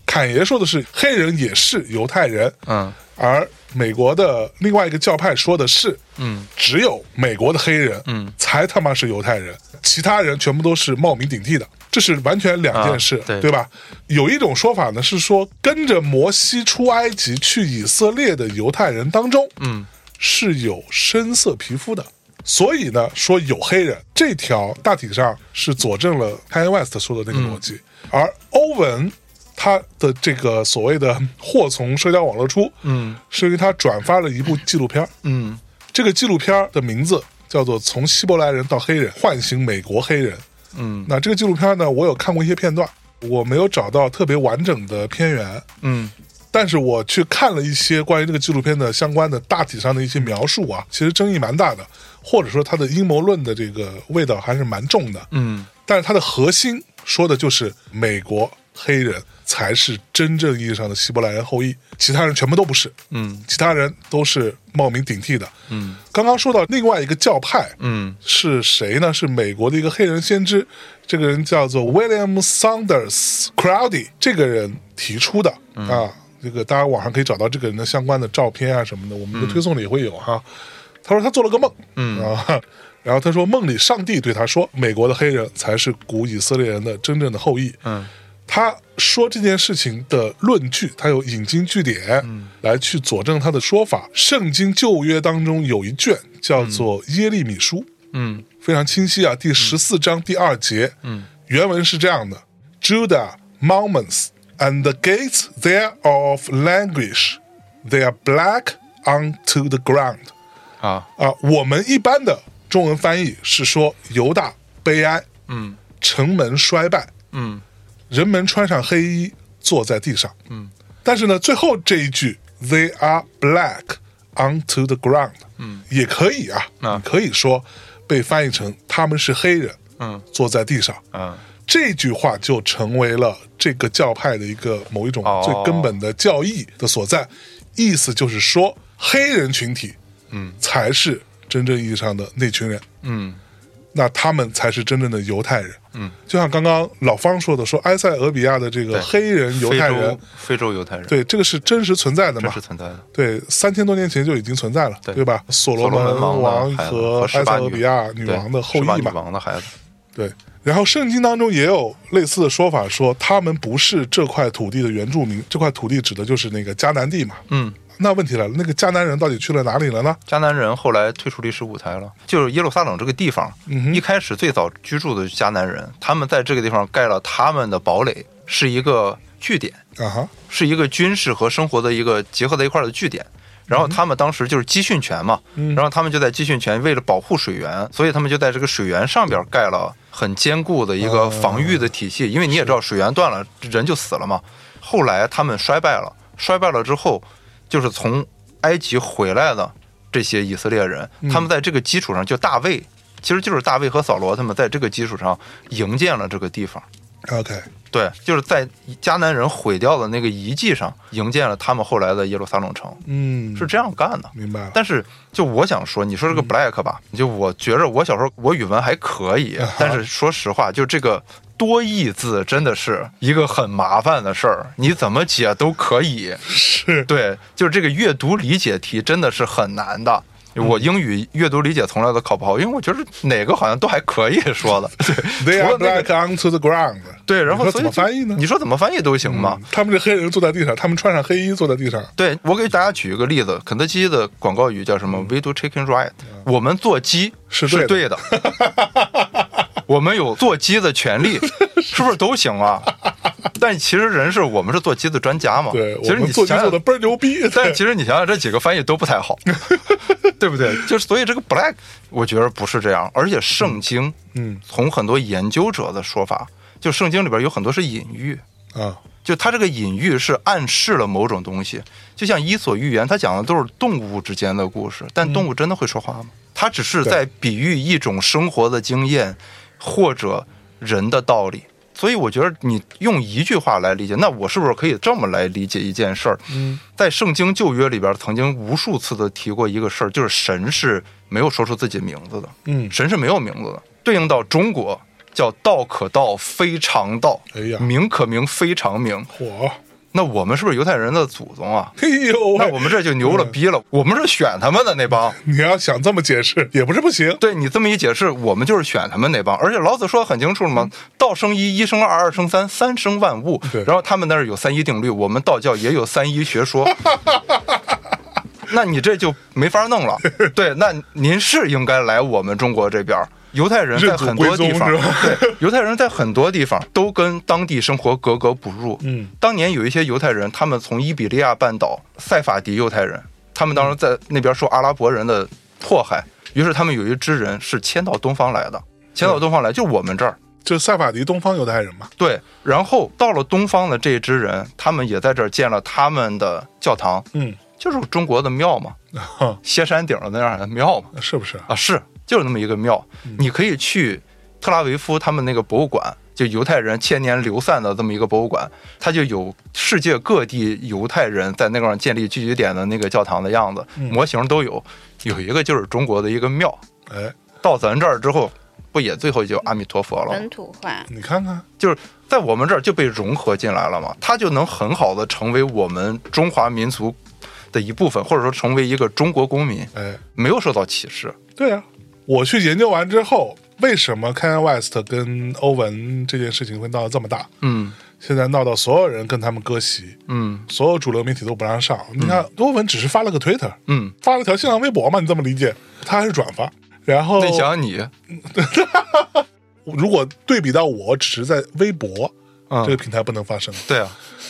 [SPEAKER 3] 侃爷说的是黑人也是犹太人，
[SPEAKER 1] 嗯
[SPEAKER 3] 而美国的另外一个教派说的是，
[SPEAKER 1] 嗯，
[SPEAKER 3] 只有美国的黑人，
[SPEAKER 1] 嗯，
[SPEAKER 3] 才他妈是犹太人，其他人全部都是冒名顶替的，这是完全两件事，
[SPEAKER 1] 啊对
[SPEAKER 3] 吧？有一种说法呢是说，跟着摩西出埃及去以色列的犹太人当中，
[SPEAKER 1] 嗯
[SPEAKER 3] 是有深色皮肤的。所以呢，说有黑人这条大体上是佐证了 Kanye West 说的那个
[SPEAKER 1] 嗯
[SPEAKER 3] 逻辑，而欧文他的这个所谓的祸从社交网络出，
[SPEAKER 1] 嗯，
[SPEAKER 3] 是因为他转发了一部纪录片儿，
[SPEAKER 1] 嗯
[SPEAKER 3] 这个纪录片儿的名字叫做《从希伯来人到黑人：唤醒美国黑人》。
[SPEAKER 1] 嗯
[SPEAKER 3] 那这个纪录片呢，我有看过一些片段，我没有找到特别完整的片源，
[SPEAKER 1] 嗯
[SPEAKER 3] 但是我去看了一些关于这个纪录片的相关的大体上的一些描述啊，其实争议蛮大的，或者说它的阴谋论的这个味道还是蛮重的。
[SPEAKER 1] 嗯
[SPEAKER 3] 但是它的核心说的就是美国黑人才是真正意义上的希伯来人后裔，其他人全部都不是，
[SPEAKER 1] 嗯
[SPEAKER 3] 其他人都是冒名顶替的。
[SPEAKER 1] 嗯
[SPEAKER 3] 刚刚说到另外一个教派
[SPEAKER 1] 嗯
[SPEAKER 3] 是谁呢？是美国的一个黑人先知，这个人叫做 William Saunders Crowdy，这个人提出的、
[SPEAKER 1] 嗯
[SPEAKER 3] 啊。这个大家网上可以找到这个人的相关的照片啊什么的，我们的推送里也会有哈。他说他做了个梦，
[SPEAKER 1] 嗯
[SPEAKER 3] 啊，然后他说梦里上帝对他说，美国的黑人才是古以色列人的真正的后裔。
[SPEAKER 1] 嗯
[SPEAKER 3] 他说这件事情的论据，他有引经据典、
[SPEAKER 1] 嗯
[SPEAKER 3] 来去佐证他的说法。圣经旧约当中有一卷叫做《耶利米书》，
[SPEAKER 1] 嗯
[SPEAKER 3] 非常清晰啊，第十四章第二节，
[SPEAKER 1] 嗯，
[SPEAKER 3] 原文是这样的：Judah mountains and the gates thereof languish, they are black unto the ground。
[SPEAKER 1] 啊
[SPEAKER 3] 啊，我们一般的中文翻译是说犹大悲哀，
[SPEAKER 1] 嗯
[SPEAKER 3] 城门衰败，
[SPEAKER 1] 嗯
[SPEAKER 3] 人们穿上黑衣坐在地上。嗯，但是呢，最后这一句 “They are black onto the ground”，嗯，也可以啊，
[SPEAKER 1] 啊
[SPEAKER 3] 可以说被翻译成他们是黑人
[SPEAKER 1] 嗯
[SPEAKER 3] 坐在地上。
[SPEAKER 1] 嗯
[SPEAKER 3] 这句话就成为了这个教派的一个某一种
[SPEAKER 1] 哦
[SPEAKER 3] 最根本的教义的所在，意思就是说黑人群体，
[SPEAKER 1] 嗯，
[SPEAKER 3] 才是真正意义上的那群人。
[SPEAKER 1] 嗯
[SPEAKER 3] 那他们才是真正的犹太人。
[SPEAKER 1] 嗯，
[SPEAKER 3] 就像刚刚老方说的，说埃塞俄比亚的这个
[SPEAKER 1] 对
[SPEAKER 3] 黑人犹
[SPEAKER 1] 非
[SPEAKER 3] 太人
[SPEAKER 1] 洲，非洲犹太人
[SPEAKER 3] 对，这个是真实存在的
[SPEAKER 1] 这
[SPEAKER 3] 嘛
[SPEAKER 1] 是？存在的，
[SPEAKER 3] 对，三千多年前就已经存在了，
[SPEAKER 1] 对
[SPEAKER 3] 对吧？所
[SPEAKER 1] 所
[SPEAKER 3] 罗
[SPEAKER 1] 罗门
[SPEAKER 3] 门
[SPEAKER 1] 王的
[SPEAKER 3] 王
[SPEAKER 1] 孩子
[SPEAKER 3] 和
[SPEAKER 1] 和十
[SPEAKER 3] 埃
[SPEAKER 1] 八
[SPEAKER 3] 塞
[SPEAKER 1] 女
[SPEAKER 3] 俄比亚女
[SPEAKER 1] 对
[SPEAKER 3] 王的后
[SPEAKER 1] 十八
[SPEAKER 3] 裔
[SPEAKER 1] 女
[SPEAKER 3] 嘛，
[SPEAKER 1] 王的孩子，
[SPEAKER 3] 对，然后圣经当中也有类似的说法，说他们不是这块土地的原住民，这块土地指的就是那个迦南地嘛。
[SPEAKER 1] 嗯。
[SPEAKER 3] 那问题来了，那个迦南人到底去了哪里了呢？
[SPEAKER 1] 迦南人后来退出历史舞台了，就是耶路撒冷这个地方，
[SPEAKER 3] 嗯
[SPEAKER 1] 一开始最早居住的迦南人，他们在这个地方盖了他们的堡垒，是一个据点，
[SPEAKER 3] 啊哈，
[SPEAKER 1] 是一个军事和生活的一个结合在一块儿的据点。然后他们当时就是集训泉嘛，然后他们就在集训泉为了保护水源，所以他们就在这个水源上边盖了很坚固的一个防御的体系，因为你也知道水源断了人就死了嘛。后来他们衰败了，衰败了之后，就是从埃及回来的这些以色列人，他们在这个基础上就大卫，其实就是大卫和扫罗他们在这个基础上营建了这个地方。
[SPEAKER 3] OK，
[SPEAKER 1] 对，就是在迦南人毁掉的那个遗迹上，营建了他们后来的耶路撒冷城，
[SPEAKER 3] 嗯，
[SPEAKER 1] 是这样干的。
[SPEAKER 3] 明白了。
[SPEAKER 1] 但是，就我想说，你说这个
[SPEAKER 3] 嗯
[SPEAKER 1] black 吧，就我觉着我小时候我语文还可以，
[SPEAKER 3] 嗯
[SPEAKER 1] 但是说实话，就这个多义字真的是一个很麻烦的事儿，你怎么解都可以。
[SPEAKER 3] 是
[SPEAKER 1] 对，就是这个阅读理解题真的是很难的。
[SPEAKER 3] 嗯
[SPEAKER 1] 我英语阅读理解从来都考不好，因为我觉得哪个好像都还可以说
[SPEAKER 3] (laughs)
[SPEAKER 1] 的，对，
[SPEAKER 3] They
[SPEAKER 1] 除
[SPEAKER 3] are
[SPEAKER 1] 了那
[SPEAKER 3] black
[SPEAKER 1] 个
[SPEAKER 3] onto the ground。
[SPEAKER 1] 对，然
[SPEAKER 3] 你
[SPEAKER 1] 后
[SPEAKER 3] 说
[SPEAKER 1] 所以
[SPEAKER 3] 怎
[SPEAKER 1] 就
[SPEAKER 3] 么翻译呢嗯
[SPEAKER 1] 你说怎么翻译都行嘛。啊
[SPEAKER 3] 他们这黑人坐在地上，他们穿上黑衣坐在地上。
[SPEAKER 1] 对我给大家举一个例子，肯德基的广告语叫什么？We do chicken right，、我们做鸡
[SPEAKER 3] 嗯是
[SPEAKER 1] 对
[SPEAKER 3] 对
[SPEAKER 1] 的，
[SPEAKER 3] (laughs)
[SPEAKER 1] 我们有做鸡的权利，是不是都行啊？但其实人是我们是做鸡的专家嘛，
[SPEAKER 3] 对，
[SPEAKER 1] 其
[SPEAKER 3] 我
[SPEAKER 1] 实
[SPEAKER 3] 们
[SPEAKER 1] 你
[SPEAKER 3] 做鸡
[SPEAKER 1] 想
[SPEAKER 3] 做
[SPEAKER 1] 想
[SPEAKER 3] 的倍儿牛逼。
[SPEAKER 1] 但是其实你想想，这几个翻译都不太
[SPEAKER 3] (laughs)
[SPEAKER 1] 好，对不对？就是所以这个 black，我觉得不是这样，而且圣经，
[SPEAKER 3] 嗯
[SPEAKER 1] 从很多研究者的说法，就圣经里边有很多是隐喻，
[SPEAKER 3] 啊，
[SPEAKER 1] 就它这个隐喻是暗示了某种东西，就像《伊索寓言》，它讲的都是动物之间的故事，但动物真的会说话吗？它只是在比喻一种生活的经验或者人的道理。所以我觉得你用一句话来理解，那我是不是可以这么来理解一件事儿？嗯，在圣经旧约里边，曾经无数次的提过一个事儿，就是神是没有说出自己名字的，
[SPEAKER 3] 嗯
[SPEAKER 1] 神是没有名字的。对应到中国，叫道可道，非常道。
[SPEAKER 3] 哎呀
[SPEAKER 1] 名可名，非常名。
[SPEAKER 3] 火，
[SPEAKER 1] 那我们是不是犹太人的祖宗啊？
[SPEAKER 3] 嘿呦
[SPEAKER 1] 那
[SPEAKER 3] 喂！
[SPEAKER 1] 我们这就牛
[SPEAKER 3] 哎
[SPEAKER 1] 了逼了，我们是选他们的那帮。
[SPEAKER 3] 你要想这么解释也不是不行。
[SPEAKER 1] 对你这么一解释，我们就是选他们那帮。而且老子说的很清楚了嘛，道生一，一生二，二生三，三生万物
[SPEAKER 3] 嗯对。
[SPEAKER 1] 然后他们那儿有三一定律，我们道教也有三一学
[SPEAKER 3] (laughs)
[SPEAKER 1] 说。那你这就没法弄了。
[SPEAKER 3] (laughs)
[SPEAKER 1] 对，那您是应该来我们中国这边儿。犹太人在很多地方，
[SPEAKER 3] 认祖归宗是
[SPEAKER 1] 对，犹太人在很多地方都跟当地生活格格不入。
[SPEAKER 3] 嗯，
[SPEAKER 1] 当年有一些犹太人，他们从伊比利亚半岛塞法迪犹太人，他们当时在那边受阿拉伯人的迫害，于是他们有一支人是迁到东方来的，迁到东方来就我们这儿。
[SPEAKER 3] 就塞法迪东方犹太人嘛，
[SPEAKER 1] 对，然后到了东方的这一支人，他们也在这儿建了他们的教堂，
[SPEAKER 3] 嗯，
[SPEAKER 1] 就是中国的庙嘛，
[SPEAKER 3] 哈
[SPEAKER 1] 歇山顶的那样的庙嘛。
[SPEAKER 3] 啊是不是？
[SPEAKER 1] 啊，是就是那么一个庙，你可以去特拉维夫他们那个博物馆，就犹太人千年流散的这么一个博物馆，它就有世界各地犹太人在那块儿建立聚集点的那个教堂的样子，模型都有。有一个就是中国的一个庙，
[SPEAKER 3] 哎，
[SPEAKER 1] 到咱这儿之后，不也最后就阿弥陀佛了吗？
[SPEAKER 2] 本土化，
[SPEAKER 3] 你看看，
[SPEAKER 1] 就是在我们这儿就被融合进来了嘛，它就能很好的成为我们中华民族的一部分，或者说成为一个中国公民，
[SPEAKER 3] 哎，
[SPEAKER 1] 没有受到歧视。
[SPEAKER 3] 对啊，我去研究完之后，为什么 Kanye West 跟欧文这件事情会闹得这么大？
[SPEAKER 1] 嗯
[SPEAKER 3] 现在闹到所有人跟他们割席，
[SPEAKER 1] 嗯
[SPEAKER 3] 所有主流媒体都不让上。你看，欧文只是发了个 Twitter，
[SPEAKER 1] 嗯，
[SPEAKER 3] 发了条新浪微博嘛，你这么理解？他还是转发。然后，
[SPEAKER 1] 那想你，
[SPEAKER 3] 如果对比到我，只是在微博、
[SPEAKER 1] 嗯
[SPEAKER 3] 这个平台不能发声，
[SPEAKER 1] 对啊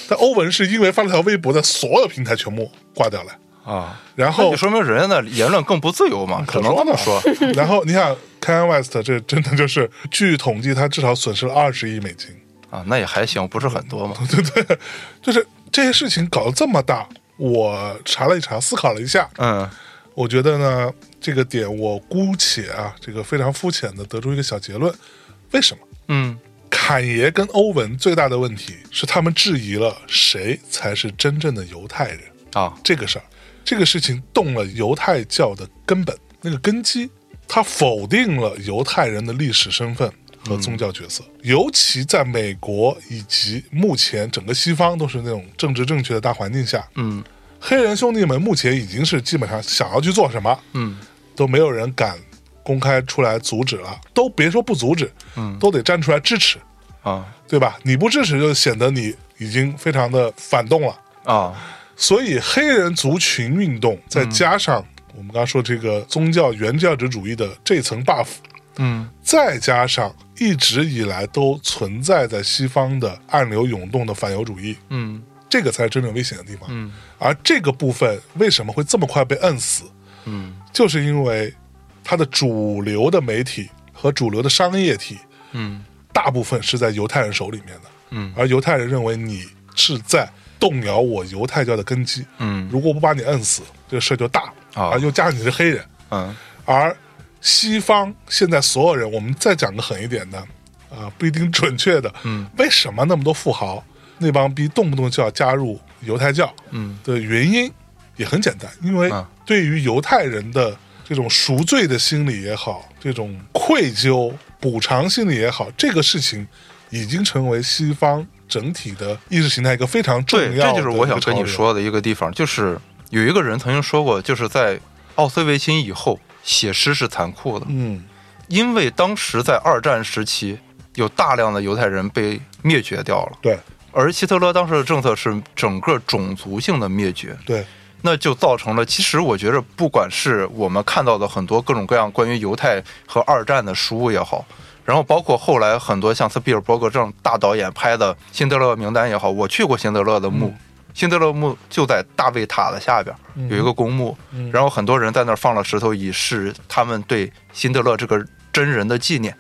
[SPEAKER 3] 但欧文是因为发了条微博，在所有平台全部挂掉了。
[SPEAKER 1] 啊，
[SPEAKER 3] 然
[SPEAKER 1] 那
[SPEAKER 3] 后
[SPEAKER 1] 就，说明人家的言论更不自由嘛，只能这么说。
[SPEAKER 3] (laughs) 然后你想，Kanye West 这真的就是，据统计，他至少损失了二十亿美金。 (laughs)
[SPEAKER 1] 啊，那也还行，不是很多嘛。
[SPEAKER 3] 对对，就是这些事情搞得这么大，我查了一查，思考了一下，
[SPEAKER 1] 嗯
[SPEAKER 3] 我觉得呢，这个点我姑且啊，这个非常肤浅的得出一个小结论：为什么
[SPEAKER 1] 嗯
[SPEAKER 3] 侃爷跟欧文最大的问题是他们质疑了谁才是真正的犹太人
[SPEAKER 1] 啊，
[SPEAKER 3] 这个事儿？这个事情动了犹太教的根本，那个根基，他否定了犹太人的历史身份。和宗教角色，尤其在美国以及目前整个西方都是那种政治正确的大环境下，
[SPEAKER 1] 嗯
[SPEAKER 3] 黑人兄弟们目前已经是基本上想要去做什么，
[SPEAKER 1] 嗯
[SPEAKER 3] 都没有人敢公开出来阻止了，都别说不阻止，
[SPEAKER 1] 嗯
[SPEAKER 3] 都得站出来支持，
[SPEAKER 1] 啊
[SPEAKER 3] 对吧？你不支持，就显得你已经非常的反动了。
[SPEAKER 1] 啊，
[SPEAKER 3] 所以黑人族群运动，再加上我们刚刚说这个宗教原教旨主义的这层 buff，
[SPEAKER 1] 嗯
[SPEAKER 3] 再加上一直以来都存在在西方的暗流涌动的反犹主义，
[SPEAKER 1] 嗯
[SPEAKER 3] 这个才是真正危险的地方。
[SPEAKER 1] 嗯
[SPEAKER 3] 而这个部分为什么会这么快被摁死？
[SPEAKER 1] 嗯
[SPEAKER 3] 就是因为它的主流的媒体和主流的商业体，
[SPEAKER 1] 嗯
[SPEAKER 3] 大部分是在犹太人手里面的，
[SPEAKER 1] 嗯
[SPEAKER 3] 而犹太人认为你是在动摇我犹太教的根基，
[SPEAKER 1] 嗯
[SPEAKER 3] 如果不把你摁死，这个事儿就大了，
[SPEAKER 1] 啊
[SPEAKER 3] 而又加上你是黑人，
[SPEAKER 1] 嗯
[SPEAKER 3] 而西方现在所有人，我们再讲个狠一点的，啊，不一定准确的，
[SPEAKER 1] 嗯，
[SPEAKER 3] 为什么那么多富豪那帮逼动不动就要加入犹太教？
[SPEAKER 1] 嗯
[SPEAKER 3] 的原因也很简单，因为
[SPEAKER 1] 啊
[SPEAKER 3] 对于犹太人的这种赎罪的心理也好，这种愧疚补偿心理也好，这个事情已经成为西方整体的意识形态一个非常重
[SPEAKER 1] 对，
[SPEAKER 3] 要的
[SPEAKER 1] 这就是我想跟
[SPEAKER 3] 一
[SPEAKER 1] 你
[SPEAKER 3] 个潮流，
[SPEAKER 1] 说的一个地方，就是有一个人曾经说过，就是在奥斯维辛以后，写诗是残酷的，
[SPEAKER 3] 嗯，
[SPEAKER 1] 因为当时在二战时期，有大量的犹太人被灭绝掉了，
[SPEAKER 3] 对
[SPEAKER 1] 而希特勒当时的政策是整个种族性的灭绝，
[SPEAKER 3] 对，
[SPEAKER 1] 那就造成了，其实我觉着，不管是我们看到的很多各种各样关于犹太和二战的书也好，然后包括后来很多像斯皮尔伯格这种大导演拍的《辛德勒名单》也好，我去过辛德勒的墓，辛德勒墓就在大卫塔的下边有一个公墓，
[SPEAKER 3] 嗯
[SPEAKER 1] 然后很多人在那儿放了石头，以示他们对辛德勒这个真人的纪念。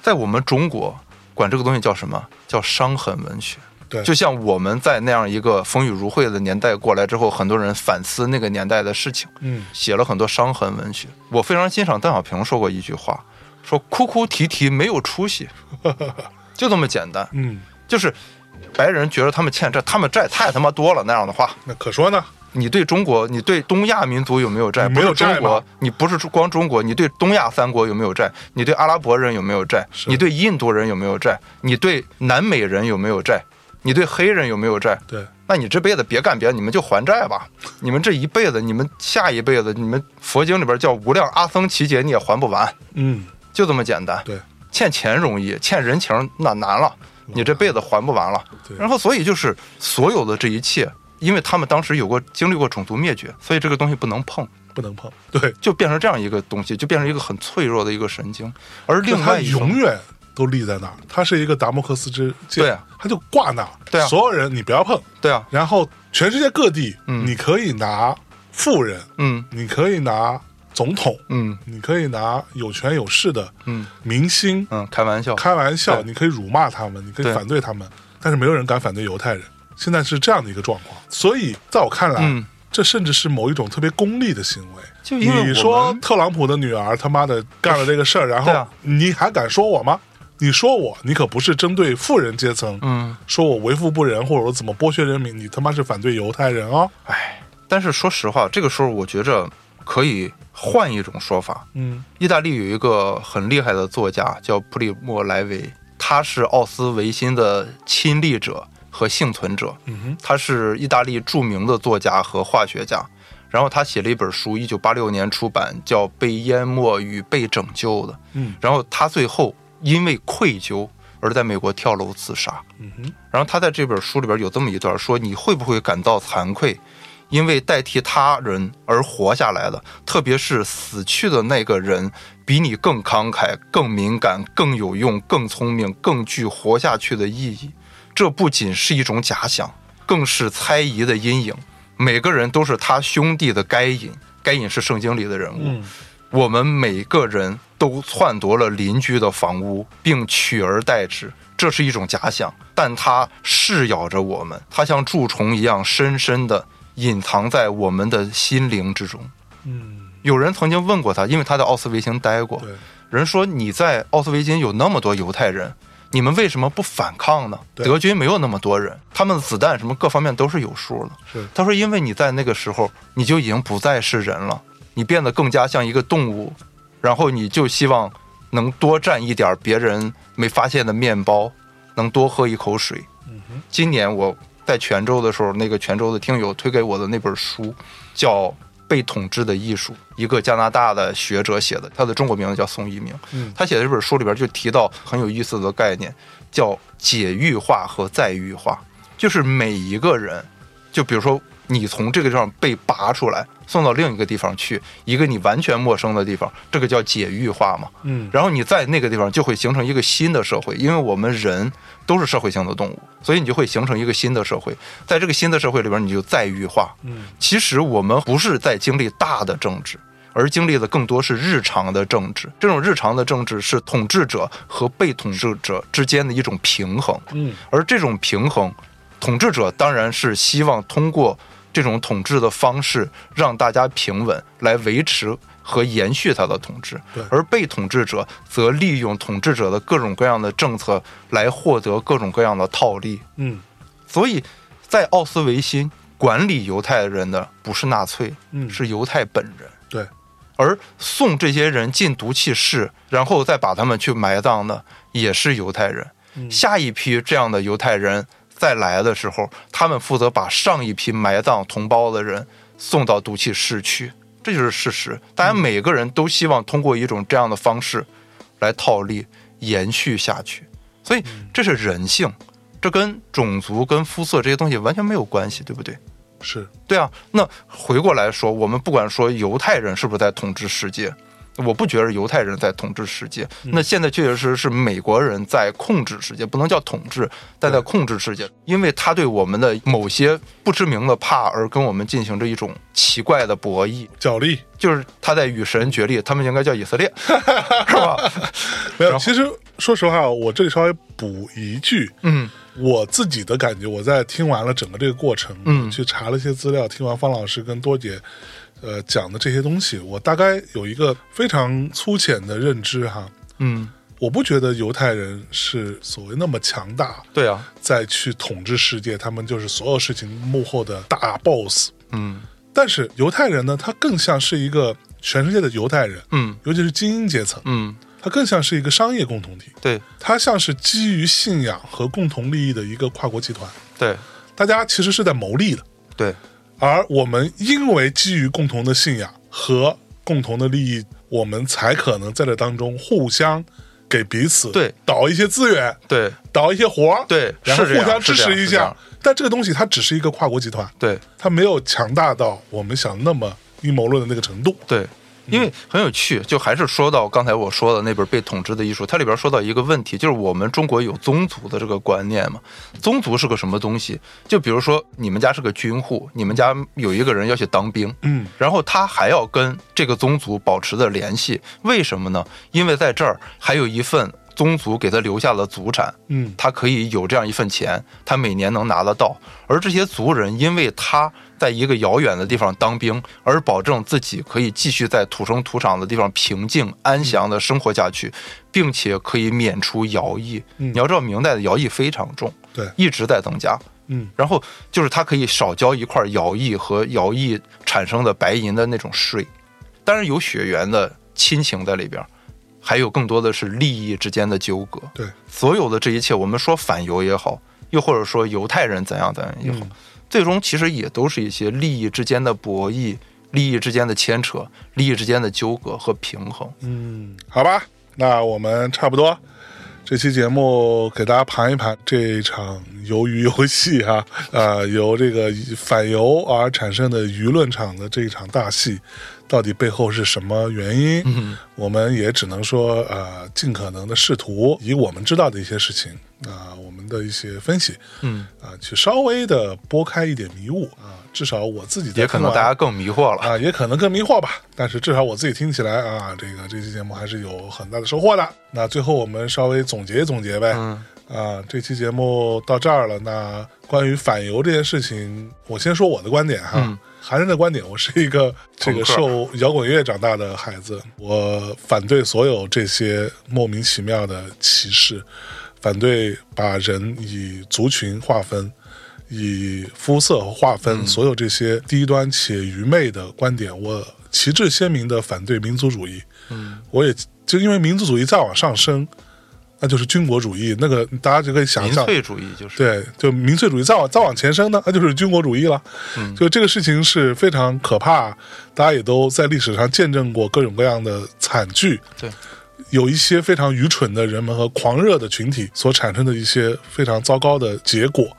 [SPEAKER 1] 在我们中国，管这个东西叫什么？叫伤痕文学。
[SPEAKER 3] 对
[SPEAKER 1] 就像我们在那样一个风雨如晦的年代过来之后，很多人反思那个年代的事情，
[SPEAKER 3] 嗯
[SPEAKER 1] 写了很多伤痕文学。我非常欣赏邓小平说过一句话，说哭哭啼啼没有出息， (laughs) 就这么简单。
[SPEAKER 3] 嗯，
[SPEAKER 1] 就是白人觉得他们欠债，他们债太他妈多了那样的话，
[SPEAKER 3] 那可说呢，
[SPEAKER 1] 你对中国，你对东亚民族有没有债？
[SPEAKER 3] 你没有
[SPEAKER 1] 不是中
[SPEAKER 3] 债
[SPEAKER 1] 国
[SPEAKER 3] 吗，
[SPEAKER 1] 你不是光中国，你对东亚三国有没有债？你对阿拉伯人有没有债？你对印度人有没有债？你对南美人有没有债？你对黑人有没有债？
[SPEAKER 3] 对，
[SPEAKER 1] 那你这辈子别干别的，你们就还债吧。你们这一辈子，你们下一辈子，你们佛经里边叫无量阿僧祇劫，你也还不完，
[SPEAKER 3] 嗯
[SPEAKER 1] 就这么简单。
[SPEAKER 3] 对，
[SPEAKER 1] 欠钱容易，欠人情那难了，你这辈子还不完了
[SPEAKER 3] 对。
[SPEAKER 1] 然后所以就是所有的这一切，因为他们当时有过经历过种族灭绝，所以这个东西不能碰，
[SPEAKER 3] 不能碰，对，
[SPEAKER 1] 就变成这样一个东西，就变成一个很脆弱的一个神经。而
[SPEAKER 3] 就
[SPEAKER 1] 另
[SPEAKER 3] 他
[SPEAKER 1] 外一
[SPEAKER 3] 永
[SPEAKER 1] 种，
[SPEAKER 3] 远。都立在那儿，他是一个达摩克斯之剑，
[SPEAKER 1] 对啊
[SPEAKER 3] 他就挂那儿，
[SPEAKER 1] 对啊
[SPEAKER 3] 所有人你不要碰，
[SPEAKER 1] 对啊，
[SPEAKER 3] 然后全世界各地，
[SPEAKER 1] 嗯
[SPEAKER 3] 你可以拿富人，
[SPEAKER 1] 嗯
[SPEAKER 3] 你可以拿总统，
[SPEAKER 1] 嗯
[SPEAKER 3] 你可以拿有权有势的
[SPEAKER 1] 嗯
[SPEAKER 3] 明星、
[SPEAKER 1] 嗯，开玩笑，
[SPEAKER 3] 开玩笑，
[SPEAKER 1] 对
[SPEAKER 3] 你可以辱骂他们，你可以
[SPEAKER 1] 对
[SPEAKER 3] 反对他们，但是没有人敢反对犹太人。现在是这样的一个状况，所以在我看来，啊
[SPEAKER 1] 嗯
[SPEAKER 3] 这甚至是某一种特别功利的行为。
[SPEAKER 1] 就因为
[SPEAKER 3] 你
[SPEAKER 1] 我
[SPEAKER 3] 说
[SPEAKER 1] 们 (laughs)
[SPEAKER 3] 特朗普的女儿他妈的干了这个事儿，然
[SPEAKER 1] 对
[SPEAKER 3] 后
[SPEAKER 1] 啊
[SPEAKER 3] 你还敢说我吗？你说我，你可不是针对富人阶层，
[SPEAKER 1] 嗯，
[SPEAKER 3] 说我为富不仁，或者我怎么剥削人民，你他妈是反对犹太人哦。
[SPEAKER 1] 哎，但是说实话，这个时候我觉着可以换一种说法。
[SPEAKER 3] 嗯
[SPEAKER 1] 意大利有一个很厉害的作家叫普里莫莱维，他是奥斯维辛的亲历者和幸存者，
[SPEAKER 3] 嗯哼，
[SPEAKER 1] 他是意大利著名的作家和化学家。然后他写了一本书，一九八六年出版，叫《被淹没与被拯救》的。
[SPEAKER 3] 嗯
[SPEAKER 1] 然后他最后因为愧疚而在美国跳楼自杀。
[SPEAKER 3] 嗯哼，
[SPEAKER 1] 然后他在这本书里边有这么一段说：“你会不会感到惭愧？因为代替他人而活下来的，特别是死去的那个人，比你更慷慨、更敏感、更有用、更聪明、更具活下去的意义。这不仅是一种假想，更是猜疑的阴影。每个人都是他兄弟的该隐，该隐是圣经里的人物。
[SPEAKER 3] 嗯
[SPEAKER 1] 我们每个人都篡夺了邻居的房屋，并取而代之，这是一种假想，但它噬咬着我们，它像蛀虫一样深深地隐藏在我们的心灵之中。
[SPEAKER 3] 嗯，
[SPEAKER 1] 有人曾经问过他，因为他在奥斯维辛待过，
[SPEAKER 3] 对
[SPEAKER 1] 人说你在奥斯维辛有那么多犹太人，你们为什么不反抗呢？
[SPEAKER 3] 对
[SPEAKER 1] 德军没有那么多人，他们的子弹什么各方面都是有数的。
[SPEAKER 3] 是
[SPEAKER 1] 他说，因为你在那个时候你就已经不再是人了，你变得更加像一个动物，然后你就希望能多占一点别人没发现的面包，能多喝一口水。
[SPEAKER 3] 嗯哼，
[SPEAKER 1] 今年我在泉州的时候，那个泉州的听友推给我的那本书叫《被统治的艺术》，一个加拿大的学者写的，他的中国名字叫宋一鸣。
[SPEAKER 3] 嗯
[SPEAKER 1] 他写的这本书里边就提到很有意思的概念，叫解域化和再域化，就是每一个人，就比如说你从这个地方被拔出来，送到另一个地方去，一个你完全陌生的地方，这个叫解域化嘛。
[SPEAKER 3] 嗯
[SPEAKER 1] 然后你在那个地方就会形成一个新的社会，因为我们人都是社会性的动物，所以你就会形成一个新的社会。在这个新的社会里边，你就再域化。
[SPEAKER 3] 嗯
[SPEAKER 1] 其实我们不是在经历大的政治，而经历的更多是日常的政治。这种日常的政治是统治者和被统治者之间的一种平衡。
[SPEAKER 3] 嗯
[SPEAKER 1] 而这种平衡，统治者当然是希望通过这种统治的方式让大家平稳，来维持和延续他的统治
[SPEAKER 3] 对；
[SPEAKER 1] 而被统治者则利用统治者的各种各样的政策来获得各种各样的套利。
[SPEAKER 3] 嗯
[SPEAKER 1] 所以，在奥斯维辛管理犹太人的不是纳粹，
[SPEAKER 3] 嗯
[SPEAKER 1] 是犹太本人。
[SPEAKER 3] 对，
[SPEAKER 1] 而送这些人进毒气室，然后再把他们去埋葬的也是犹太人。
[SPEAKER 3] 嗯
[SPEAKER 1] 下一批这样的犹太人再来的时候，他们负责把上一批埋葬同胞的人送到毒气室去，这就是事实。大家每个人都希望通过一种这样的方式来套利，延续下去。所以这是人性，这跟种族、跟肤色这些东西完全没有关系，对不对？
[SPEAKER 3] 是
[SPEAKER 1] 对啊，那回过来说，我们不管说犹太人是不是在统治世界，我不觉得犹太人在统治世界。那现在确确实实是美国人在控制世界，不能叫统治，但在控制世界，因为他对我们的某些不知名的怕而跟我们进行着一种奇怪的博弈，
[SPEAKER 3] 角力。
[SPEAKER 1] 就是他在与神决裂，他们应该叫以色列，是吧？
[SPEAKER 3] 没有，
[SPEAKER 1] 然后
[SPEAKER 3] 其实说实话，我这里稍微补一句，
[SPEAKER 1] 嗯
[SPEAKER 3] 我自己的感觉，我在听完了整个这个过程，
[SPEAKER 1] 嗯
[SPEAKER 3] 去查了一些资料，听完方老师跟多姐，呃，讲的这些东西，我大概有一个非常粗浅的认知哈。
[SPEAKER 1] 嗯，
[SPEAKER 3] 我不觉得犹太人是所谓那么强大，
[SPEAKER 1] 对啊，
[SPEAKER 3] 再去统治世界，他们就是所有事情幕后的大 boss。
[SPEAKER 1] 嗯
[SPEAKER 3] 但是犹太人呢，他更像是一个全世界的犹太人，
[SPEAKER 1] 嗯
[SPEAKER 3] 尤其是精英阶层，
[SPEAKER 1] 嗯，
[SPEAKER 3] 他更像是一个商业共同体。
[SPEAKER 1] 对
[SPEAKER 3] 它像是基于信仰和共同利益的一个跨国集团，
[SPEAKER 1] 对
[SPEAKER 3] 大家其实是在谋利的。
[SPEAKER 1] 对，
[SPEAKER 3] 而我们因为基于共同的信仰和共同的利益，我们才可能在这当中互相给彼此
[SPEAKER 1] 对
[SPEAKER 3] 导一些资源，
[SPEAKER 1] 对
[SPEAKER 3] 导一些活儿，
[SPEAKER 1] 对
[SPEAKER 3] 然后
[SPEAKER 1] 是这
[SPEAKER 3] 互
[SPEAKER 1] 样
[SPEAKER 3] 相支
[SPEAKER 1] 是这样
[SPEAKER 3] 持一
[SPEAKER 1] 是这
[SPEAKER 3] 下
[SPEAKER 1] 样。
[SPEAKER 3] 但这个东西它只是一个跨国集团，
[SPEAKER 1] 对，
[SPEAKER 3] 它没有强大到我们想那么阴谋论的那个程度。
[SPEAKER 1] 对，因为很有趣，就还是说到刚才我说的那本《被统治的艺术》，它里边说到一个问题，就是我们中国有宗族的这个观念嘛。宗族是个什么东西？就比如说你们家是个军户，你们家有一个人要去当兵，
[SPEAKER 3] 嗯，
[SPEAKER 1] 然后他还要跟这个宗族保持着联系，为什么呢？因为在这儿还有一份。宗族给他留下了祖产，
[SPEAKER 3] 嗯，
[SPEAKER 1] 他可以有这样一份钱，他每年能拿得到。而这些族人因为他在一个遥远的地方当兵，而保证自己可以继续在土生土长的地方平静安详的生活下去，并且可以免除徭役。
[SPEAKER 3] 嗯
[SPEAKER 1] 你要知道，明代的徭役非常重，
[SPEAKER 3] 对
[SPEAKER 1] 一直在增加。
[SPEAKER 3] 嗯
[SPEAKER 1] 然后就是他可以少交一块徭役和徭役产生的白银的那种税，当然有血缘的亲情在里边儿，还有更多的是利益之间的纠葛。
[SPEAKER 3] 对，
[SPEAKER 1] 所有的这一切，我们说反犹也好，又或者说犹太人怎样怎样也好，
[SPEAKER 3] 嗯
[SPEAKER 1] 最终其实也都是一些利益之间的博弈、利益之间的牵扯、利益之间的纠葛和平衡。
[SPEAKER 3] 嗯，好吧，那我们差不多。这期节目给大家盘一盘这一场鱿鱼游戏哈、 (laughs) 呃，由这个反犹而产生的舆论场的这一场大戏，到底背后是什么原因？
[SPEAKER 1] 嗯，
[SPEAKER 3] 我们也只能说，呃，尽可能的试图以我们知道的一些事情，啊、我们的一些分析，
[SPEAKER 1] 嗯，
[SPEAKER 3] 啊、去稍微的拨开一点迷雾啊、至少我自己在
[SPEAKER 1] 也可能
[SPEAKER 3] 听完
[SPEAKER 1] 大家更迷惑了。
[SPEAKER 3] 啊，也可能更迷惑吧。但是至少我自己听起来啊，这个这期节目还是有很大的收获的。那最后我们稍微总结总结呗。
[SPEAKER 1] 嗯
[SPEAKER 3] 啊，这期节目到这儿了。那关于反犹这件事情，我先说我的观点哈。
[SPEAKER 1] 嗯
[SPEAKER 3] 韩人的观点，我是一个这
[SPEAKER 1] 朋克
[SPEAKER 3] 个受摇滚乐长大的孩子，我反对所有这些莫名其妙的歧视，反对把人以族群划分，以肤色划
[SPEAKER 1] 嗯
[SPEAKER 3] 分，所有这些低端且愚昧的观点，我旗帜鲜明的反对民族主义。
[SPEAKER 1] 嗯，
[SPEAKER 3] 我也就因为民族主义再往上升，那就是军国主义，那个大家就可以想
[SPEAKER 1] 民
[SPEAKER 3] 象。
[SPEAKER 1] 粹主义就是，
[SPEAKER 3] 对，就民粹主义再往再往前升呢，那就是军国主义了。
[SPEAKER 1] 嗯
[SPEAKER 3] 就这个事情是非常可怕，大家也都在历史上见证过各种各样的惨剧。
[SPEAKER 1] 对，
[SPEAKER 3] 有一些非常愚蠢的人们和狂热的群体所产生的一些非常糟糕的结果。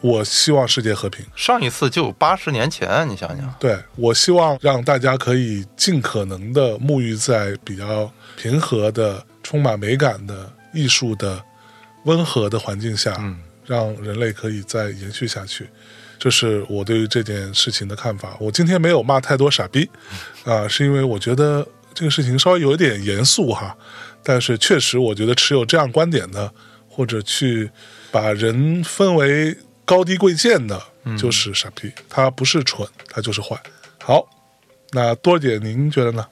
[SPEAKER 3] 我希望世界和平。
[SPEAKER 1] 上一次就八十年前，你想想。
[SPEAKER 3] 对我希望让大家可以尽可能的沐浴在比较平和的、充满美感的、艺术的、温和的环境下，
[SPEAKER 1] 嗯
[SPEAKER 3] 让人类可以再延续下去。这是我对于这件事情的看法。我今天没有骂太多傻逼，啊、是因为我觉得这个事情稍微有一点严肃哈，但是确实我觉得持有这样观点的，或者去把人分为高低贵贱的，
[SPEAKER 1] 嗯
[SPEAKER 3] 就是傻逼，他不是蠢，他就是坏。好，那多姐您觉得呢？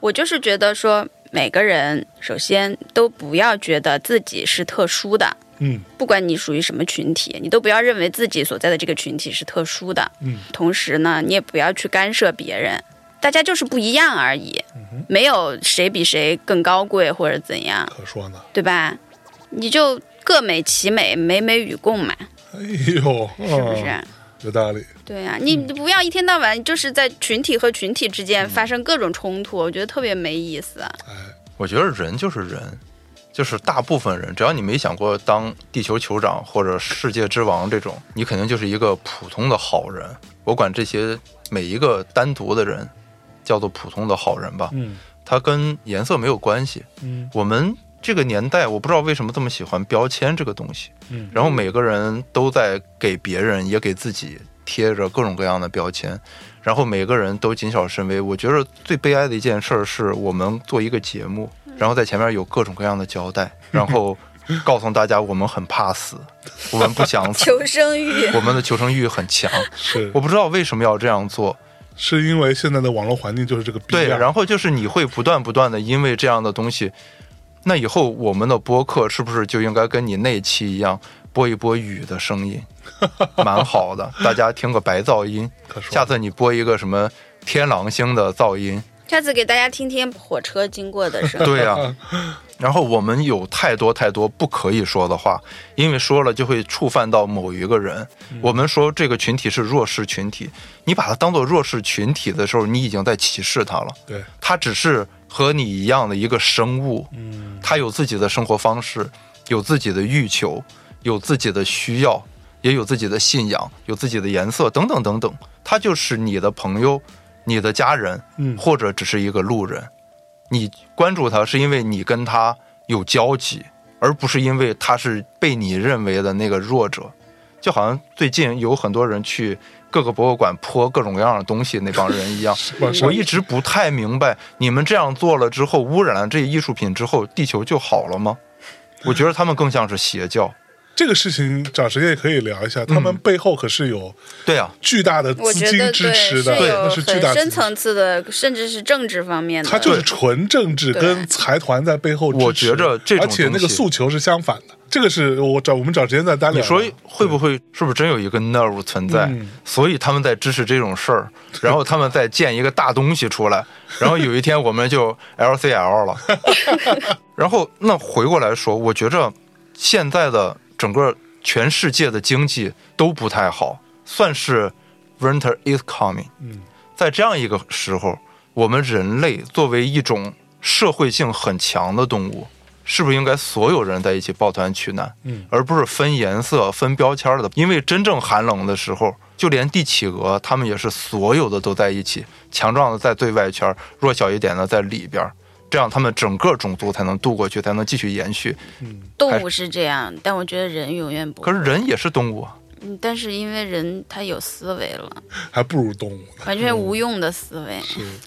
[SPEAKER 2] 我就是觉得说，每个人首先都不要觉得自己是特殊的，
[SPEAKER 3] 嗯
[SPEAKER 2] 不管你属于什么群体，你都不要认为自己所在的这个群体是特殊的。
[SPEAKER 3] 嗯，
[SPEAKER 2] 同时呢，你也不要去干涉别人，大家就是不一样而已，没有谁比谁更高贵或者怎样，
[SPEAKER 3] 可说呢。
[SPEAKER 2] 对吧？你就各美其美，美美与共嘛，
[SPEAKER 3] 哎呦，
[SPEAKER 2] 是不是？
[SPEAKER 3] 嗯有道理。
[SPEAKER 2] 对呀、你你不要一天到晚就是在群体和群体之间发生各种冲突，我觉得特别没意思。
[SPEAKER 3] 哎
[SPEAKER 1] 我觉得人就是人，就是大部分人，只要你没想过当地球酋长或者世界之王这种，你肯定就是一个普通的好人。我管这些每一个单独的人叫做普通的好人吧，
[SPEAKER 3] 嗯
[SPEAKER 1] 他跟颜色没有关系。
[SPEAKER 3] 嗯
[SPEAKER 1] 我们这个年代，我不知道为什么这么喜欢标签这个东西，
[SPEAKER 3] 嗯
[SPEAKER 1] 然后每个人都在给别人也给自己贴着各种各样的标签，然后每个人都谨小慎微。我觉得最悲哀的一件事儿是我们做一个节目，
[SPEAKER 2] 嗯
[SPEAKER 1] 然后在前面有各种各样的交代，然后告诉大家我们很怕死，我们不想死，
[SPEAKER 2] (laughs) 求生
[SPEAKER 3] (laughs)
[SPEAKER 2] 欲，
[SPEAKER 1] 我们的求生欲很强。
[SPEAKER 3] 是
[SPEAKER 1] 我不知道为什么要这样做，
[SPEAKER 3] 是因为现在的网络环境就是这个逼
[SPEAKER 1] 对，
[SPEAKER 3] 样。
[SPEAKER 1] 然后就是你会不断不断的因为这样的东西，那以后我们的播客是不是就应该跟你那期一样，播一播雨的声
[SPEAKER 3] (laughs)
[SPEAKER 1] 音，蛮好的，大家听个白噪音。
[SPEAKER 3] 可说呢
[SPEAKER 1] 下次你播一个什么天狼星的噪
[SPEAKER 3] (laughs)
[SPEAKER 1] 音，
[SPEAKER 2] 下次给大家听听火车经过的声音。
[SPEAKER 1] 对呀、然后我们有太多太多不可以说的话，因为说了就会触犯到某一个人。
[SPEAKER 3] 嗯
[SPEAKER 1] 我们说这个群体是弱势群体，你把它当做弱势群体的时候，你已经在歧视他了。
[SPEAKER 3] 对，
[SPEAKER 1] 他只是和你一样的一个生物，
[SPEAKER 3] 嗯
[SPEAKER 1] 他有自己的生活方式，有自己的欲求，有自己的需要，也有自己的信仰，有自己的颜色等等等等。他就是你的朋友，你的家人，
[SPEAKER 3] 嗯
[SPEAKER 1] 或者只是一个路人。你关注他是因为你跟他有交集，而不是因为他是被你认为的那个弱者。就好像最近有很多人去各个博物馆泼各种各样的东西那帮人一样，
[SPEAKER 3] 往上
[SPEAKER 1] 我一直不太明白，你们这样做了之后，污染了这艺术品之后，地球就好了吗？我觉得他们更像是邪教。
[SPEAKER 3] 这个事情找谁也可以聊一下，他
[SPEAKER 1] 嗯
[SPEAKER 3] 们背后可是有
[SPEAKER 1] 对啊，
[SPEAKER 3] 巨大的
[SPEAKER 2] 我
[SPEAKER 3] 资
[SPEAKER 2] 觉得
[SPEAKER 3] 金支
[SPEAKER 2] 对
[SPEAKER 3] 持的，那是
[SPEAKER 2] 有
[SPEAKER 3] 巨大
[SPEAKER 2] 很深
[SPEAKER 3] 资金支持。
[SPEAKER 2] 层次的，甚至是政治方面的。
[SPEAKER 3] 他就是纯政治
[SPEAKER 2] 对
[SPEAKER 3] 跟财团在背后支持，
[SPEAKER 1] 我觉着这种
[SPEAKER 3] 而且那个
[SPEAKER 1] 东西
[SPEAKER 3] 诉求是相反的。这个是我找我们找时间再单聊。
[SPEAKER 1] 你说会不会是不是真有一个 nerve 存在？所以他们在支持这种事儿，然后他们再建一个大东西出来，然后有一天我们就 LCL 了。 (laughs) 然后那回过来说，我觉着现在的整个全世界的经济都不太好，算是 winter is coming。
[SPEAKER 3] 嗯，
[SPEAKER 1] 在这样一个时候，我们人类作为一种社会性很强的动物，是不是应该所有人在一起抱团取暖？
[SPEAKER 3] 嗯，
[SPEAKER 1] 而不是分颜色、分标签的。因为真正寒冷的时候，就连帝企鹅，它们也是所有的都在一起，强壮的在最外圈，弱小一点的在里边，这样它们整个种族才能渡过去，才能继续延续。
[SPEAKER 2] 动物是这样，但我觉得人永远不
[SPEAKER 1] 可
[SPEAKER 2] 会。
[SPEAKER 1] 是人也是动物啊，
[SPEAKER 2] 嗯但是因为人他有思维了，
[SPEAKER 3] 还不如动物呢。
[SPEAKER 2] 完全无用的思维。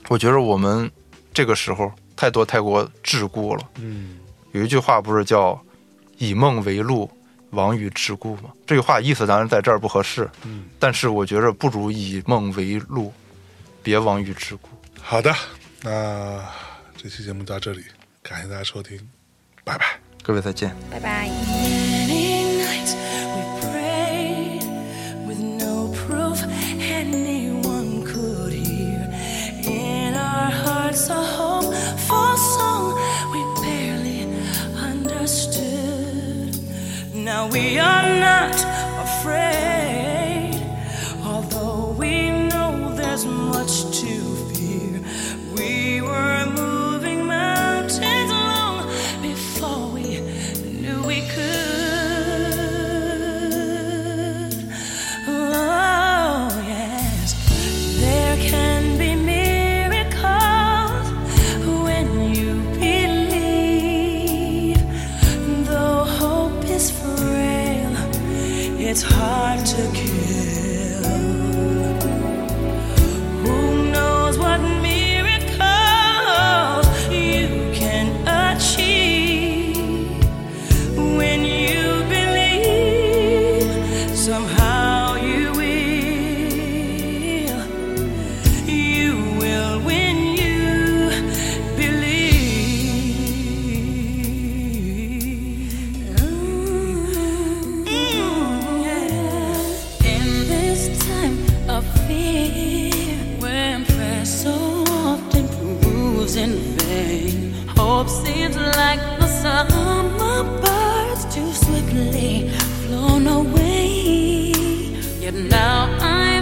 [SPEAKER 1] 我觉得我们这个时候太多太过桎梏了。
[SPEAKER 3] 嗯，
[SPEAKER 1] 有一句话不是叫“以梦为路，亡于桎梏”吗？这句话意思当然在这儿不合适，
[SPEAKER 3] 嗯，
[SPEAKER 1] 但是我觉着不如以梦为路，别亡于桎梏。
[SPEAKER 3] 好的，那这期节目到这里，感谢大家收听，拜拜。
[SPEAKER 1] 各位再见。
[SPEAKER 2] 拜拜。
[SPEAKER 4] Many nights we prayed with no proof anyone could hear. In our hearts, a hopeful song we barely understood. Now we are not afraid, although we know there's much to fear. We were moving mountains long before we knew we could. Oh, yes. There can be miracles when you believe. Though hope is frail, it's hard to kill. Who knows what miracle you can achieve when you believe? Somehow you will. You will when you believe. In this time of fear, when prayer so often proves in vain, hope seems like the summer birds too swiftly flown away. Yet now I